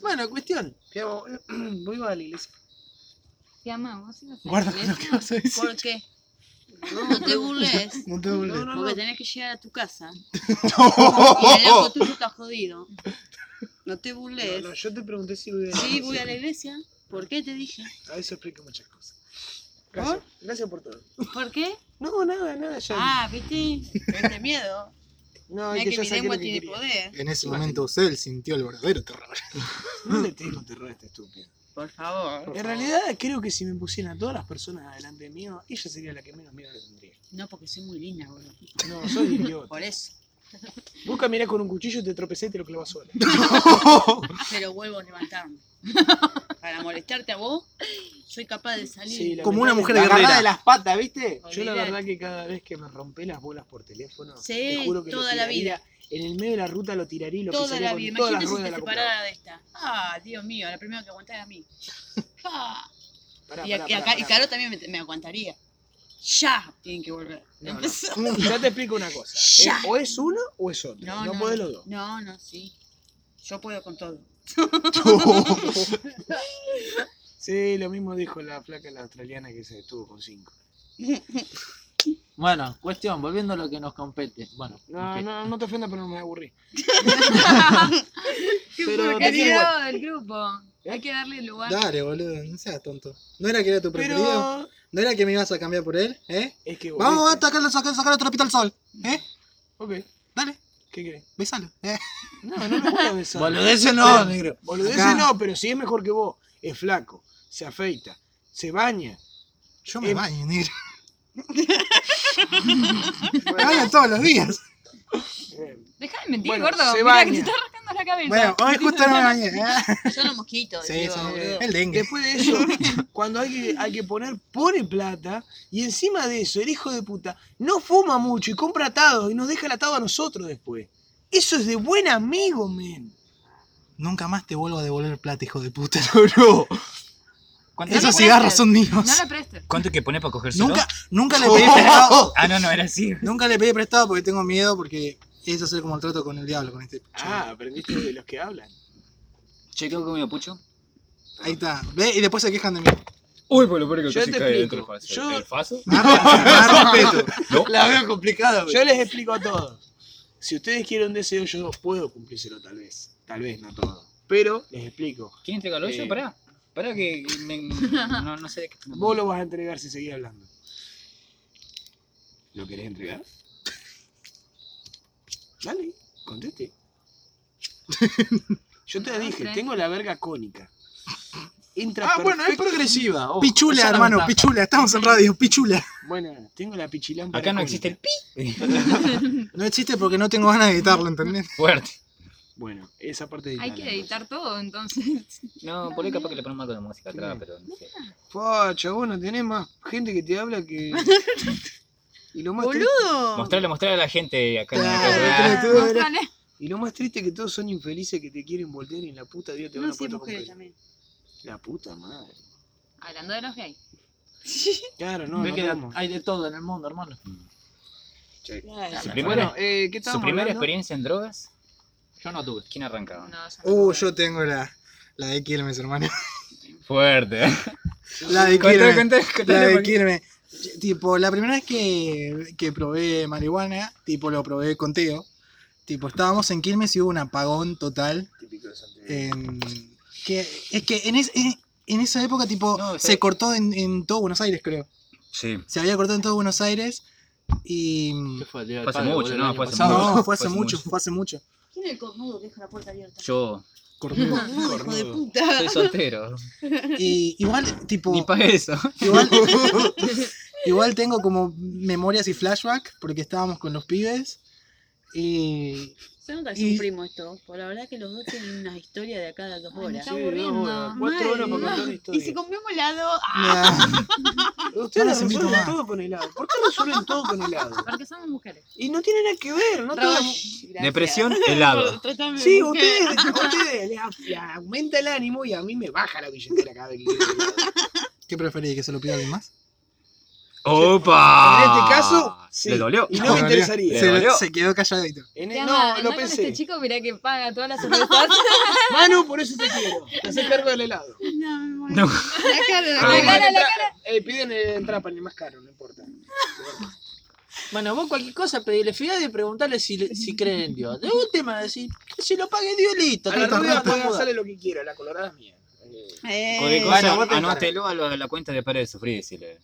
Speaker 5: Bueno, cuestión.
Speaker 2: Fiamo, vos ibas a la iglesia.
Speaker 4: Te amamos. ¿sí?
Speaker 1: guarda con lo que vas a decir.
Speaker 3: ¿Por qué? No te burles.
Speaker 1: No te burles.
Speaker 2: no,
Speaker 3: Porque
Speaker 2: no.
Speaker 3: tenés que llegar a tu casa. Y el auto tuyo está jodido. No te burles.
Speaker 2: No, no, yo te pregunté si voy a la
Speaker 3: Sí, voy a la iglesia. ¿Por qué te dije?
Speaker 2: A eso explica muchas cosas. Gracias, gracias por todo.
Speaker 3: ¿Por qué?
Speaker 2: No, nada, nada, ya.
Speaker 3: Ah, ¿viste? Tenés miedo.
Speaker 2: no, es
Speaker 3: Mira
Speaker 2: que,
Speaker 3: que
Speaker 2: ya
Speaker 3: mi
Speaker 2: saqué lo
Speaker 3: lengua
Speaker 2: que
Speaker 3: tiene
Speaker 2: quería.
Speaker 3: poder.
Speaker 1: En ese momento Cell sintió el verdadero terror.
Speaker 2: No le tengo terror a este estúpido.
Speaker 3: Por favor.
Speaker 2: En realidad, creo que si me pusieran a todas las personas delante mío, ella sería la que menos miedo le tendría.
Speaker 3: No, porque soy muy linda, boludo.
Speaker 2: No, soy idiota.
Speaker 3: Por eso.
Speaker 2: Vos caminás con un cuchillo, te tropecé y te lo clavas sola.
Speaker 3: Pero vuelvo a levantarme. Para molestarte a vos, soy capaz de salir.
Speaker 2: Sí, la
Speaker 1: Como una
Speaker 2: verdad
Speaker 1: mujer
Speaker 5: La agarrá
Speaker 1: guerrera.
Speaker 5: de las patas, ¿viste?
Speaker 2: Yo la
Speaker 3: Olvidate.
Speaker 2: verdad que cada vez que me rompé las bolas por teléfono,
Speaker 3: Sí,
Speaker 2: te juro que lo
Speaker 3: toda la
Speaker 2: tiraría. En el medio de la ruta lo tiraría y lo
Speaker 3: toda
Speaker 2: pisaría
Speaker 3: la
Speaker 2: con
Speaker 3: vida.
Speaker 2: todas las
Speaker 3: Imagínate si te
Speaker 2: ruedas de la computadora.
Speaker 3: separara de esta. Ah, Dios mío, la primera que aguantaba a mí. Ah,
Speaker 2: Pará,
Speaker 3: y, acá-
Speaker 2: pará,
Speaker 3: y,
Speaker 2: pará,
Speaker 3: acá- y
Speaker 2: pará.
Speaker 3: Caro también me, me aguantaría. Ya tienen que volver.
Speaker 2: No, no.
Speaker 3: Empezó.
Speaker 2: Ya te explico una cosa.
Speaker 3: Ya.
Speaker 2: Eh, O es uno o es otro. No,
Speaker 3: No, no.
Speaker 2: podés los dos.
Speaker 3: No, no, sí. Yo puedo con todo.
Speaker 2: Sí, lo mismo dijo la flaca la australiana que se estuvo con cinco.
Speaker 5: Bueno, cuestión, volviendo a lo que nos compete. Bueno,
Speaker 2: No,
Speaker 5: ok.
Speaker 2: no, no te ofendas, pero me aburrí.
Speaker 4: Qué
Speaker 2: Pero
Speaker 4: porquería
Speaker 2: te
Speaker 4: del
Speaker 2: ¿eh? quiero igual.
Speaker 4: grupo. Hay que darle lugar.
Speaker 1: Dale, boludo, no seas tonto. ¿No era que era tu preferido?
Speaker 2: Pero
Speaker 1: ¿No era que me ibas a cambiar por él? ¿Eh?
Speaker 2: es que
Speaker 1: Vamos a
Speaker 2: volviste.
Speaker 1: sacarle, sacarle, sacarle otro pita al sol. ¿Eh?
Speaker 2: Ok,
Speaker 1: Dale,
Speaker 2: ¿qué querés?
Speaker 1: besalo. ¿eh?
Speaker 2: No, no me puedo besar.
Speaker 5: Boludeces no, negro.
Speaker 2: Boludeces
Speaker 1: Acá.
Speaker 2: no, pero si es mejor que vos, es flaco, se afeita, se baña.
Speaker 1: Yo me
Speaker 2: Eh,
Speaker 1: baño, negro. Me baño todos los días.
Speaker 2: Eh,
Speaker 4: Deja de mentir,
Speaker 2: Bueno,
Speaker 4: gordo.
Speaker 2: se
Speaker 4: Mirá que
Speaker 2: baña.
Speaker 4: te está rascando la cabeza.
Speaker 1: Bueno, hoy justo no me bañé. ¿eh?
Speaker 3: Son los mosquitos.
Speaker 1: Sí,
Speaker 3: digo,
Speaker 1: sí,
Speaker 3: boludo.
Speaker 1: el dengue.
Speaker 2: Después de eso, cuando hay que, hay que poner, pone plata y encima de eso, el hijo de puta no fuma mucho y compra atado y nos deja el atado a nosotros después. Eso es de buen amigo, men.
Speaker 1: Nunca más te vuelvo a devolver plata, hijo de puta.
Speaker 6: ¿Cuánto,
Speaker 1: Esos
Speaker 4: prestes.
Speaker 1: cigarros son míos.
Speaker 4: No la prestes.
Speaker 6: cuánto que pones para cogérselo?
Speaker 1: ah. Nunca, nunca le pedí prestado.
Speaker 6: Ah, no, no, era así.
Speaker 1: Nunca le pedí prestado porque tengo miedo porque es hacer como el trato con el diablo con este.
Speaker 2: Ah, aprendiste de los que hablan.
Speaker 6: Che, ¿qué hago comido pucho?
Speaker 1: Ahí está. Ve y después se quejan de mí.
Speaker 6: Uy, por lo peor que
Speaker 2: Yo casi te cae dentro explico. del faso.
Speaker 6: faso.
Speaker 2: Yo-
Speaker 6: faso?
Speaker 2: ¿El
Speaker 1: Más re- más respeto.
Speaker 5: La veo complicada,
Speaker 2: Yo les explico a todos. Si ustedes quieren un deseo, yo puedo cumplírselo tal vez. Tal vez, no todo. Pero les explico.
Speaker 6: ¿Quién entrega el hoyo?
Speaker 2: Eh.
Speaker 6: Pará. Pará que me- no, no sé de qué estamos
Speaker 2: Vos lo vas a entregar si seguís hablando. ¿Lo querés entregar? Dale, conteste. Yo te
Speaker 4: No,
Speaker 2: dije,
Speaker 4: tres.
Speaker 2: tengo la verga cónica. Entra
Speaker 5: Ah, bueno, es
Speaker 2: perfecto.
Speaker 5: progresiva. ojo. Esa
Speaker 1: Pichula,
Speaker 5: es la
Speaker 1: hermano,
Speaker 5: ventaja.
Speaker 1: pichula. Estamos en radio, pichula.
Speaker 2: Bueno, tengo la pichilán
Speaker 6: Acá no existe el pi.
Speaker 1: No existe porque no tengo ganas de editarlo, ¿entendés?
Speaker 6: Fuerte.
Speaker 2: Bueno, esa parte de
Speaker 4: Hay que editar todo, entonces.
Speaker 6: No, por ahí capaz que le ponemos algo de música atrás, pero no sé.
Speaker 2: Facha, vos no tenés más gente que te habla que... y, lo más tri-
Speaker 3: Boludo.
Speaker 6: Mostrarle, mostrarle a la gente acá en
Speaker 1: Claro,
Speaker 6: la
Speaker 1: tenés todo, era-
Speaker 4: Mostrale.
Speaker 2: y lo más triste que todos son infelices que te quieren voltear y en la puta Dios te van
Speaker 3: No,
Speaker 2: a
Speaker 3: sí,
Speaker 2: poner a
Speaker 3: mujeres
Speaker 2: comprar.
Speaker 3: también.
Speaker 2: La puta madre.
Speaker 4: Hablando de los gays.
Speaker 2: Claro, no,
Speaker 5: Ve
Speaker 2: no
Speaker 5: que
Speaker 2: tenemos.
Speaker 5: hay de todo en el mundo, hermano.
Speaker 6: Su
Speaker 2: Bueno,
Speaker 6: primera,
Speaker 2: eh,
Speaker 6: su
Speaker 2: ¿qué estábamos
Speaker 6: primera
Speaker 2: hablando?
Speaker 6: experiencia en drogas,
Speaker 5: Yo no tuve.
Speaker 6: ¿quién arrancaba?
Speaker 4: No, ya no.
Speaker 1: Uh, yo tengo la, la de Quilmes, hermano.
Speaker 6: Fuerte.
Speaker 1: La de
Speaker 6: Contá,
Speaker 1: Quilmes.
Speaker 6: contá,
Speaker 1: La
Speaker 6: contá.
Speaker 1: de Quilmes. Tipo, la primera vez que, que probé marihuana, tipo, lo probé con Teo. Tipo, estábamos en Quilmes y hubo un apagón total.
Speaker 2: Típico de Santiago.
Speaker 1: en- que, es que en, es- en- en esa época, tipo,
Speaker 6: No,
Speaker 1: se
Speaker 6: sí.
Speaker 1: cortó en, en todo Buenos Aires, creo.
Speaker 6: Sí.
Speaker 1: Se había cortado en todo Buenos Aires y...
Speaker 5: ¿Qué fue? el día del
Speaker 6: Fue hace
Speaker 5: padre,
Speaker 6: mucho,
Speaker 5: boludo, el
Speaker 6: no,
Speaker 5: año
Speaker 6: fue hace
Speaker 5: pasado?
Speaker 6: mucho.
Speaker 1: No, fue hace
Speaker 6: Fue hace
Speaker 1: mucho,
Speaker 6: mucho.
Speaker 1: fue hace mucho.
Speaker 3: ¿Quién es el cornudo que deja la puerta abierta?
Speaker 6: Yo
Speaker 1: Cornudo.
Speaker 7: Cornudo, hijo de
Speaker 5: Cornudo.
Speaker 7: puta.
Speaker 6: soy soltero.
Speaker 1: Y igual, tipo.
Speaker 6: Ni para eso.
Speaker 1: Igual, igual tengo como memorias y flashback porque estábamos con los pibes. Y
Speaker 3: Se nota que es
Speaker 1: Y-
Speaker 3: un primo esto, por la verdad que los dos tienen una historia de acá a dos
Speaker 4: Ay, me
Speaker 3: horas.
Speaker 4: está aburriendo.
Speaker 5: Cuatro horas para
Speaker 7: Madre.
Speaker 5: contar una
Speaker 7: Y si
Speaker 5: historia.
Speaker 7: compramos helado,
Speaker 1: me da-
Speaker 2: Ustedes
Speaker 1: No los invito
Speaker 2: resuelven
Speaker 1: más.
Speaker 2: todo con helado. ¿Por qué resuelven todo con helado?
Speaker 4: Porque somos mujeres.
Speaker 2: Y no tiene nada que ver, no tiene-
Speaker 7: Roche,
Speaker 6: Depresión,
Speaker 7: gracias.
Speaker 6: helado.
Speaker 7: Trátame
Speaker 2: Sí,
Speaker 7: mujer.
Speaker 2: ustedes, ustedes le, le aumenta el ánimo y a mí me baja la billetera cada vez que quiero helado.
Speaker 1: ¿Qué preferís? ¿Que se lo pida alguien más?
Speaker 6: ¡Opa!
Speaker 2: En este caso, sí.
Speaker 6: Le dolió.
Speaker 2: Y no me
Speaker 1: Dolió.
Speaker 2: interesaría.
Speaker 6: Le
Speaker 1: Se,
Speaker 6: dolió.
Speaker 1: se quedó calladito.
Speaker 2: En
Speaker 4: Te
Speaker 2: el-
Speaker 4: ama,
Speaker 2: no,
Speaker 4: andá
Speaker 2: lo
Speaker 4: con
Speaker 2: pensé.
Speaker 4: este chico, mirá que paga todas las ofertas.
Speaker 2: Manu, por eso te quiero. Te haces cargo del helado.
Speaker 7: No, me muero.
Speaker 6: No.
Speaker 7: La cara, la
Speaker 4: Ay,
Speaker 7: cara.
Speaker 4: cara, la
Speaker 2: Entra- eh, piden el entrapa, el más caro, no importa.
Speaker 5: Bueno, vos cualquier cosa pedile fiado y preguntarle si, le- si creen en Dios. De última, decir que se lo pague Dios y listo.
Speaker 2: A la
Speaker 5: te lo
Speaker 2: rubia
Speaker 5: voy a
Speaker 2: puede
Speaker 5: mudar.
Speaker 2: sale lo que quiera, la colorada es mía. Eh,
Speaker 6: Cualquier
Speaker 7: Eh,
Speaker 2: Bueno, vos te
Speaker 6: cosa,
Speaker 2: encargas.
Speaker 6: anótelo a la, a la cuenta de Pared de Sufrir, decirle.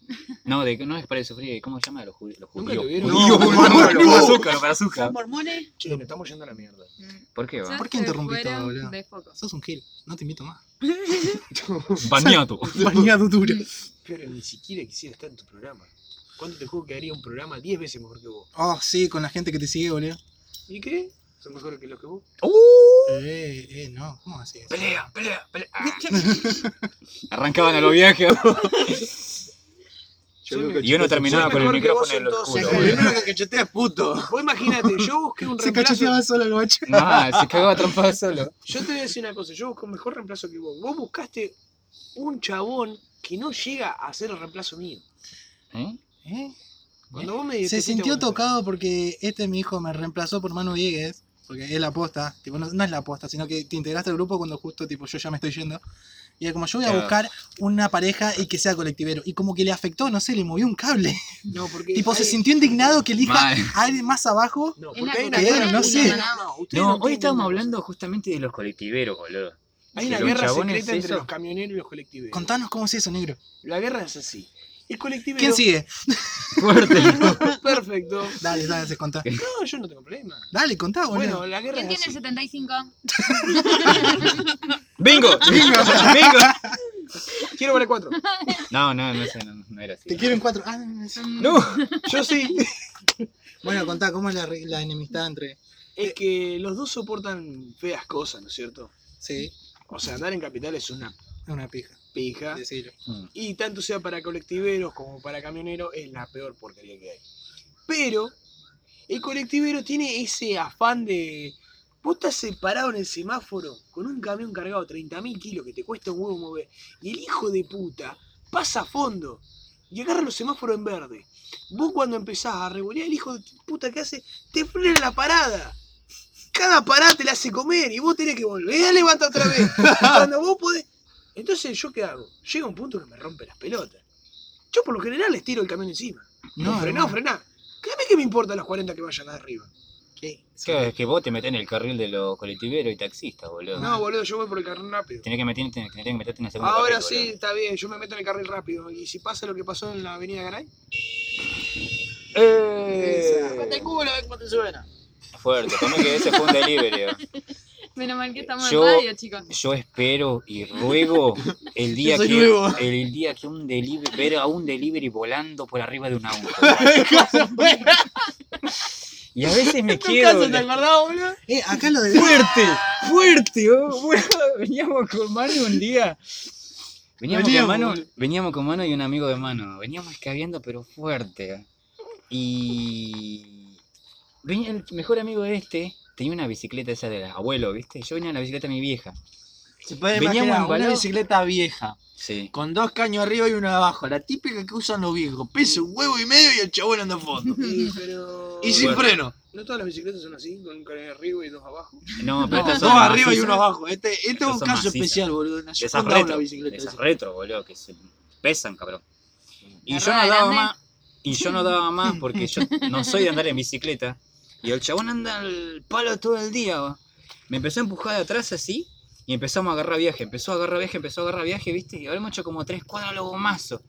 Speaker 6: No, de, no es Pared de Sufrir, ¿cómo se llama? Los, ju- los
Speaker 2: Nunca
Speaker 6: judíos.
Speaker 2: lo vieron.
Speaker 6: Judíos,
Speaker 1: No,
Speaker 6: boludo,
Speaker 1: no,
Speaker 6: los
Speaker 1: no.
Speaker 6: azúcar, los azúcar.
Speaker 7: ¿Son mormones?
Speaker 2: che, nos estamos yendo a la mierda.
Speaker 6: ¿Por qué
Speaker 4: Ya
Speaker 6: va?
Speaker 1: ¿Por qué
Speaker 4: se
Speaker 1: interrumpí
Speaker 4: fueron
Speaker 1: todo, boludo?
Speaker 4: De foco.
Speaker 1: Sos un gil, no te invito más.
Speaker 6: Bañato.
Speaker 1: Bañado duro.
Speaker 2: Pero ni siquiera quisiera estar en tu programa. ¿Cuánto te juego que haría un programa 10 veces mejor que vos?
Speaker 1: Oh, sí, con la gente que te sigue, boludo.
Speaker 2: ¿Y qué? ¿Son mejores que los que vos?
Speaker 1: Eh, eh, no, ¿cómo así?
Speaker 6: Pelea, pelea, pelea. Ah. Arrancaban a los viajes.
Speaker 2: Yo
Speaker 6: creo
Speaker 2: me-
Speaker 6: que- y uno terminaba
Speaker 2: soy
Speaker 6: con el
Speaker 2: mejor que
Speaker 6: micrófono
Speaker 2: vos
Speaker 6: en
Speaker 2: en
Speaker 6: el
Speaker 2: todo
Speaker 6: culo,
Speaker 2: sentido.
Speaker 1: boludo.
Speaker 2: El único que cachetea es puto. Vos imaginate, yo busqué un
Speaker 1: Se
Speaker 2: reemplazo.
Speaker 1: cacheteaba solo el guacho.
Speaker 6: Mal, Ah, se cagaba trompada solo.
Speaker 2: Yo te voy a decir una cosa, yo busco un mejor reemplazo que vos. Vos buscaste un chabón que no llega a ser el reemplazo mío.
Speaker 6: ¿Eh?
Speaker 1: Eh,
Speaker 2: Cuando vos me
Speaker 1: Se
Speaker 2: dijiste,
Speaker 1: sintió
Speaker 2: bueno,
Speaker 1: tocado porque este mi hijo me reemplazó por Manu Diegues, porque es la posta, tipo, no, no es la posta, sino que te integraste al grupo cuando justo tipo yo ya me estoy yendo. Y era como yo voy a
Speaker 6: Claro.
Speaker 1: buscar una pareja y que sea colectivero. Y como que le afectó, no sé, le movió un cable.
Speaker 2: No, porque
Speaker 1: tipo, se
Speaker 2: hay-
Speaker 1: sintió indignado que elija
Speaker 6: Mal.
Speaker 1: a alguien más abajo.
Speaker 2: No,
Speaker 4: Es
Speaker 2: porque
Speaker 4: la
Speaker 2: hay una
Speaker 1: cultura
Speaker 2: guerra-
Speaker 1: no sé.
Speaker 2: ustedes
Speaker 6: No, hoy estábamos
Speaker 2: entienden una cosa.
Speaker 6: hablando justamente de los colectiveros, boludo.
Speaker 2: Hay
Speaker 6: de
Speaker 2: una
Speaker 6: los
Speaker 2: guerra
Speaker 6: chabones
Speaker 2: secreta entre
Speaker 6: esos.
Speaker 2: los camioneros y los colectivos.
Speaker 1: Contanos cómo es eso, negro.
Speaker 2: La guerra es así. El colectivo.
Speaker 1: ¿Quién sigue?
Speaker 6: Fuerte.
Speaker 2: Perfecto.
Speaker 1: Dale, dale, se contá.
Speaker 2: No, yo no tengo problema.
Speaker 1: Dale, contá, boludo.
Speaker 2: Bueno, la guerra
Speaker 4: ¿Quién
Speaker 2: es
Speaker 4: tiene el
Speaker 2: así.
Speaker 4: 75?
Speaker 6: ¡Bingo! ¡Bingo! ¡Bingo!
Speaker 2: Quiero vale cuatro.
Speaker 6: No, no, no, sé, no, no era así.
Speaker 1: Te quiero en cuatro. Ah, sí.
Speaker 4: Mm,
Speaker 6: No.
Speaker 2: Yo sí.
Speaker 1: Bueno, contá, ¿cómo es la, re- la enemistad entre...?
Speaker 2: Es que los dos soportan feas cosas, ¿no es cierto?
Speaker 1: Sí,
Speaker 2: O sea, andar en capital es una
Speaker 1: es una pija,
Speaker 2: pija.
Speaker 1: decilo.
Speaker 6: Mm.
Speaker 2: Y tanto sea para colectiveros como para camioneros, es la peor porquería que hay. Pero el colectivero tiene ese afán de. Vos estás separado en el semáforo con un camión cargado 30.000 kilos que te cuesta un huevo mover. Y el hijo de puta pasa a fondo y agarra los semáforos en verde. Vos cuando empezás a regular, el hijo de puta que hace, te frena la parada. Cada parada te la hace comer y vos tenés que volver a levantar otra vez. cuando vos podés. Entonces, ¿yo qué hago? Llega un punto que me rompe las pelotas. Yo por lo general les tiro el camión encima. No, frená,
Speaker 1: hermano.
Speaker 2: frená. ¿Qué a mí que me importa los 40 que vayan arriba? ¿Qué?
Speaker 6: Claro, es que vos te metés en el carril de los colectiveros y taxistas, boludo.
Speaker 2: No, boludo, yo voy por el carril rápido.
Speaker 6: Tenés que, meterte, tenés que meterte en el segundo
Speaker 2: Ahora
Speaker 6: carril,
Speaker 2: sí, está bien, yo me meto en el carril rápido. Y si pasa lo que pasó en la avenida Garay,
Speaker 5: Mata el culo, a ver cómo te suena.
Speaker 6: boludo. Fuerte, como que ese fue un delivery.
Speaker 4: Menos mal que estamos
Speaker 6: Yo-
Speaker 4: en radio, chicos.
Speaker 6: Yo espero y ruego el día
Speaker 1: Yo soy
Speaker 6: que
Speaker 1: nuevo.
Speaker 6: el día que un delivery ver a un delivery volando por arriba de un auto. y a veces me quiero
Speaker 5: acordás, boludo?
Speaker 1: Eh, acá lo de...
Speaker 6: fuerte, fuerte, oh, boludo. veníamos con mano un día. Veníamos,
Speaker 1: Veníamos,
Speaker 6: con mano,
Speaker 1: boludo.
Speaker 6: veníamos con mano y un amigo de mano. Veníamos escabeando pero fuerte. Y venía el mejor amigo de este tenía una bicicleta esa del abuelo, ¿viste? Yo venía en la bicicleta de mi vieja.
Speaker 5: Se puede
Speaker 6: Veníamos
Speaker 5: imaginar una
Speaker 6: embalados.
Speaker 5: bicicleta vieja,
Speaker 6: Sí.
Speaker 5: con dos caños arriba y uno abajo, la típica que usan los viejos. Pesa un huevo y medio y el chabón anda a fondo.
Speaker 2: y, pero.
Speaker 5: Y sin
Speaker 6: Bueno.
Speaker 5: freno.
Speaker 2: ¿No todas las bicicletas son así? Con un carril arriba y dos abajo.
Speaker 6: No, pero
Speaker 5: No,
Speaker 6: estas
Speaker 5: dos
Speaker 6: son
Speaker 5: arriba y
Speaker 6: macizas.
Speaker 5: uno abajo. Este, este es un
Speaker 6: Esas son
Speaker 5: caso
Speaker 6: macizas.
Speaker 5: especial, boludo.
Speaker 6: De
Speaker 5: Nació
Speaker 6: esas
Speaker 5: con una
Speaker 6: retro,
Speaker 5: bicicleta.
Speaker 6: de esas
Speaker 5: esa.
Speaker 6: retro, boludo, que se pesan, cabrón. Y
Speaker 4: La
Speaker 6: yo no
Speaker 4: rueda
Speaker 6: daba
Speaker 4: grande.
Speaker 6: más, y yo no daba más porque yo no soy de andar en bicicleta. Y el chabón anda al palo todo el día, va. Me empezó a empujar de atrás así, y empezamos a agarrar viaje, empezó a agarrar viaje, empezó a agarrar viaje, viste, y habremos hecho como tres cuadras los gomazos.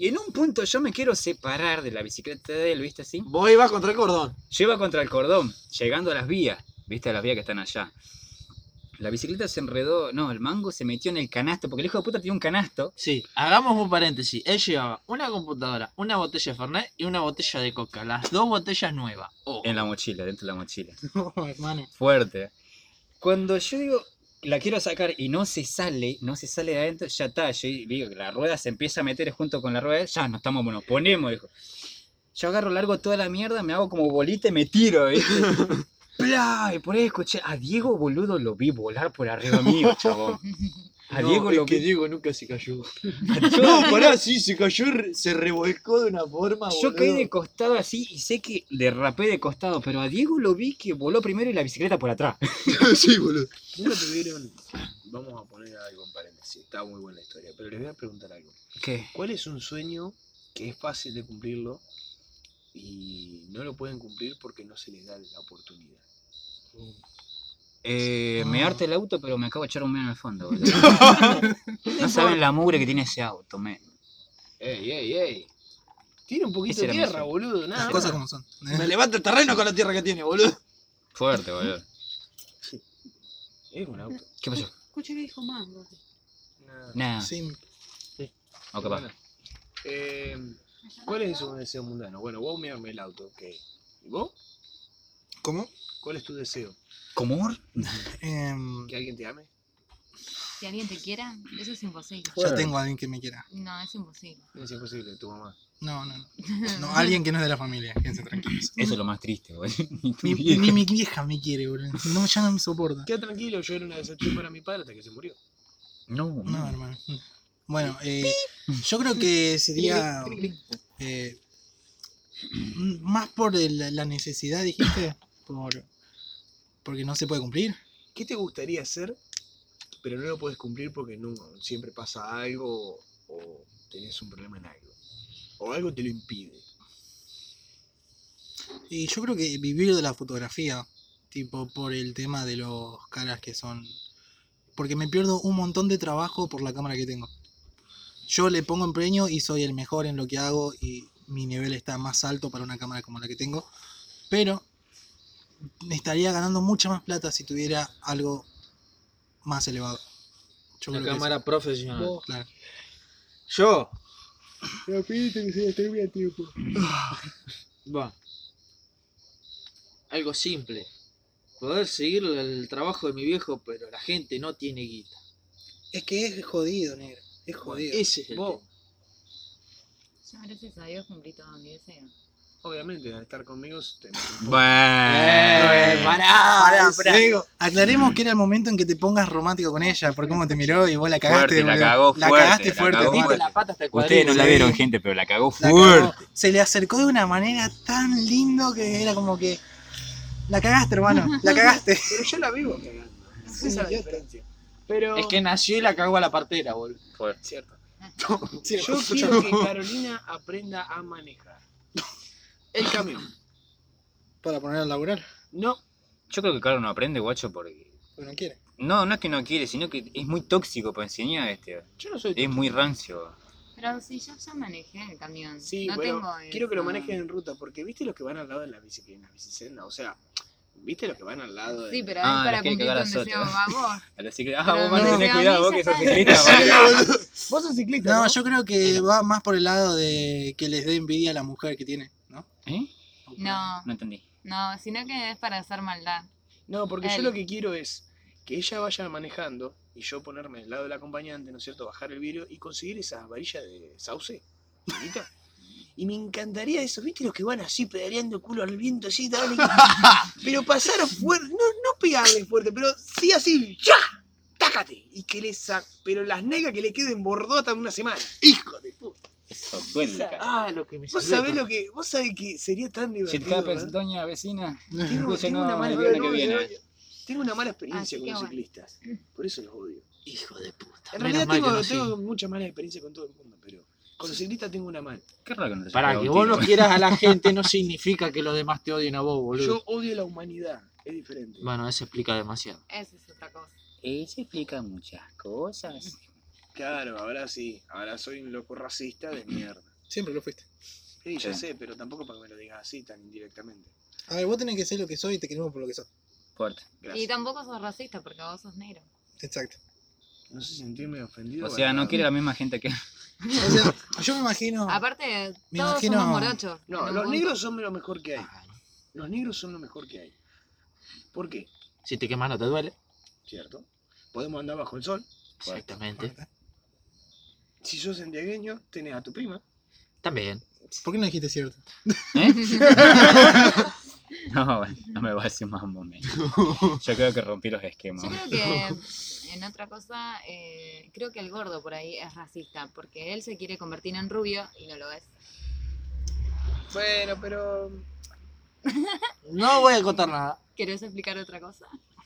Speaker 6: Y en un punto yo me quiero separar de la bicicleta de él, viste así.
Speaker 5: Vos ibas contra el cordón.
Speaker 6: Lleva contra el cordón, llegando a las vías. viste las vías que están allá. La bicicleta se enredó, no, el mango se metió en el canasto, porque el hijo de puta tenía un canasto.
Speaker 5: Sí, hagamos un paréntesis. Él llevaba una computadora, una botella de Fernet y una botella de coca. Las dos botellas nuevas. Oh. Ojo.
Speaker 6: En la mochila, dentro de la mochila.
Speaker 1: No, hermano.
Speaker 6: Fuerte. Cuando yo digo, la quiero sacar y no se sale, no se sale de adentro, ya está. Yo digo, la rueda se empieza a meter junto con la rueda, ya nos estamos, nos ponemos, dijo. Yo agarro largo toda la mierda, me hago como bolita y me tiro, ¿viste? ¡Pla! Y por ahí escuché, a Diego, boludo, lo vi volar por arriba mío, chabón. A
Speaker 5: No,
Speaker 6: Diego
Speaker 5: es
Speaker 6: lo
Speaker 5: que
Speaker 6: vi.
Speaker 5: Diego nunca se cayó.
Speaker 6: a-
Speaker 5: No, pará, sí, se cayó, re- se revolcó de una forma.
Speaker 6: Ah, Yo caí
Speaker 5: boludo.
Speaker 6: de costado así y sé que derrapé de costado, pero a Diego lo vi que voló primero y la bicicleta por atrás.
Speaker 5: sí, boludo.
Speaker 2: Nunca tuvieron. Vamos a poner algo en paréntesis. Está muy buena la historia. Pero les voy a preguntar algo.
Speaker 6: ¿Qué?
Speaker 2: ¿Cuál es un sueño que es fácil de cumplirlo y no lo pueden cumplir porque no se les da la oportunidad?
Speaker 6: Eh, me
Speaker 1: Ah.
Speaker 6: harta el auto, pero me acabo de echar un medio en el fondo. boludo. no saben la mugre que tiene ese auto, men.
Speaker 2: ¡Ey, ey, ey! Tiene un poquito
Speaker 6: Ese
Speaker 2: de
Speaker 6: era mi
Speaker 2: tierra,
Speaker 6: sueño.
Speaker 2: boludo.
Speaker 1: Las
Speaker 2: Nada. más.
Speaker 1: cosas como son.
Speaker 5: Me levanto el terreno con la tierra que tiene, boludo.
Speaker 6: Fuerte, boludo.
Speaker 2: Es un auto.
Speaker 6: ¿Qué pasó?
Speaker 7: Escuché que dijo mango.
Speaker 2: Nada.
Speaker 6: Nada.
Speaker 1: Eh, Sí,
Speaker 6: o capaz.
Speaker 2: Bueno, eh, ¿Cuál es su deseo mundano? Bueno, vos mirame el auto, ok. ¿Y vos?
Speaker 1: ¿Cómo?
Speaker 2: ¿Cuál es tu deseo?
Speaker 6: ¿Comor?
Speaker 1: Em,
Speaker 2: ¿Que alguien te ame?
Speaker 4: Si alguien te quiera, eso es imposible.
Speaker 1: ya tengo a alguien que me quiera.
Speaker 4: No, es imposible.
Speaker 2: Es imposible, tu mamá.
Speaker 1: No, no, no. No, alguien que no es de la familia, quédense tranquilos.
Speaker 6: Eso es lo más triste, boludo. Ni tu
Speaker 1: Ni,
Speaker 6: vieja.
Speaker 1: ni mi vieja me quiere, boludo. No, ya no me soporta.
Speaker 2: Queda tranquilo, yo era una decepción para mi padre hasta que se murió.
Speaker 6: No,
Speaker 1: No,
Speaker 6: no.
Speaker 1: hermano. Bueno, eh, yo creo que sería eh, m- más por el- la necesidad, dijiste, por porque no se puede cumplir.
Speaker 2: ¿Qué te gustaría hacer, pero no lo puedes cumplir porque nunca, siempre pasa algo o tenés un problema en algo? O algo te lo impide.
Speaker 1: Y yo creo que vivir de la fotografía, tipo por el tema de los caras que son, porque me pierdo un montón de trabajo por la cámara que tengo. Yo le pongo empeño y soy el mejor en lo que hago y mi nivel está más alto para una cámara como la que tengo, pero me estaría ganando mucha más plata si tuviera algo más elevado. Yo
Speaker 5: Una
Speaker 1: creo que
Speaker 5: cámara profesional.
Speaker 1: eso. Claro.
Speaker 5: Yo. Va. Algo simple. Poder seguir el trabajo de mi viejo, pero la gente no tiene guita.
Speaker 1: Es que es jodido, negro. Es jodido.
Speaker 5: Ese es el tema.
Speaker 2: Vos,
Speaker 4: Yo gracias a Dios cumplí todo mi deseo.
Speaker 2: obviamente, al estar conmigo, te-
Speaker 5: Eh,
Speaker 6: Bueno.
Speaker 5: pará,
Speaker 1: Pará,
Speaker 5: ese
Speaker 1: pará.
Speaker 5: ego.
Speaker 1: Aclaremos que era el momento en que te pongas romántico con ella, por cómo te miró y vos la cagaste.
Speaker 6: Fuerte, la
Speaker 1: boludo.
Speaker 6: cagó fuerte,
Speaker 1: cagaste
Speaker 6: la
Speaker 1: fuerte, tipo,
Speaker 6: cagó
Speaker 5: Metiste
Speaker 6: fuerte.
Speaker 5: la pata hasta el
Speaker 6: Ustedes no
Speaker 5: cuadrito.
Speaker 6: la vieron, gente, pero la cagó
Speaker 1: la cagó.
Speaker 6: fuerte.
Speaker 1: Se le acercó de una manera tan lindo que era como que. La cagaste, hermano, la cagaste.
Speaker 2: Pero yo la vivo cagando. Esa es la
Speaker 1: idiota.
Speaker 2: diferencia. Pero.
Speaker 5: Es que nació y la cagó a la partera, boludo.
Speaker 6: Fuerte.
Speaker 2: Cierto.
Speaker 1: Sí,
Speaker 2: Yo quiero que Carolina aprenda a manejar. El camión.
Speaker 1: Para poner a laburar,
Speaker 2: No.
Speaker 6: Yo creo que Carlos no aprende, guacho, porque.
Speaker 1: pero no quiere.
Speaker 6: No, no es que no quiere, sino que es muy tóxico para enseñar este.
Speaker 2: Yo no soy.
Speaker 6: Es muy rancio.
Speaker 4: Pero si yo ya manejé el camión.
Speaker 2: Sí,
Speaker 4: no
Speaker 2: bueno,
Speaker 4: tengo
Speaker 2: quiero que lo
Speaker 4: esa-
Speaker 2: manejen en ruta, porque viste los que van al lado de la bicicleta, en la bicicenda, o sea, viste los que van al lado de...
Speaker 4: Sí, pero
Speaker 6: Ah, la
Speaker 4: es para
Speaker 6: quiere
Speaker 4: cumplir
Speaker 6: cagar
Speaker 4: un
Speaker 6: a
Speaker 4: deseo
Speaker 6: Soto.
Speaker 4: a vos.
Speaker 6: Así que, ah,
Speaker 4: Pero
Speaker 6: vos más
Speaker 4: no,
Speaker 6: tenés
Speaker 4: no,
Speaker 6: cuidado,
Speaker 4: no,
Speaker 6: vos que sos
Speaker 4: ya
Speaker 6: ciclista. boludo.
Speaker 2: Vos sos ciclista, ¿no?
Speaker 1: No, yo creo que va más por el lado de que les dé envidia a la mujer que tiene, ¿no?
Speaker 6: ¿Eh?
Speaker 4: No,
Speaker 6: No entendí.
Speaker 4: no, sino que es para hacer maldad.
Speaker 2: No, porque yo
Speaker 4: Él.
Speaker 2: lo que quiero es que ella vaya manejando y yo ponerme del lado del acompañante, ¿no es cierto?, bajar el vidrio y conseguir esas varillas de sauce, chiquita. Y me encantaría eso, ¿viste? Los que van así pedaleando culo al viento, así, dale. Pero pasar fuerte, no, no pegarle fuerte, pero sí así, ¡ya! ¡Tácate! Y que le sa- pero las negras que le queden bordotas en una semana. ¡Hijo de puta!
Speaker 6: Eso duele, cara.
Speaker 5: Ah, lo que me
Speaker 2: Vos
Speaker 5: salió,
Speaker 2: sabés
Speaker 5: boludo.
Speaker 2: lo que. Vos sabés que sería tan
Speaker 6: Si te
Speaker 2: divertido.
Speaker 6: cae
Speaker 2: ¿verdad?
Speaker 6: doña vecina,
Speaker 2: Tengo,
Speaker 6: escucha,
Speaker 2: tengo una
Speaker 6: no,
Speaker 2: mala,
Speaker 6: el viernes
Speaker 2: no,
Speaker 6: que viene.
Speaker 2: no, tengo una mala
Speaker 4: Así
Speaker 2: experiencia con
Speaker 4: que
Speaker 2: los
Speaker 4: bueno.
Speaker 2: ciclistas. Por eso los odio.
Speaker 5: Hijo de puta. Menos
Speaker 2: En realidad
Speaker 5: mal que
Speaker 2: tengo,
Speaker 5: no
Speaker 2: tengo
Speaker 5: sigo.
Speaker 2: muchas malas experiencias con todo el mundo, pero con los ciclistas tengo una mala.
Speaker 6: qué raro que no te
Speaker 5: Para
Speaker 6: haya
Speaker 5: que
Speaker 6: pegado
Speaker 5: vos
Speaker 6: un
Speaker 5: no
Speaker 6: tiro.
Speaker 5: quieras a la gente no significa que los demás te odien a vos,
Speaker 2: Yo
Speaker 5: boludo.
Speaker 2: odio la humanidad, es diferente.
Speaker 5: Bueno, eso explica demasiado.
Speaker 4: Esa es otra cosa.
Speaker 6: Eso explica muchas cosas.
Speaker 2: Claro, ahora sí, ahora soy un loco racista de mierda.
Speaker 1: Siempre lo fuiste.
Speaker 2: Sí, ya
Speaker 6: Sí.
Speaker 2: sé, pero tampoco para que me lo digas así tan indirectamente.
Speaker 1: A ver, vos tenés que ser lo que soy y te queremos por lo que sos.
Speaker 6: Fuerte.
Speaker 4: Y tampoco sos racista porque vos sos negro.
Speaker 1: Exacto.
Speaker 2: No sé sentirme ofendido.
Speaker 6: O sea, no quiere la misma gente que.
Speaker 1: O sea, yo me imagino.
Speaker 4: Aparte,
Speaker 1: Me
Speaker 4: todos
Speaker 1: imagino-
Speaker 4: somos morochos. en
Speaker 2: No,
Speaker 4: un
Speaker 2: los
Speaker 4: punto.
Speaker 2: negros son lo mejor que hay.
Speaker 6: Ah,
Speaker 2: Los negros son lo mejor que hay. ¿Por qué?
Speaker 5: Si te quemas no te duele.
Speaker 2: ¿Cierto? Podemos andar bajo el sol.
Speaker 5: Exactamente.
Speaker 2: Si sos santiagueño, tenés a tu prima.
Speaker 5: También.
Speaker 1: ¿Por qué no dijiste cierto?
Speaker 6: ¿Eh? No, no me va a decir más un momento. Yo creo que rompí los esquemas.
Speaker 4: Yo creo que en otra cosa, eh, creo que el gordo por ahí es racista porque él se quiere convertir en rubio y no lo es.
Speaker 2: Bueno, pero.
Speaker 5: No voy a contar nada.
Speaker 4: ¿Querés explicar otra cosa? Ah,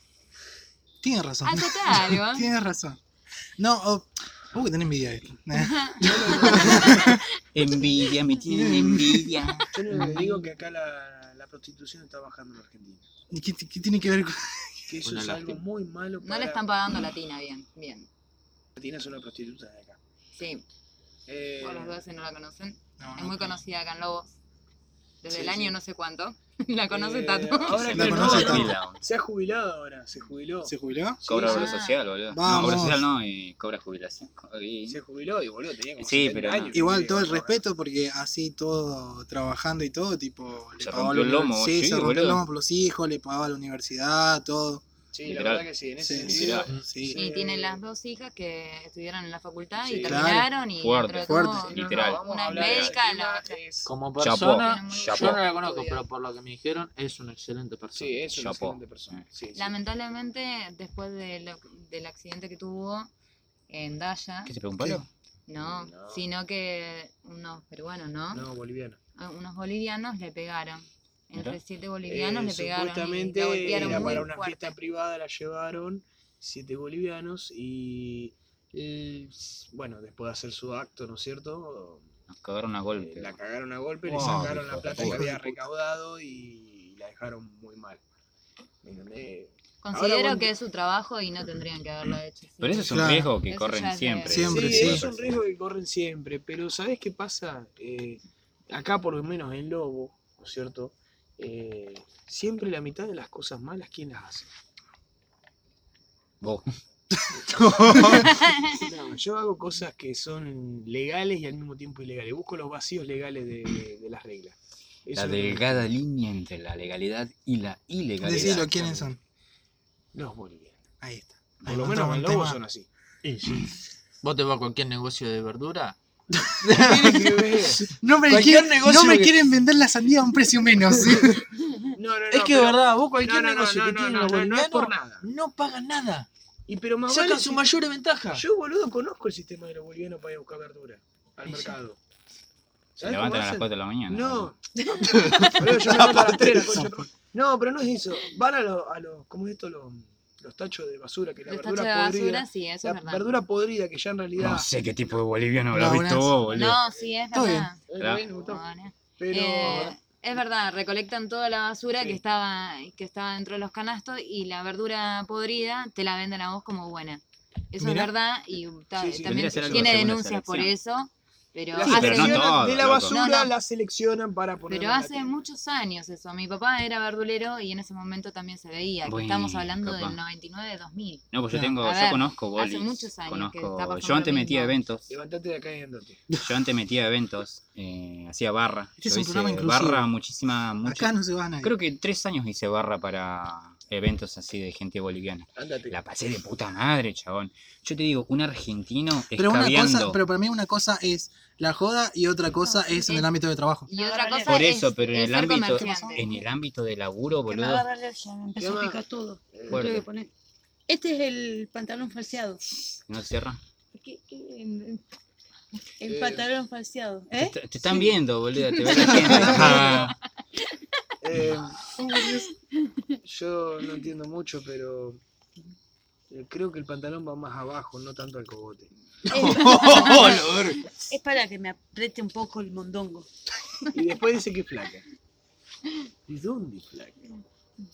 Speaker 1: Tienes razón.
Speaker 4: Acotá algo.
Speaker 1: Tienes razón. No, oh, uy, tenés envidia de esto.
Speaker 6: Envidia, me tienen envidia.
Speaker 2: Yo no le digo que acá la, la prostitución está bajando en Argentina.
Speaker 1: ¿Y ¿Qué, qué tiene que ver con.?
Speaker 2: Que eso
Speaker 5: Una
Speaker 2: es algo
Speaker 5: lástima.
Speaker 2: muy malo para.
Speaker 4: No le están pagando la tina bien, bien.
Speaker 2: Argentina son las prostitutas de acá.
Speaker 4: Sí,
Speaker 2: Eh, Ah,
Speaker 4: por los dos si no la conocen.
Speaker 1: No,
Speaker 4: Es
Speaker 1: no.
Speaker 4: muy conocida acá en Lobos. Desde
Speaker 2: Sí,
Speaker 4: el
Speaker 2: sí.
Speaker 4: año no sé cuánto. La conoce
Speaker 2: eh,
Speaker 4: Tato.
Speaker 2: Ahora
Speaker 1: La
Speaker 2: que no,
Speaker 1: conoce
Speaker 2: no,
Speaker 1: Tato.
Speaker 2: Se ha jubilado ahora, se jubiló.
Speaker 1: ¿Se jubiló?
Speaker 2: Sí,
Speaker 6: Cobra
Speaker 2: sí,
Speaker 6: obra
Speaker 4: Ah.
Speaker 6: social, boludo. No,
Speaker 1: Vamos.
Speaker 6: obra social no, y cobra jubilación. Y-
Speaker 2: Se jubiló y boludo, tenía como
Speaker 6: Sí,
Speaker 2: 70
Speaker 6: pero
Speaker 2: años.
Speaker 6: no.
Speaker 1: Igual,
Speaker 2: Sí,
Speaker 1: todo el
Speaker 2: boludo.
Speaker 1: respeto, porque así todo, trabajando y todo, tipo.
Speaker 6: Se
Speaker 1: pagaba
Speaker 6: rompió
Speaker 1: la
Speaker 6: el lomo,
Speaker 1: univers- Sí,
Speaker 6: sí,
Speaker 1: se rompió el
Speaker 6: boludo.
Speaker 1: lomo por los hijos, le pagaba la universidad, todo.
Speaker 2: Sí, la
Speaker 6: Literal.
Speaker 2: verdad que sí, en ese
Speaker 1: Sí,
Speaker 2: sentido.
Speaker 6: literal.
Speaker 1: Sí.
Speaker 4: Y tiene las dos hijas que estudiaron en la facultad
Speaker 2: Eh, Sí.
Speaker 4: y
Speaker 2: Claro.
Speaker 4: terminaron y
Speaker 6: Fuerte,
Speaker 4: dentro de
Speaker 1: fuerte,
Speaker 4: todo,
Speaker 6: sí, literal.
Speaker 4: no,
Speaker 2: Vamos a
Speaker 4: una es
Speaker 2: hablar de ese
Speaker 4: médica,
Speaker 2: tema,
Speaker 4: la otra.
Speaker 2: es-
Speaker 5: Como
Speaker 6: Chapó.
Speaker 5: persona,
Speaker 2: Ah,
Speaker 6: Chapó.
Speaker 5: yo no la conozco,
Speaker 4: Obvio.
Speaker 5: pero por lo que me dijeron, es una excelente persona.
Speaker 2: Sí, es una
Speaker 6: Chapó.
Speaker 2: excelente persona. Sí, sí.
Speaker 4: Lamentablemente, después de lo- del accidente que tuvo en Daya,
Speaker 6: ¿Qué se pegó un palo?
Speaker 4: no,
Speaker 2: No.
Speaker 4: sino que unos peruanos, ¿no?
Speaker 2: No, boliviano.
Speaker 4: A Unos bolivianos le pegaron.
Speaker 6: Mirá.
Speaker 4: Entre siete bolivianos
Speaker 2: Eh,
Speaker 4: le pegaron.
Speaker 2: Supuestamente
Speaker 4: y la golpearon
Speaker 2: era
Speaker 4: muy
Speaker 2: para una
Speaker 4: fuerte.
Speaker 2: fiesta privada, la llevaron siete bolivianos y. eh, bueno, después de hacer su acto, ¿no es cierto?
Speaker 6: Nos cagaron a
Speaker 2: Eh,
Speaker 6: golpe.
Speaker 2: La cagaron a golpe, le
Speaker 6: Wow,
Speaker 2: sacaron
Speaker 6: Oh, hijo
Speaker 2: la
Speaker 6: de
Speaker 2: plata que
Speaker 6: puta.
Speaker 2: había recaudado y la dejaron muy mal. ¿Me entendés?
Speaker 4: Considero
Speaker 2: Ahora vos-
Speaker 4: que es su trabajo y no tendrían que haberlo hecho. sí.
Speaker 6: Pero eso es un
Speaker 1: Claro.
Speaker 6: riesgo que
Speaker 4: Eso ya
Speaker 6: corren
Speaker 4: es
Speaker 6: siempre.
Speaker 4: de-
Speaker 1: Siempre,
Speaker 2: sí,
Speaker 1: sí.
Speaker 2: es un riesgo que corren siempre, pero ¿sabés qué pasa? Eh, acá por lo menos en Lobo, ¿no es cierto? Eh, siempre la mitad de las cosas malas, ¿quién las hace?
Speaker 6: Vos.
Speaker 2: No, yo hago cosas que son legales y al mismo tiempo ilegales. Busco los vacíos legales de, de las reglas.
Speaker 6: La
Speaker 2: Eso es lo que-
Speaker 6: delgada línea entre la legalidad y la ilegalidad.
Speaker 1: Decilo quiénes son.
Speaker 2: Los bolivianos.
Speaker 1: Ahí está.
Speaker 2: Por
Speaker 1: Ahí
Speaker 2: lo
Speaker 1: encontramos
Speaker 2: menos en
Speaker 1: el
Speaker 2: Lobo
Speaker 1: tema.
Speaker 2: son así.
Speaker 5: Vos te vas a cualquier negocio de verdura.
Speaker 2: Tiene que ver.
Speaker 1: No me,
Speaker 5: Cualquier
Speaker 1: quieren,
Speaker 5: negocio
Speaker 1: no me
Speaker 5: que-
Speaker 1: quieren vender la sandía a un precio menos.
Speaker 2: No, no, no,
Speaker 5: es que
Speaker 2: pero-
Speaker 5: de verdad, vos
Speaker 2: No,
Speaker 5: cualquier
Speaker 2: no, no,
Speaker 5: negocio
Speaker 2: no,
Speaker 5: que
Speaker 2: no,
Speaker 5: tiene
Speaker 2: no,
Speaker 5: los
Speaker 2: no, no es por
Speaker 5: bolivianos
Speaker 2: nada.
Speaker 5: no pagan nada.
Speaker 2: Y pero más
Speaker 5: Sacan
Speaker 2: vale
Speaker 5: su
Speaker 2: si-
Speaker 5: mayor ventaja.
Speaker 2: Yo, boludo, conozco el sistema de los bolivianos para ir a buscar verdura al mercado.
Speaker 6: Se
Speaker 2: ¿Sabés cómo
Speaker 6: levantan a las
Speaker 2: hacen?
Speaker 6: 4 de la mañana.
Speaker 2: No. Boludo, yo me levanto a las tres, la concha de tu- No, pero no es eso. Van a los, a los ¿cómo es esto? Los, los tachos de basura, que la
Speaker 4: Los tachos de
Speaker 2: verdura podrida.
Speaker 4: basura, sí, eso
Speaker 2: la
Speaker 4: es verdad.
Speaker 2: verdura podrida que ya en realidad.
Speaker 6: No sé qué tipo de boliviano habrás
Speaker 1: No,
Speaker 6: visto
Speaker 1: una-
Speaker 6: vos, boludo.
Speaker 4: No, sí, es
Speaker 1: Está
Speaker 4: verdad.
Speaker 2: Eh,
Speaker 6: Claro.
Speaker 2: bueno, está.
Speaker 4: No, no.
Speaker 2: Pero
Speaker 4: Eh, es verdad, recolectan toda la basura
Speaker 2: Sí.
Speaker 4: que estaba que estaba dentro de los canastos y la verdura podrida te la venden a vos como buena. Eso
Speaker 1: Mirá.
Speaker 4: es verdad y ta-
Speaker 2: Sí,
Speaker 6: Tendría
Speaker 2: sí.
Speaker 4: también
Speaker 6: que ser algo
Speaker 4: tiene
Speaker 6: según la
Speaker 4: denuncias por eso, pero
Speaker 6: Sí, pero
Speaker 2: la
Speaker 4: hace,
Speaker 6: no
Speaker 2: seleccionan
Speaker 6: todo,
Speaker 2: de la
Speaker 6: loco.
Speaker 2: basura
Speaker 4: No, no.
Speaker 2: la seleccionan para poner.
Speaker 4: pero hace muchos años eso. Mi papá era verdulero y en ese momento también se veía, que
Speaker 6: Bueno,
Speaker 4: estamos hablando
Speaker 6: capaz.
Speaker 4: del 99, 2000.
Speaker 6: No, pues yo
Speaker 1: No.
Speaker 6: tengo,
Speaker 4: A
Speaker 6: yo
Speaker 4: ver,
Speaker 6: conozco bolis.
Speaker 4: muchos años que está
Speaker 6: conozco,
Speaker 4: pasando
Speaker 6: yo antes
Speaker 4: lo
Speaker 6: metía
Speaker 4: mismo.
Speaker 6: eventos,
Speaker 2: Levantate de acá y andate.
Speaker 6: yo antes metía eventos, eh, hacía barra.
Speaker 1: Este es
Speaker 6: yo
Speaker 1: un
Speaker 6: hice
Speaker 1: programa inclusivo.
Speaker 6: barra muchísima, mucho-
Speaker 1: Acá no se va a nadie.
Speaker 6: creo que tres años hice barra para eventos así de gente boliviana.
Speaker 2: Andate.
Speaker 6: La pasé de puta madre, chabón. Yo te digo, un argentino
Speaker 1: Pero una cosa,
Speaker 6: escabeando.
Speaker 1: pero para mí una cosa es la joda y otra cosa
Speaker 4: sí,
Speaker 1: es en
Speaker 4: eh.
Speaker 1: el ámbito de trabajo.
Speaker 4: Y
Speaker 3: No,
Speaker 4: otra
Speaker 3: dale.
Speaker 4: cosa
Speaker 6: Por eso,
Speaker 4: es-
Speaker 6: pero en
Speaker 4: es
Speaker 6: el
Speaker 4: ser
Speaker 6: ámbito-
Speaker 4: comerciante.
Speaker 6: En el ámbito del laburo,
Speaker 3: Que me va a
Speaker 6: boludo.
Speaker 3: dar alergia, me empezó a
Speaker 2: Llama.
Speaker 3: picar todo.
Speaker 2: Eh,
Speaker 6: Fuerte.
Speaker 3: Tengo que poner- Este es el pantalón falseado.
Speaker 6: ¿No te cierra?
Speaker 3: ¿Qué- qué- en- El
Speaker 2: Eh.
Speaker 3: pantalón falseado.
Speaker 6: Te,
Speaker 3: ¿Eh?
Speaker 6: te están viendo, boludo. Te ve la gente.
Speaker 2: Eh, yo no entiendo mucho, pero eh, creo que el pantalón va más abajo, no tanto al cogote.
Speaker 6: Oh,
Speaker 3: Es, es para que me apriete un poco el mondongo.
Speaker 2: Y después dice que es flaca. ¿Y dónde es flaca?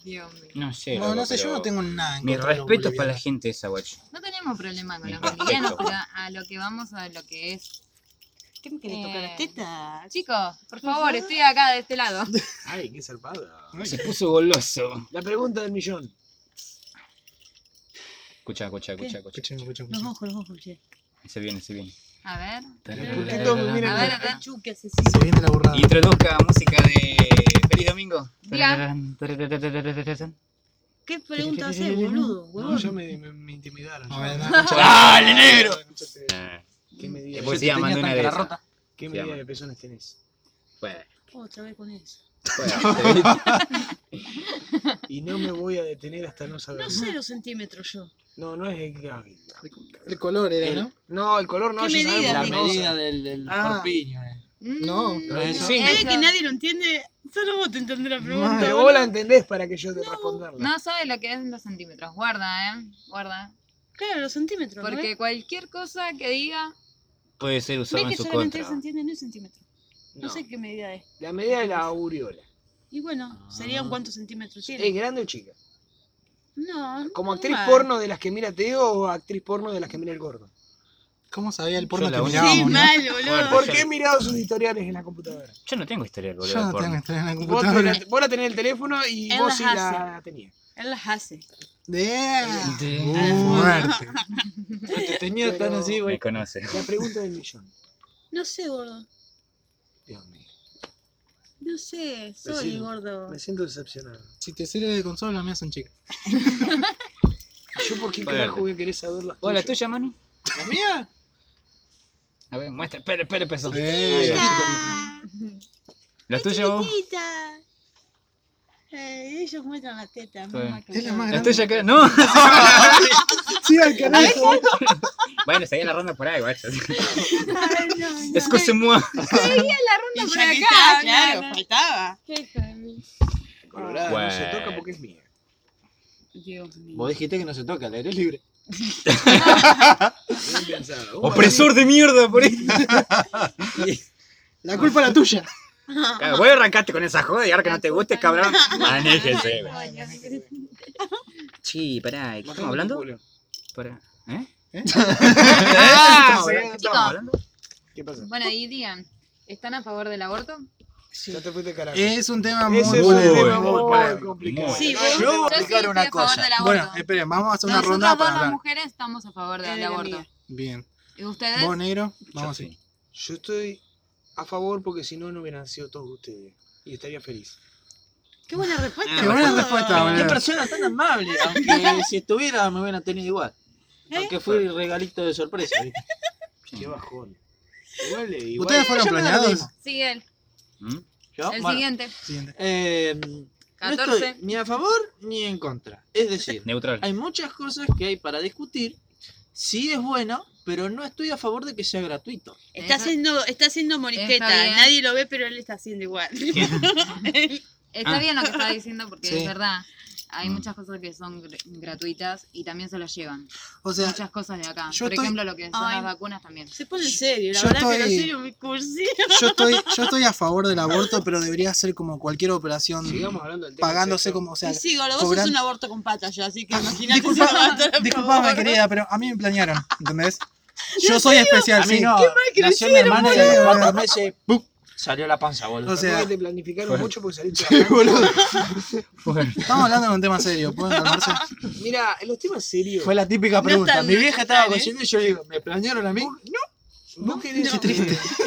Speaker 4: Dios mío.
Speaker 6: No sé.
Speaker 1: No,
Speaker 6: loco,
Speaker 1: no sé, yo
Speaker 6: pero
Speaker 1: no tengo nada. en
Speaker 6: Mi
Speaker 1: contra de los
Speaker 6: respeto para la
Speaker 1: bolivianos.
Speaker 6: gente esa, guacho.
Speaker 4: No tenemos problema con los
Speaker 6: Perfecto.
Speaker 4: bolivianos, pero a lo que vamos a lo que es.
Speaker 3: ¿Qué me querés tocar
Speaker 4: Eh.
Speaker 3: las tetas?
Speaker 4: Chicos, por favor, estoy acá de este lado.
Speaker 2: Ay, qué zarpada.
Speaker 6: Se puso goloso.
Speaker 2: La pregunta del millón.
Speaker 6: Escucha, escucha, escucha, escucha.
Speaker 1: Escuchame, escuchame,
Speaker 7: Los
Speaker 1: escuchame.
Speaker 7: ojos, los ojos,
Speaker 2: Eh,
Speaker 7: che.
Speaker 6: Se viene, se viene.
Speaker 4: A ver.
Speaker 2: Mira,
Speaker 4: A ver, a ver.
Speaker 3: Chu, ¿qué haces?
Speaker 1: Se viene la burrada.
Speaker 6: Introduzca música de Feliz Domingo.
Speaker 4: Diga.
Speaker 3: ¿Qué pregunta haces, boludo?
Speaker 2: No,
Speaker 3: huevón?
Speaker 2: ya me, me, me intimidaron.
Speaker 1: No, no,
Speaker 6: ¡Dale, negro!
Speaker 2: Escuchate,
Speaker 6: Eh,
Speaker 2: ¿Qué medida,
Speaker 6: Que poesía
Speaker 1: tenía
Speaker 6: mandó una
Speaker 1: tan
Speaker 6: de
Speaker 1: cara
Speaker 6: esas.
Speaker 1: rota.
Speaker 2: qué medida de pezones tenés?
Speaker 6: Bueno,
Speaker 3: Otra vez con eso.
Speaker 6: bueno,
Speaker 2: Y no me voy a detener hasta no saber.
Speaker 3: No sé los centímetros yo.
Speaker 2: No, no es el Gaby.
Speaker 1: El color era,
Speaker 2: El-
Speaker 1: ¿no?
Speaker 2: No, el color no.
Speaker 3: ¿Qué
Speaker 2: ya sabemos
Speaker 3: medida
Speaker 2: la
Speaker 5: La
Speaker 3: tenés?
Speaker 2: cosa.
Speaker 5: ¿Eh, medida del, del
Speaker 2: Ah.
Speaker 5: corpiño. eh.
Speaker 1: No,
Speaker 4: Mm,
Speaker 1: pero
Speaker 5: eso-
Speaker 4: no,
Speaker 3: ¿Sabes
Speaker 4: eso-
Speaker 3: que nadie lo entiende? Solo vos te entendés la pregunta.
Speaker 2: Pero
Speaker 3: boludo.
Speaker 2: vos la entendés para que yo te responderla.
Speaker 4: No sabe lo que es en los centímetros. Guarda, ¿eh? Guarda.
Speaker 3: Claro, los centímetros. ¿no
Speaker 4: Porque
Speaker 3: ves?
Speaker 4: cualquier cosa que diga.
Speaker 6: puede ser
Speaker 3: Ve
Speaker 6: usado en
Speaker 3: que
Speaker 6: su
Speaker 3: solamente
Speaker 6: contra.
Speaker 3: se entiende en el centímetro. No,
Speaker 2: No.
Speaker 3: sé qué medida es.
Speaker 2: La medida de la aureola.
Speaker 3: Y bueno, serían cuántos centímetros
Speaker 2: ¿Es
Speaker 3: tiene.
Speaker 2: grande o chica?
Speaker 3: No,
Speaker 2: Como actriz
Speaker 3: normal.
Speaker 2: porno de las que mira Teo o actriz porno de las que mira el gordo.
Speaker 1: ¿Cómo sabía el porno
Speaker 6: la
Speaker 1: que
Speaker 6: única-
Speaker 3: Sí,
Speaker 1: mirábamos? no?
Speaker 3: mal, boludo.
Speaker 2: ¿Por qué he mirado sus historiales en la computadora?
Speaker 6: Yo no tengo historial, boludo.
Speaker 1: Yo
Speaker 6: de
Speaker 1: no
Speaker 6: porno.
Speaker 1: tengo historia en la
Speaker 2: Vos, te
Speaker 1: computadora.
Speaker 2: la, vos la tenés en el teléfono y
Speaker 3: Él
Speaker 2: vos
Speaker 3: las
Speaker 2: sí
Speaker 3: hace.
Speaker 2: la tenías.
Speaker 3: Él las hace.
Speaker 1: Yeah.
Speaker 5: De-
Speaker 1: Muerte.
Speaker 5: Uh, Te tenía tan
Speaker 2: Pero-
Speaker 5: así, güey.
Speaker 6: Me conoce.
Speaker 2: La pregunta del millón.
Speaker 3: No sé, gordo.
Speaker 2: Dios mío.
Speaker 3: No sé, soy
Speaker 2: Decilo.
Speaker 3: gordo.
Speaker 2: Me siento decepcionado.
Speaker 1: Si te sirve de consola, las mías son chicas.
Speaker 2: ¿Yo por qué
Speaker 6: Verde.
Speaker 2: carajo que querés saber las
Speaker 6: Hola,
Speaker 2: tuyas?
Speaker 6: tuya, mano.
Speaker 5: ¿La mía?
Speaker 6: A ver, muestra. Espera, espera, peso.
Speaker 1: Eh.
Speaker 3: Ah,
Speaker 6: ¿La tuya vos?
Speaker 3: chiquitita. Eh, ellos muestran las tetas.
Speaker 6: Está bien.
Speaker 3: mamá, que
Speaker 1: Es la más
Speaker 6: ¿La
Speaker 1: grande.
Speaker 6: tuya qué? ¡No!
Speaker 1: Sí, al carajo.
Speaker 6: bueno, seguía la ronda por ahí, guacho.
Speaker 3: Ay, no, no.
Speaker 6: Excuse-moi.
Speaker 4: Ronda
Speaker 7: Y
Speaker 4: por
Speaker 7: ya
Speaker 4: acá,
Speaker 7: que está,
Speaker 4: claro.
Speaker 7: claro, faltaba.
Speaker 2: Colorada, no se
Speaker 6: Bueno.
Speaker 2: toca porque es mía.
Speaker 7: Dios mío.
Speaker 5: Vos dijiste que no se toca, al aire libre.
Speaker 2: Bien pensado.
Speaker 6: ¡Opresor de mierda por ahí!
Speaker 1: La culpa era tuya.
Speaker 6: Claro, vos arrancaste con esa joda y ahora que no te guste, cabrón, manéjese. güey.
Speaker 4: Ay, Dios.
Speaker 6: Sí, pará, ¿qué estamos hablando? Pará. ¿Eh?
Speaker 1: ¿Eh?
Speaker 6: Ah,
Speaker 2: Sí,
Speaker 6: ¿Qué
Speaker 4: chicos.
Speaker 6: estamos hablando?
Speaker 2: ¿Qué pasa?
Speaker 4: Bueno, y digan, ¿están a favor del aborto?
Speaker 2: Ya te fuiste carajo.
Speaker 1: Es un tema Eh, muy
Speaker 2: Ese es
Speaker 1: bueno.
Speaker 2: un tema
Speaker 6: muy
Speaker 2: muy
Speaker 6: polémico.
Speaker 2: complicado.
Speaker 6: Muy.
Speaker 3: Sí,
Speaker 2: No,
Speaker 3: vos-
Speaker 2: yo-
Speaker 4: Yo sí estoy a favor del aborto.
Speaker 1: Bueno, esperen, vamos a hacer una
Speaker 4: Nosotras
Speaker 1: ronda
Speaker 4: dos,
Speaker 1: para
Speaker 4: las
Speaker 1: hablar.
Speaker 4: mujeres, estamos a favor
Speaker 3: Es
Speaker 4: del
Speaker 3: de la
Speaker 4: aborto.
Speaker 3: mía.
Speaker 1: Bien.
Speaker 4: ¿Y ustedes?
Speaker 1: Vos, negro, vamos
Speaker 6: Yo
Speaker 1: así.
Speaker 2: Yo estoy a favor porque si no, no hubieran sido todos ustedes. Y estaría feliz.
Speaker 3: Qué buena respuesta.
Speaker 1: Qué buena
Speaker 3: boludo.
Speaker 1: respuesta,
Speaker 5: Qué
Speaker 1: boludo.
Speaker 5: persona tan amable. Aunque si estuviera, me hubieran tenido igual.
Speaker 3: ¿Eh?
Speaker 5: Aunque fue el regalito de sorpresa, ¿viste?
Speaker 2: Qué bajón. Igual, eh, igual.
Speaker 1: ¿Ustedes fueron
Speaker 5: ya me da lo
Speaker 1: planeados?
Speaker 5: mismo.
Speaker 4: Sigue él,
Speaker 6: ¿Mm?
Speaker 5: Yo,
Speaker 4: el
Speaker 5: bueno,
Speaker 4: siguiente.
Speaker 1: Siguiente.
Speaker 5: eh, No
Speaker 4: 14.
Speaker 5: estoy ni a favor ni en contra. Es decir,
Speaker 6: Neutral.
Speaker 5: hay muchas cosas que hay para discutir. Sí es bueno, pero no estoy a favor de que sea gratuito.
Speaker 3: Está
Speaker 4: Esa-
Speaker 3: haciendo, está haciendo
Speaker 4: Está
Speaker 3: moriqueta.
Speaker 4: bien.
Speaker 3: Nadie lo ve, pero él está haciendo igual.
Speaker 4: Está
Speaker 6: Ah.
Speaker 4: bien lo que está diciendo porque
Speaker 1: Sí.
Speaker 4: es verdad. Hay
Speaker 6: Mm.
Speaker 4: muchas cosas que son gr- gratuitas y también se las llevan.
Speaker 1: O sea,
Speaker 4: Muchas cosas de acá.
Speaker 1: yo
Speaker 4: Por
Speaker 1: estoy-
Speaker 4: ejemplo, lo que son
Speaker 3: Ay.
Speaker 4: las vacunas también.
Speaker 3: Se pone serio, la
Speaker 1: Yo
Speaker 3: verdad que
Speaker 1: estoy-
Speaker 3: lo serio me cursivo.
Speaker 1: yo estoy, yo estoy a favor del aborto, pero debería ser como cualquier operación,
Speaker 2: Sigamos hablando del tema. del
Speaker 1: pagándose
Speaker 2: sexo.
Speaker 1: como, o sea,
Speaker 3: sí, gordo, vos
Speaker 1: cobran-
Speaker 3: sos un aborto con patas ya, así que imagínate
Speaker 1: Disculpa,
Speaker 3: si aborto era
Speaker 1: Ah, disculpame
Speaker 3: favor.
Speaker 1: querida, pero a mí me planearon, ¿entendés? Yo soy especial,
Speaker 5: A mí
Speaker 1: sí.
Speaker 5: no. Nació mi hermana y a los cuatro meses ¡pum! salió la panza, boludo.
Speaker 1: O
Speaker 2: Capaz
Speaker 1: sea,
Speaker 2: que te planificaron
Speaker 6: Bueno.
Speaker 2: mucho porque saliste trabajando.
Speaker 1: estamos hablando de un tema serio, ¿pueden calmarse?
Speaker 2: Mira, los temas serios.
Speaker 5: Fue la típica
Speaker 3: No
Speaker 5: pregunta.
Speaker 3: están-
Speaker 5: Mi
Speaker 3: no
Speaker 5: vieja
Speaker 3: están,
Speaker 5: estaba
Speaker 3: ¿eh?
Speaker 5: cociendo y yo digo, ¿me planearon a mí?
Speaker 2: Vos querés.
Speaker 3: No.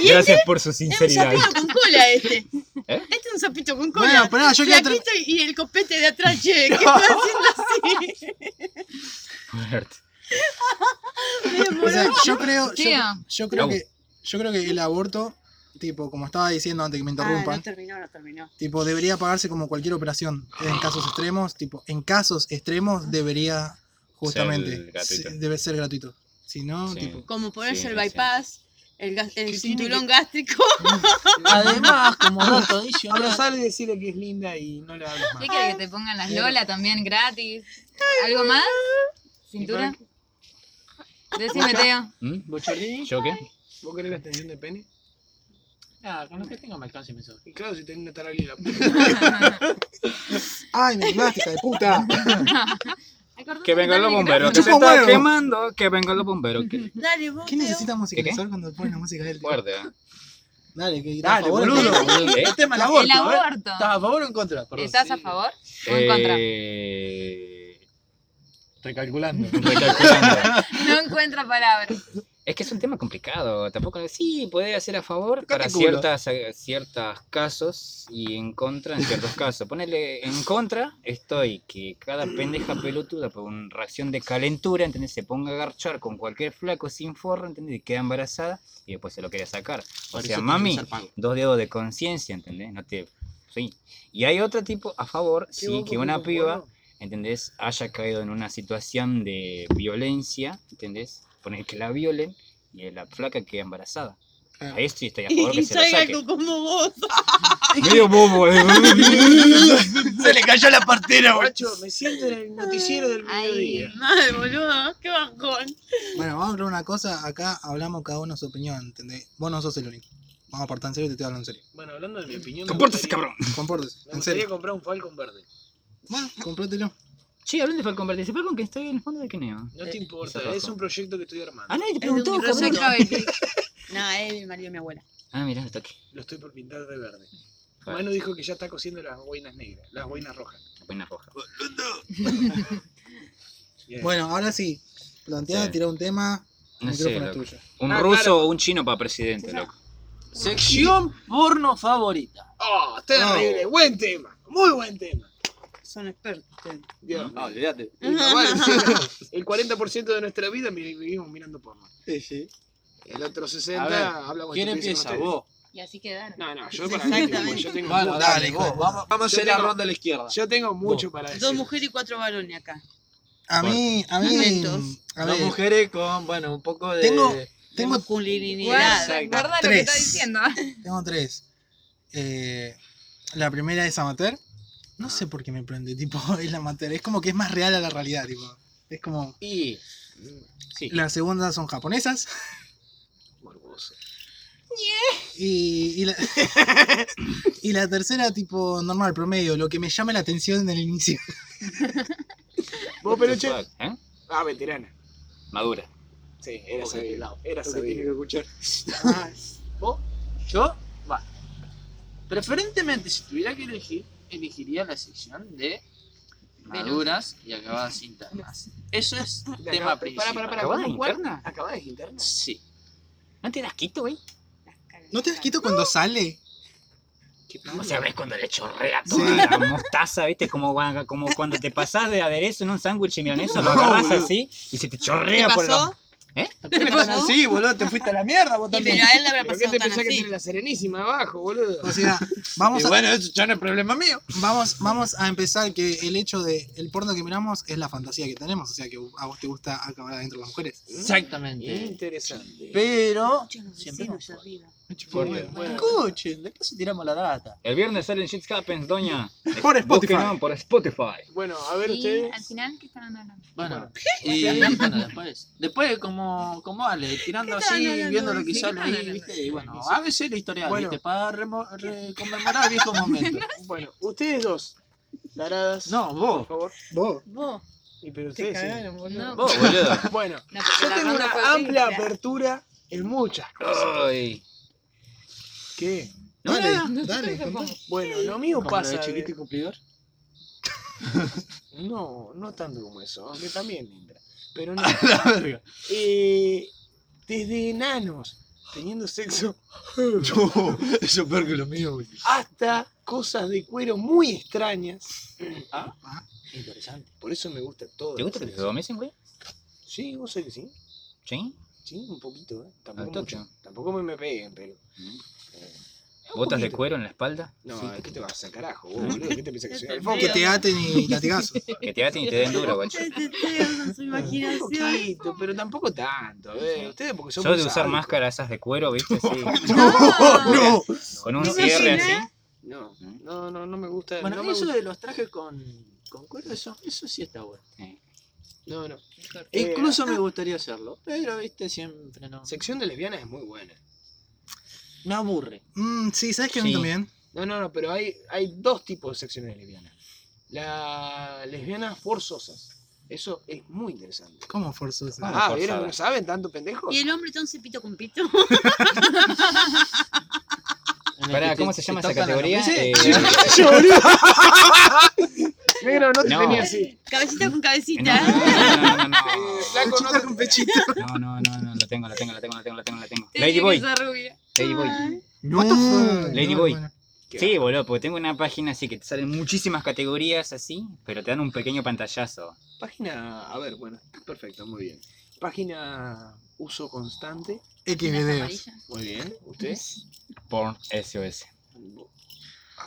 Speaker 6: Gracias por su
Speaker 3: este Es un
Speaker 6: sinceridad.
Speaker 3: sapito con cola este.
Speaker 6: ¿Eh?
Speaker 3: Este es un sapito con cola.
Speaker 1: Bueno, pero yo quiero...
Speaker 3: Flaquito y el copete de atrás, che, ¿qué está haciendo así?
Speaker 6: Fuerte.
Speaker 1: O sea, yo creo, yo,
Speaker 4: Sigan.
Speaker 1: yo creo
Speaker 6: Au.
Speaker 1: que, yo creo que el aborto, tipo, como estaba diciendo antes que me
Speaker 3: Ah,
Speaker 1: interrumpan,
Speaker 3: no terminó, no terminó.
Speaker 1: tipo, debería pagarse como cualquier operación. En casos extremos, tipo, en casos extremos debería justamente
Speaker 6: gratuito.
Speaker 1: se- debe ser gratuito. Si no,
Speaker 6: Sí.
Speaker 1: tipo,
Speaker 3: Como ponerse
Speaker 6: Sí, sí.
Speaker 3: el bypass, el, gas- el
Speaker 2: ¿Qué tiene
Speaker 3: cinturón
Speaker 2: que-
Speaker 3: gástrico.
Speaker 5: Además, como dato adicional,
Speaker 2: Abrazarle y decirle que es linda y no le hables más.
Speaker 4: ¿Qué quiere que te pongan las Lola también gratis? ¿Algo más? ¿Cintura? Decime, Teo.
Speaker 6: ¿Mm?
Speaker 5: ¿Bochornini?
Speaker 6: ¿Yo qué?
Speaker 2: ¿Vos querés la extensión de pene?
Speaker 5: Ah, con lo que tengo me alcanza y me sobra.
Speaker 2: Y claro, si tenés una taralí la puta.
Speaker 1: ¡ay, me quemaste, hija de puta!
Speaker 4: Acordate
Speaker 6: Que vengan
Speaker 4: del
Speaker 6: los bomberos.
Speaker 4: micrófono.
Speaker 6: Que se
Speaker 1: Chupa
Speaker 6: está
Speaker 1: huevo.
Speaker 6: quemando. Que vengan los bomberos. Que...
Speaker 3: Dale, vos.
Speaker 1: ¿Qué
Speaker 3: Teo.
Speaker 1: necesita musicalizar cuando pones la música del
Speaker 6: Fuerte, ¿eh?
Speaker 1: Dale, que
Speaker 5: Dale, boludo.
Speaker 6: ¿Eh?
Speaker 5: El tema del
Speaker 4: El
Speaker 5: aborto,
Speaker 4: aborto.
Speaker 5: ¿eh? ¿Estás a favor o en contra? Perdón.
Speaker 4: ¿Estás a favor o en contra?
Speaker 6: Eh,
Speaker 8: Recalculando.
Speaker 6: Recalculando.
Speaker 4: No encuentra palabras.
Speaker 6: es que es un tema complicado. Tampoco. Sí, puede hacer a favor
Speaker 5: Tocate
Speaker 6: para
Speaker 5: culo.
Speaker 6: ciertas, eh, ciertos casos y en contra en ciertos casos. Ponele en contra, estoy que cada pendeja pelotuda por una reacción de calentura, ¿entendés? Se ponga a garchar con cualquier flaco sin forro, ¿entendés? Y queda embarazada y después se lo quiere sacar. O sea, mami, dos dedos de conciencia, ¿entendés? No te... Sí. Y hay otro tipo a favor, sí, que una piba, ¿entendés? Haya caído en una situación de violencia, ¿entendés? Poner que la violen y la flaca queda embarazada.
Speaker 1: Claro.
Speaker 6: A esto sí estoy a favor que
Speaker 7: Y
Speaker 6: se lo
Speaker 7: soy
Speaker 6: saque.
Speaker 7: algo como vos.
Speaker 6: Medio bobo, eh.
Speaker 8: Se le cayó la partera,
Speaker 2: Guacho, me siento en el noticiero del
Speaker 4: Ay.
Speaker 2: mediodía.
Speaker 7: Mal, boludo. Qué bajón.
Speaker 1: Bueno, vamos a hablar una cosa. Acá hablamos cada uno su opinión, ¿entendés? Vos no sos el único. Vamos a portar en serio y te estoy hablando en serio.
Speaker 2: Bueno, hablando de mi opinión. me
Speaker 6: Compórtese,
Speaker 2: gustaría-
Speaker 6: cabrón.
Speaker 1: Compórtese,
Speaker 2: Me
Speaker 1: en
Speaker 2: gustaría
Speaker 1: serio.
Speaker 2: comprar un Falcon verde.
Speaker 1: Bueno, comprátelo.
Speaker 6: Che, hablando de Falcon Verde, ¿se con que estoy en el fondo de Quineo?
Speaker 2: No te importa,
Speaker 6: Esa
Speaker 2: es
Speaker 6: roja.
Speaker 2: un proyecto que estoy armando.
Speaker 6: Eh, Ah, nadie te
Speaker 7: Es de un
Speaker 6: preguntó,
Speaker 7: universo
Speaker 6: cabrón.
Speaker 7: travesti. Nah, es el marido de mi abuela.
Speaker 6: Ah, mirá, el toque.
Speaker 2: Lo estoy por pintar de verde.
Speaker 6: Bueno.
Speaker 2: Manu dijo que ya está cosiendo las boinas negras, las boinas rojas.
Speaker 6: Buena roja.
Speaker 8: Ah,
Speaker 2: Bien.
Speaker 1: Bueno, ahora sí. Plantea,
Speaker 6: Sí.
Speaker 1: tirar un tema. El
Speaker 6: No sé,
Speaker 1: micrófono es
Speaker 6: loco.
Speaker 1: tuyo.
Speaker 6: Un
Speaker 5: Ah,
Speaker 6: ruso
Speaker 5: claro.
Speaker 6: o un chino para presidente, loco.
Speaker 5: Sección porno favorita.
Speaker 2: ¡Oh, terrible! Buen tema, muy buen tema.
Speaker 7: Son expertos. ustedes.
Speaker 2: Dios.
Speaker 5: No, olvídate.
Speaker 2: Y capaz, sí, el 40% de nuestra vida vi- vivimos mirando porno. El otro 60
Speaker 5: A ver,
Speaker 2: habla con
Speaker 5: ¿Quién
Speaker 2: estupideces
Speaker 5: empieza?
Speaker 2: con ustedes.
Speaker 5: ¿Vos?
Speaker 4: Y así quedaron.
Speaker 2: No, no, yo para mí, tipo, yo tengo,
Speaker 5: Bueno,
Speaker 2: mucho-
Speaker 5: dale,
Speaker 1: hijo
Speaker 5: vos.
Speaker 1: de
Speaker 5: ¿eh? Vamos, vamos a
Speaker 2: Yo
Speaker 5: hacer la
Speaker 2: tengo-
Speaker 5: ronda a la izquierda.
Speaker 2: yo tengo mucho para decir.
Speaker 7: Dos mujeres y cuatro varones acá.
Speaker 1: A mí, a mí.
Speaker 7: Lentos.
Speaker 1: A
Speaker 5: Las
Speaker 1: ver,
Speaker 5: mujeres con, bueno, un poco de.
Speaker 1: Tengo-
Speaker 7: Tengo
Speaker 1: tengo,
Speaker 7: masculinidad.
Speaker 4: Guarda,
Speaker 5: Exacto.
Speaker 4: guarda lo que está
Speaker 1: Tres.
Speaker 4: diciendo.
Speaker 1: tengo tres. Eh, la primera es amateur. No sé por qué me prende, tipo, el amateur. Es como que es más real a la realidad, tipo. Es como.
Speaker 5: Y. Sí.
Speaker 1: Las segundas son japonesas.
Speaker 2: Morboso.
Speaker 1: Y, y la, y la tercera, tipo, normal, promedio, lo que me llama la atención en el inicio.
Speaker 8: Oh,
Speaker 2: ¿Vos, Peluche?
Speaker 6: ¿Eh?
Speaker 2: Ah, veterana.
Speaker 6: Madura.
Speaker 2: Sí, era
Speaker 5: Ojo,
Speaker 2: sabido.
Speaker 5: pelado.
Speaker 2: Era
Speaker 5: Lo que tiene que
Speaker 2: sabido.
Speaker 5: escuchar.
Speaker 7: Ah,
Speaker 5: ¿Vos? Yo, va. Preferentemente, si tuviera que elegir, elegiría la sección de maduras y acabadas internas. Eso es tema principal.
Speaker 2: Para, para,
Speaker 6: ¿Acabada
Speaker 2: para.
Speaker 6: interna?
Speaker 2: ¿Acabás de quitarnos?
Speaker 5: Sí.
Speaker 6: ¿No te das quito, güey?
Speaker 1: ¿No te das quito cuando sale?
Speaker 6: ¿Cómo se ves cuando le chorrea
Speaker 1: Sí.
Speaker 6: toda la mostaza, viste? Como, gua- como cuando te pasás de aderezo en un sándwich milanesa, lo agarras así y se te
Speaker 7: ¿Te
Speaker 6: chorrea por la...
Speaker 7: pasó?
Speaker 5: ¿Te
Speaker 7: pasó?
Speaker 5: así, boludo, te fuiste a la mierda, vos
Speaker 7: Y
Speaker 5: también.
Speaker 7: pero a él le habrá
Speaker 2: ¿Pero qué
Speaker 7: pasado
Speaker 2: te
Speaker 7: tan
Speaker 2: pensás que
Speaker 7: así.
Speaker 2: tiene la Serenísima abajo, boludo?
Speaker 1: O sea, vamos
Speaker 5: Y
Speaker 1: a,
Speaker 5: bueno, eso ya no es problema mío.
Speaker 1: vamos, vamos a empezar que el hecho de el porno que miramos es la fantasía que tenemos. O sea, que a vos te gusta acabar adentro con mujeres.
Speaker 5: Exactamente.
Speaker 2: Interesante.
Speaker 5: Pero.
Speaker 7: Escuchan los
Speaker 5: Siempre
Speaker 7: vecinos arriba.
Speaker 5: Por
Speaker 1: Bueno,
Speaker 5: Dios. Escuchen, después se tiramos la data.
Speaker 6: El viernes salen Shit Happens, doña.
Speaker 1: Por Spotify.
Speaker 6: Búsquenlo por Spotify.
Speaker 2: Bueno, a
Speaker 4: Y
Speaker 2: ver
Speaker 4: al
Speaker 2: ustedes.
Speaker 4: final, ¿qué están hablando?
Speaker 5: Bueno, y bueno, después, después como, como Ale, tirando
Speaker 7: ¿Qué estaban
Speaker 5: así,
Speaker 7: hablando?
Speaker 5: viendo lo que
Speaker 7: ¿De
Speaker 5: sale
Speaker 7: qué estaban
Speaker 5: ahí,
Speaker 7: hablando?
Speaker 5: ¿viste? Y bueno, a veces la historia,
Speaker 2: Bueno.
Speaker 5: ¿viste? Para remo- re- conmemorar viejos momentos.
Speaker 2: Bueno, ustedes dos. Taradas.
Speaker 5: No,
Speaker 2: Por
Speaker 5: vos,
Speaker 2: favor.
Speaker 1: Vos.
Speaker 7: Vos,
Speaker 2: Y pero
Speaker 7: te
Speaker 2: ustedes. sí.
Speaker 7: cagaron, boludo.
Speaker 6: Vos, boludo.
Speaker 2: Bueno,
Speaker 4: No, porque
Speaker 2: yo
Speaker 4: la
Speaker 2: tengo
Speaker 4: ronda fue
Speaker 2: una
Speaker 4: así,
Speaker 2: amplia
Speaker 4: claro.
Speaker 2: apertura en muchas cosas.
Speaker 6: Ay.
Speaker 2: ¿Qué?
Speaker 6: No,
Speaker 1: Dale,
Speaker 6: no, no,
Speaker 1: dale,
Speaker 4: Creo que
Speaker 1: contá.
Speaker 4: fue-
Speaker 2: Bueno, lo mío
Speaker 5: como
Speaker 2: pasa.
Speaker 5: lo de
Speaker 2: de-
Speaker 5: chiquito y cumplidor.
Speaker 2: No, no tanto como eso, aunque también entra. Pero no.
Speaker 5: La verga.
Speaker 2: Eh, desde enanos, teniendo sexo,
Speaker 8: No, eso es peor que lo mío, güey.
Speaker 2: hasta cosas de cuero muy extrañas.
Speaker 5: Ah, Interesante.
Speaker 2: Por eso me gusta todo.
Speaker 6: ¿Te gusta que te domesen, güey?
Speaker 2: Sí, vos sabés que sí.
Speaker 6: ¿Sí?
Speaker 2: Sí, un poquito, ¿eh? Tampoco
Speaker 6: Al toque.
Speaker 2: mucho. Tampoco me, me peguen, pero. eh, un
Speaker 6: ¿Botas de
Speaker 2: poquito.
Speaker 6: cuero en la espalda?
Speaker 2: No,
Speaker 6: Sí.
Speaker 2: ¿qué te vas a hacer, carajo? Vos, boludo? ¿Qué te pensás que soy?
Speaker 7: Te
Speaker 2: Alfonso?
Speaker 1: Que te aten y latigazo.
Speaker 6: Que te aten y te den duro, guacho.
Speaker 7: Te teteo con su
Speaker 2: Un
Speaker 7: imaginación.
Speaker 2: poquito, pero tampoco tanto. ¿eh? Ustedes porque son
Speaker 6: Yo
Speaker 2: muy
Speaker 6: de usar
Speaker 2: sádicos.
Speaker 6: máscaras esas de cuero, viste, así.
Speaker 1: ¡No!
Speaker 6: Con un
Speaker 7: ¿Te
Speaker 6: cierre
Speaker 7: imaginas?
Speaker 6: así.
Speaker 2: No, no, no, no me gusta.
Speaker 5: Bueno,
Speaker 2: no me
Speaker 5: eso
Speaker 2: gusta-
Speaker 5: de los trajes con, con cuero, eso, eso sí está bueno.
Speaker 2: No, no.
Speaker 5: E
Speaker 2: Eh,
Speaker 5: Incluso me gustaría hacerlo, pero viste, siempre no.
Speaker 2: Sección de lesbianas es muy buena.
Speaker 5: Me aburre.
Speaker 1: Mm, sí, ¿sabes que a mí
Speaker 6: Sí.
Speaker 1: también?
Speaker 2: No, no, no, pero hay, hay dos tipos de secciones de lesbianas. Las lesbianas forzosas. Eso es muy interesante.
Speaker 1: ¿Cómo forzosa?
Speaker 6: Ah,
Speaker 2: Ah,
Speaker 6: forzada.
Speaker 2: ¿vieron que no saben tanto pendejos?
Speaker 7: Y el hombre entonces pito con pito.
Speaker 5: En el
Speaker 6: Pará,
Speaker 5: que te-
Speaker 6: ¿cómo se
Speaker 5: te
Speaker 6: llama esa Eh,
Speaker 5: tocan a la
Speaker 6: categoría?
Speaker 5: mesa.
Speaker 6: Eh,
Speaker 2: Negro, no te
Speaker 6: No.
Speaker 2: tenía así.
Speaker 7: Cabecita con cabecita.
Speaker 6: No, no, no, no,
Speaker 2: Eh, Flaco, no te-
Speaker 6: no, no, no, no, la tengo, la tengo, la tengo, la tengo, la tengo, la tengo.
Speaker 4: Tenía
Speaker 6: Lady
Speaker 4: que
Speaker 6: Boy,
Speaker 4: ser rubia.
Speaker 6: Lady Boy.
Speaker 1: No,
Speaker 6: Lady
Speaker 1: no,
Speaker 6: Boy.
Speaker 1: bueno.
Speaker 6: Sí, boludo, porque tengo una página así que te salen muchísimas categorías así, pero te dan un pequeño pantallazo.
Speaker 2: Página, a ver, bueno,
Speaker 8: Perfecto, muy bien.
Speaker 2: página uso constante.
Speaker 1: X videos.
Speaker 8: Muy bien.
Speaker 2: ¿Usted?
Speaker 6: Porn SOS.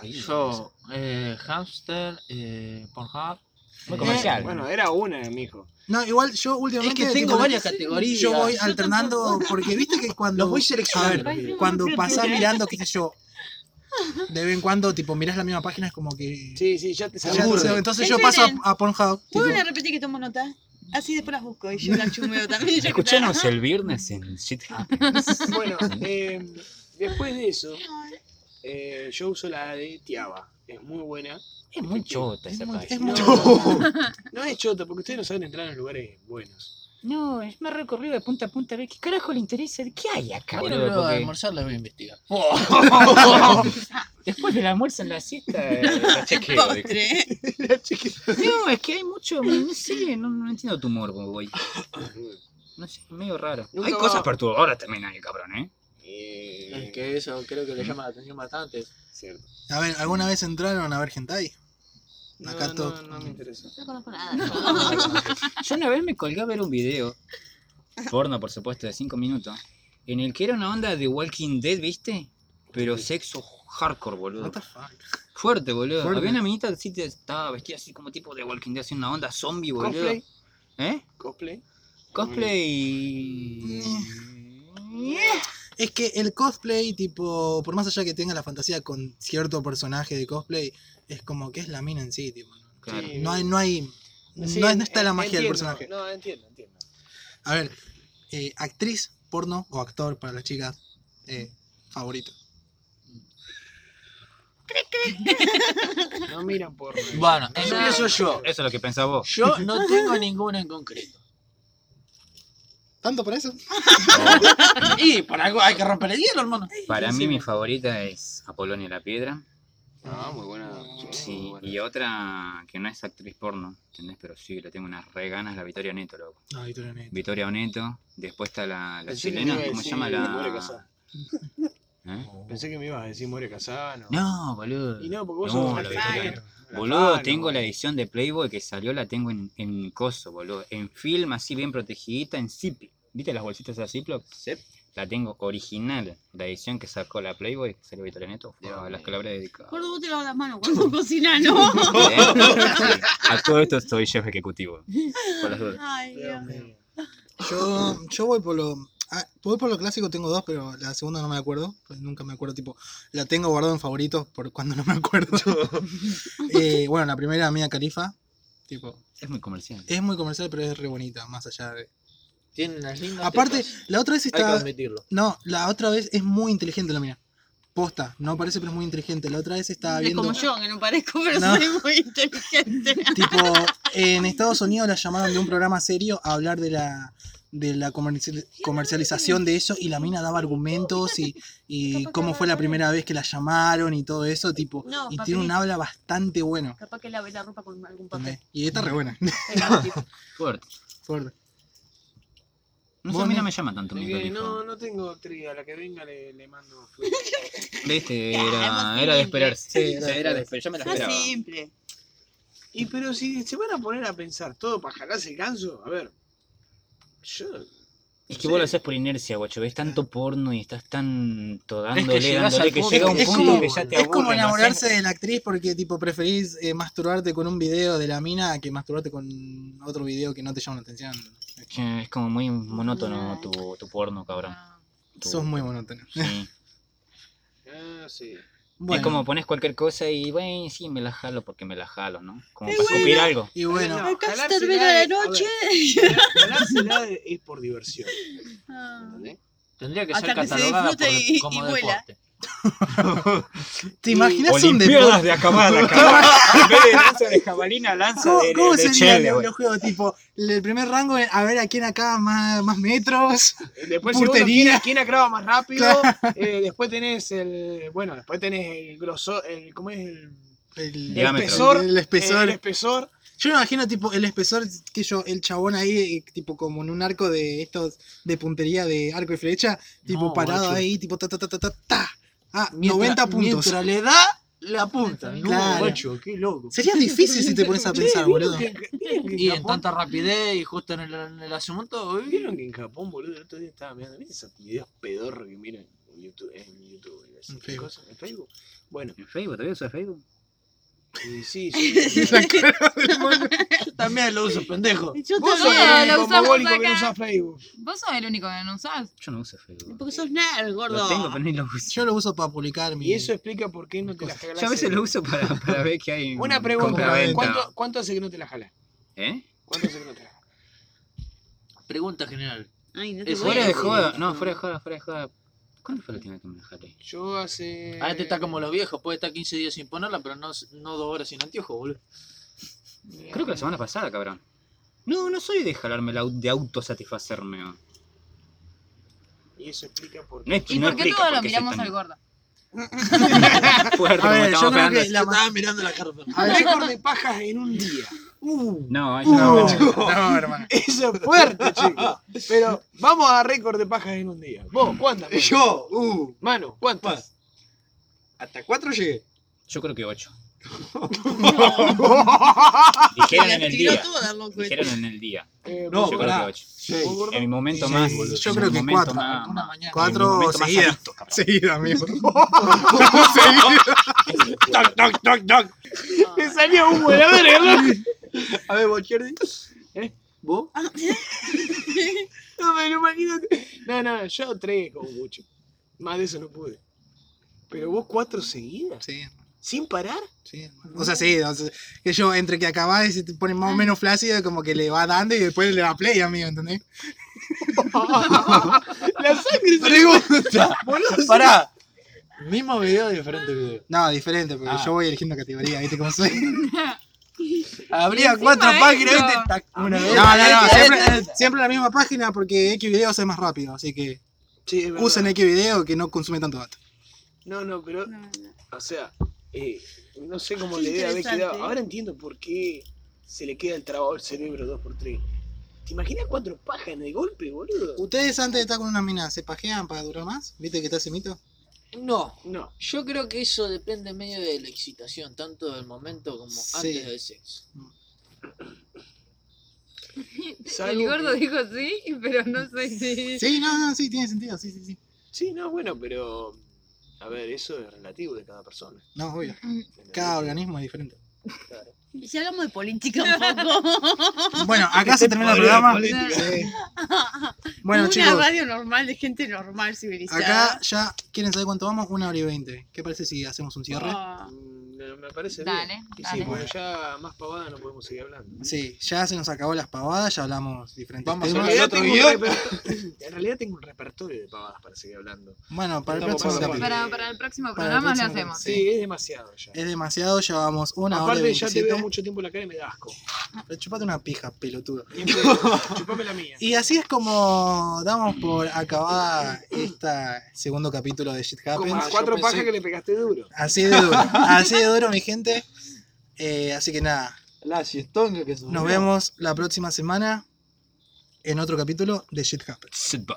Speaker 5: Yo, eh, hamster, eh, Pornhub.
Speaker 6: Muy comercial.
Speaker 2: Bueno, era una, mijo.
Speaker 1: No, igual yo
Speaker 5: Es
Speaker 1: últimamente.
Speaker 5: que tengo
Speaker 1: tipo,
Speaker 5: varias categorías.
Speaker 1: Yo voy alternando, porque viste que cuando.
Speaker 2: Los voy
Speaker 1: A
Speaker 2: seleccionando.
Speaker 1: ver, cuando pasás mirando, qué sé yo. De vez en cuando, tipo, mirás la misma página, es como que.
Speaker 2: Sí, sí, ya te
Speaker 1: Ya,
Speaker 2: seguro.
Speaker 1: se- entonces
Speaker 7: Es
Speaker 1: yo paso
Speaker 7: diferente.
Speaker 1: a, a Pornhub. tipo,
Speaker 7: ¿Puedo volver a repetir que tomo nota? Así después las busco y yo las chumeo también. ya que
Speaker 6: Escuchanos
Speaker 7: está.
Speaker 6: el viernes en Shit Happens.
Speaker 2: Bueno, eh, después de eso, eh, yo uso la de Tiaba. Es muy buena.
Speaker 6: Es muy chota esa
Speaker 1: es
Speaker 6: página.
Speaker 1: muy-
Speaker 2: No es chota, porque ustedes no saben entrar en lugares buenos.
Speaker 6: No, es más recorrido de punta a punta. a ver ¿Qué carajo le interesa? ¿Qué hay acá,
Speaker 5: Bueno,
Speaker 6: boludo?
Speaker 5: luego de
Speaker 6: Porque
Speaker 5: almorzar las voy a investigar.
Speaker 6: después del almuerzo en la siesta, eh, la chequeo. dijo.
Speaker 7: Postre.
Speaker 6: No, es que hay mucho, no sé, no, no entiendo tu morbo, güey. No sé, medio raro.
Speaker 2: Nunca
Speaker 6: hay
Speaker 2: va-
Speaker 6: cosas perturbadoras también hay, cabrón, ¿eh?
Speaker 5: Es
Speaker 2: Eh,
Speaker 5: que eso creo que le llama la atención bastante.
Speaker 2: cierto.
Speaker 1: A ver, ¿alguna vez entraron a ver hentai?
Speaker 2: No,
Speaker 1: Acá
Speaker 2: no,
Speaker 1: todo.
Speaker 2: no me interesa.
Speaker 4: No conozco nada.
Speaker 6: Yo una vez me colgué a ver un video, porno por supuesto, de 5 minutos, en el que era una onda de Walking Dead, ¿viste? Pero sexo hardcore, boludo.
Speaker 1: What the fuck?
Speaker 6: Fuerte, boludo.
Speaker 1: Fuerte.
Speaker 6: Había una minita que sí te- estaba vestida así como tipo de Walking Dead, así una onda zombie, boludo.
Speaker 2: Cosplay,
Speaker 6: ¿Eh?
Speaker 2: cosplay.
Speaker 6: Cosplay.
Speaker 1: Es que el cosplay, tipo, por más allá que tenga la fantasía con cierto personaje de cosplay, es como que es la mina en sí, tipo.
Speaker 6: Claro.
Speaker 2: Sí.
Speaker 1: No hay, no hay.
Speaker 2: Sí,
Speaker 1: no, no está la
Speaker 2: en-
Speaker 1: magia del
Speaker 2: entiendo,
Speaker 1: personaje.
Speaker 2: No, entiendo, entiendo.
Speaker 1: A ver, eh, actriz porno o actor para las chicas eh, favorito.
Speaker 2: No miran por.
Speaker 5: Bueno,
Speaker 2: No.
Speaker 5: empiezo yo.
Speaker 6: Eso es lo que pensás vos.
Speaker 5: Yo no tengo ninguna en concreto.
Speaker 1: ¿Tanto para eso?
Speaker 5: Y por algo hay que romper el hielo, hermano.
Speaker 6: Para mí mi favorita es Apolonia la Piedra.
Speaker 8: Ah, muy buena.
Speaker 6: Sí, y otra que no es actriz porno, ¿entendés? Pero sí, le tengo unas re ganas, la Victoria Neto, loco.
Speaker 1: No, Victoria Neto.
Speaker 6: Victoria Neto, después está la, la
Speaker 2: Pensé que
Speaker 6: chilena,
Speaker 2: me iba a
Speaker 6: ¿cómo se
Speaker 2: decir
Speaker 6: llama
Speaker 2: Gloria
Speaker 6: la...?
Speaker 2: Casada.
Speaker 6: ¿Eh?
Speaker 2: Pensé que me ibas a decir More Casano.
Speaker 6: No, boludo.
Speaker 2: Y no, porque vos
Speaker 6: No,
Speaker 2: sos
Speaker 6: la
Speaker 2: Fano.
Speaker 6: Victoria.
Speaker 2: La
Speaker 6: Boludo,
Speaker 2: Fano.
Speaker 6: tengo la edición de Playboy que salió, la tengo en, en coso, boludo. En film, así bien protegidita, en Ziploc. ¿Viste las bolsitas de Ziploc? La tengo original, la edición que sacó la Playboy, que salió Victoria Neto, fue
Speaker 5: Dios
Speaker 6: a las
Speaker 5: mío.
Speaker 6: que le habré dedicado.
Speaker 7: Gordo, vos te lavas las manos cuando cocinas, ¿no?
Speaker 6: ¿Eh? A todo esto soy chef ejecutivo. Por las dudas.
Speaker 7: Ay, Dios.
Speaker 1: Yo, yo voy por lo. ah, voy por lo clásico, tengo dos, pero la segunda no me acuerdo. pues nunca me acuerdo, tipo. La tengo guardado en favoritos por cuando no me acuerdo. Eh, bueno, la primera, Mía Califa. Tipo,
Speaker 6: Es muy comercial.
Speaker 1: es muy comercial, pero es re bonita, más allá de.
Speaker 5: Tienen las lindas.
Speaker 1: Aparte,
Speaker 5: tetas.
Speaker 1: la otra vez
Speaker 5: hay que
Speaker 1: estaba.
Speaker 5: admitirlo.
Speaker 1: No, la otra vez es muy inteligente la mía. Posta, no parece, pero es muy inteligente. La otra vez estaba
Speaker 7: Es
Speaker 1: viendo.
Speaker 7: como yo, que no parezco, pero
Speaker 1: No.
Speaker 7: soy muy inteligente.
Speaker 1: Tipo, en Estados Unidos la llamaron de un programa serio a hablar de la, de la comerci- comercialización de eso y la mina daba argumentos y, y cómo fue la primera vez que la llamaron y todo eso, tipo.
Speaker 7: No,
Speaker 1: Y
Speaker 7: papelito.
Speaker 1: tiene un habla bastante bueno.
Speaker 7: Capaz que lave la ropa con algún papel.
Speaker 1: Y está re buena.
Speaker 6: Fuerte.
Speaker 1: Fuerte.
Speaker 6: No sé, a mí no me llama tanto mi
Speaker 2: Eh,
Speaker 6: hijo.
Speaker 2: No, no tengo actriz. A la que venga le, le mando.
Speaker 6: Viste, era, era de esperarse.
Speaker 1: Sí, era de
Speaker 6: era de esperar. Yo me la
Speaker 7: Está
Speaker 6: esperaba.
Speaker 7: simple.
Speaker 2: y pero si se van a poner a pensar todo para jalarse el ganso, a ver. Yo.
Speaker 6: Es que vos lo haces por inercia, guacho. Ves tanto porno y estás tanto dándole,
Speaker 5: llegás
Speaker 6: dándole,
Speaker 5: al
Speaker 6: que
Speaker 5: punto.
Speaker 6: llega un
Speaker 1: Es
Speaker 6: punto
Speaker 1: como-
Speaker 6: que ya te
Speaker 1: Es
Speaker 6: aburre.
Speaker 1: como
Speaker 6: ¿no?
Speaker 1: enamorarse de la actriz porque tipo preferís eh, masturbarte con un video de la mina que masturbarte con otro video que no te llama la atención.
Speaker 6: Che, Eh, Es como muy monótono tu, tu porno, cabrón. Tu-
Speaker 1: Sos muy monótona.
Speaker 6: Sí.
Speaker 2: Ah, sí.
Speaker 1: Bueno,
Speaker 6: Es como pones cualquier cosa y, bueno, sí, me la jalo porque me la jalo, ¿no? Como para escupir algo.
Speaker 1: y bueno,
Speaker 2: No,
Speaker 7: Acá está
Speaker 2: jalársela
Speaker 7: termina la
Speaker 2: es- a ver,
Speaker 7: noche.
Speaker 2: Jalársela es por diversión. ¿entendés?
Speaker 5: Tendría que
Speaker 7: Hasta
Speaker 5: ser
Speaker 7: que se
Speaker 5: catalogada
Speaker 7: disfrute
Speaker 5: por-
Speaker 7: y-
Speaker 5: como
Speaker 7: y vuela.
Speaker 5: deporte.
Speaker 1: ¿te imaginas un deporte?
Speaker 6: Olimpiadas de acabada, cabrón. En vez de lanza de jabalina, lanza
Speaker 1: ¿Cómo,
Speaker 6: de,
Speaker 1: cómo
Speaker 6: de, de
Speaker 1: sería
Speaker 6: chele,
Speaker 1: el
Speaker 6: güey.
Speaker 1: los juegos? Tipo, el primer rango, a ver a quién acaba más, más metros.
Speaker 2: Eh, Después
Speaker 1: Puntería.
Speaker 2: segundo, ¿quién, quién acaba más rápido? Eh, después tenés el. Bueno, después tenés el grosor. El, ¿Cómo es el.
Speaker 1: El,
Speaker 6: Dígame,
Speaker 1: espesor,
Speaker 2: profesor.
Speaker 1: el espesor.
Speaker 2: El espesor.
Speaker 1: Yo me imagino tipo el espesor, que yo, el chabón ahí, eh, tipo como en un arco de estos de puntería de arco y flecha, tipo
Speaker 2: No,
Speaker 1: parado
Speaker 2: guacho.
Speaker 1: ahí, tipo ta ta ta ta ta ta. Ah,
Speaker 2: Mientras-
Speaker 1: 90 puntos.
Speaker 2: Mientras le da, le apunta. No,
Speaker 1: Claro.
Speaker 2: guacho, qué loco.
Speaker 1: Sería difícil si te pones a pensar, boludo.
Speaker 2: ¿Vieron que- vieron que
Speaker 5: Y
Speaker 2: en
Speaker 5: en
Speaker 2: Japón-
Speaker 5: tanta rapidez y justo en el, en el asunto, uy,
Speaker 2: ¿Vieron que en Japón, boludo, el otro día estaba mirando ¿viste esos videos pedorros que miran en YouTube? En, YouTube, y así,
Speaker 1: En Facebook.
Speaker 2: cosas? ¿En Facebook? Bueno,
Speaker 6: ¿En Facebook? ¿Todavía usas Facebook?
Speaker 2: y sí, sí. yo también lo uso, pendejo.
Speaker 7: Yo
Speaker 2: Vos sos
Speaker 4: también,
Speaker 2: el
Speaker 4: lo
Speaker 2: único
Speaker 4: usamos
Speaker 2: mogólico que no
Speaker 4: acá.
Speaker 2: usa Facebook.
Speaker 4: Vos sos el único que no usás.
Speaker 6: Yo no uso Facebook.
Speaker 7: Porque sos nerd,
Speaker 6: Lo
Speaker 7: gordo.
Speaker 6: tengo, pero ni lo uso.
Speaker 1: Yo lo uso para publicar mi.
Speaker 2: Y eso explica por qué no te las jalás.
Speaker 6: Yo a veces
Speaker 2: en-
Speaker 6: lo uso para, para ver que hay.
Speaker 2: Una pregunta,
Speaker 6: compra-venta.
Speaker 2: ¿cuánto, ¿cuánto hace que no te la jalas?
Speaker 6: ¿Eh?
Speaker 2: ¿Cuánto hace que no te la jalas?
Speaker 5: pregunta general.
Speaker 7: Ay, no
Speaker 5: Es hora
Speaker 7: te
Speaker 6: Fuera de
Speaker 5: Sí,
Speaker 6: joda. No, fuera de joda, fuera de joda. ¿Cuándo fue la última vez que me la jalé?
Speaker 2: Yo hace...
Speaker 7: Ah,
Speaker 5: Ahora te Ah, este
Speaker 7: este
Speaker 5: está como los viejos, puede estar 15 días sin ponerla, pero no, no dos horas sin anteojo, boludo.
Speaker 6: Creo que la semana pasada, cabrón. No, no soy de jalarme la, au- de autosatisfacerme. ¿no?
Speaker 2: Y eso explica por qué.
Speaker 6: No es,
Speaker 4: ¿Y
Speaker 6: no
Speaker 4: por qué
Speaker 6: explica
Speaker 4: todos
Speaker 6: por
Speaker 4: lo
Speaker 6: qué soy
Speaker 4: miramos
Speaker 6: tan
Speaker 4: al gordo?
Speaker 6: fuerte
Speaker 1: A
Speaker 6: como
Speaker 1: ver, yo
Speaker 6: estamos
Speaker 1: creo
Speaker 6: pegando.
Speaker 1: que la ma-
Speaker 2: Estaba mirando la carta. Récord de pajas en un día. Uh,
Speaker 6: No, eso
Speaker 1: No,
Speaker 6: no.
Speaker 1: no, hermano.
Speaker 2: eso es fuerte, chicos. Pero vamos a récord de pajas en un día. Vos, ¿cuántas? Manu?
Speaker 1: Yo, uh,
Speaker 2: Mano, ¿cuántas?
Speaker 1: hasta cuatro llegué.
Speaker 6: Yo creo que 8. Dijeron en el día.
Speaker 7: toda, loco.
Speaker 4: pues.
Speaker 6: Dijeron en el día.
Speaker 2: Eh,
Speaker 1: No,
Speaker 2: vos,
Speaker 6: Yo creo
Speaker 1: pará.
Speaker 6: que 8.
Speaker 1: Seis.
Speaker 2: vos, gordo.
Speaker 6: En mi momento
Speaker 1: Sí,
Speaker 6: más.
Speaker 1: boludo. Yo
Speaker 6: en
Speaker 1: creo
Speaker 6: mi
Speaker 1: que
Speaker 6: momento
Speaker 1: cuatro,
Speaker 6: más-
Speaker 1: una
Speaker 6: más- en mi
Speaker 1: Cuatro
Speaker 6: momento más
Speaker 1: seguidas.
Speaker 6: adicto, cabrón.
Speaker 1: Seguida, amigo. Seguida.
Speaker 2: Toc, toc, toc, toc. Me salió humo de la verga. ¿no? A ver, vos, Jordi. ¿Eh? ¿Vos? No me lo imagino. No, no, yo tres como mucho. Más de eso no pude. Pero vos cuatro seguidas,
Speaker 1: Sí,
Speaker 2: sin parar.
Speaker 1: sí. O sea, sí, o sea, que yo entre que acabás y se te pone más o menos flácido, como que le va dando y después le da play, amigo, ¿entendés?
Speaker 2: La sangre pregunta. Boludo, pará. Mismo video, diferente video.
Speaker 1: No, diferente, porque
Speaker 2: Ah.
Speaker 1: yo voy eligiendo categoría, ¿viste cómo soy?
Speaker 2: Habría
Speaker 4: Encima
Speaker 2: cuatro
Speaker 4: esto.
Speaker 2: páginas, ¿viste? Tac, Una
Speaker 1: No,
Speaker 2: vez.
Speaker 1: no, no, siempre, siempre la misma página porque X videos es más rápido, así que
Speaker 2: Sí, es verdad.
Speaker 1: usen X video que no consume tanto dato.
Speaker 2: No, no, pero,
Speaker 7: No, no.
Speaker 2: o sea, eh, no sé cómo
Speaker 7: Qué
Speaker 2: le debe haber
Speaker 7: interesante.
Speaker 2: quedado. Ahora entiendo por qué se le queda el trabajo al cerebro 2x3. ¿Te imaginas cuatro páginas de golpe, boludo?
Speaker 1: ¿Ustedes antes de estar con una mina se pajean para durar más? ¿Viste que está ese mito?
Speaker 5: No,
Speaker 2: No.
Speaker 5: yo creo que eso depende medio de la excitación, tanto del momento como
Speaker 1: Sí.
Speaker 5: antes del sexo.
Speaker 2: Salvo
Speaker 4: el gordo
Speaker 2: que-
Speaker 4: dijo sí, pero no sé si.
Speaker 1: Sí, no, no, sí, tiene sentido, sí, sí, sí.
Speaker 2: Sí, no, bueno, pero, a ver, eso es relativo de cada persona. Mm,
Speaker 1: No, obvio.
Speaker 2: ¿entendés?
Speaker 1: Cada organismo es diferente.
Speaker 7: Y si hablamos de política un poco.
Speaker 1: Bueno, acá se termina el programa. Sí. Bueno,
Speaker 7: Una
Speaker 1: chicos,
Speaker 7: radio normal de gente normal civilizada.
Speaker 1: acá ya quieren saber cuánto vamos, una hora y veinte. ¿Qué parece si hacemos un cierre?
Speaker 7: Ah.
Speaker 2: Mm, no, me parece
Speaker 4: Dale,
Speaker 2: bien. Y sí,
Speaker 4: dale.
Speaker 2: porque ya más pavada no podemos seguir hablando.
Speaker 1: Sí, ya se nos acabó las pavadas, ya hablamos diferentes
Speaker 2: En
Speaker 1: temas.
Speaker 2: realidad, tengo un reper- en realidad tengo un repertorio de pavadas para seguir hablando.
Speaker 1: Bueno, para el
Speaker 2: Estamos
Speaker 1: próximo
Speaker 2: para-
Speaker 1: capítulo.
Speaker 4: Para, para el próximo
Speaker 1: Para el
Speaker 4: programa lo
Speaker 1: próximo
Speaker 4: hacemos.
Speaker 1: Sí.
Speaker 2: Sí, es demasiado ya.
Speaker 1: Es demasiado, ya vamos una hora
Speaker 2: Aparte,
Speaker 1: y
Speaker 2: ya te veo
Speaker 1: 27.
Speaker 2: mucho tiempo en la cara y me da asco.
Speaker 1: Chupate una pija, pelotudo.
Speaker 2: Chupame la mía.
Speaker 1: Y así es como damos por acabada este segundo capítulo de Shit
Speaker 2: Como
Speaker 1: Happens.
Speaker 2: a cuatro
Speaker 5: yo pensé-
Speaker 2: pajas que le pegaste duro.
Speaker 1: Así de duro, así de duro, mi gente. Eh, así que nada,
Speaker 2: La siestonga que
Speaker 1: nos vemos la próxima semana en otro capítulo de Shit Happens.
Speaker 6: Sit back.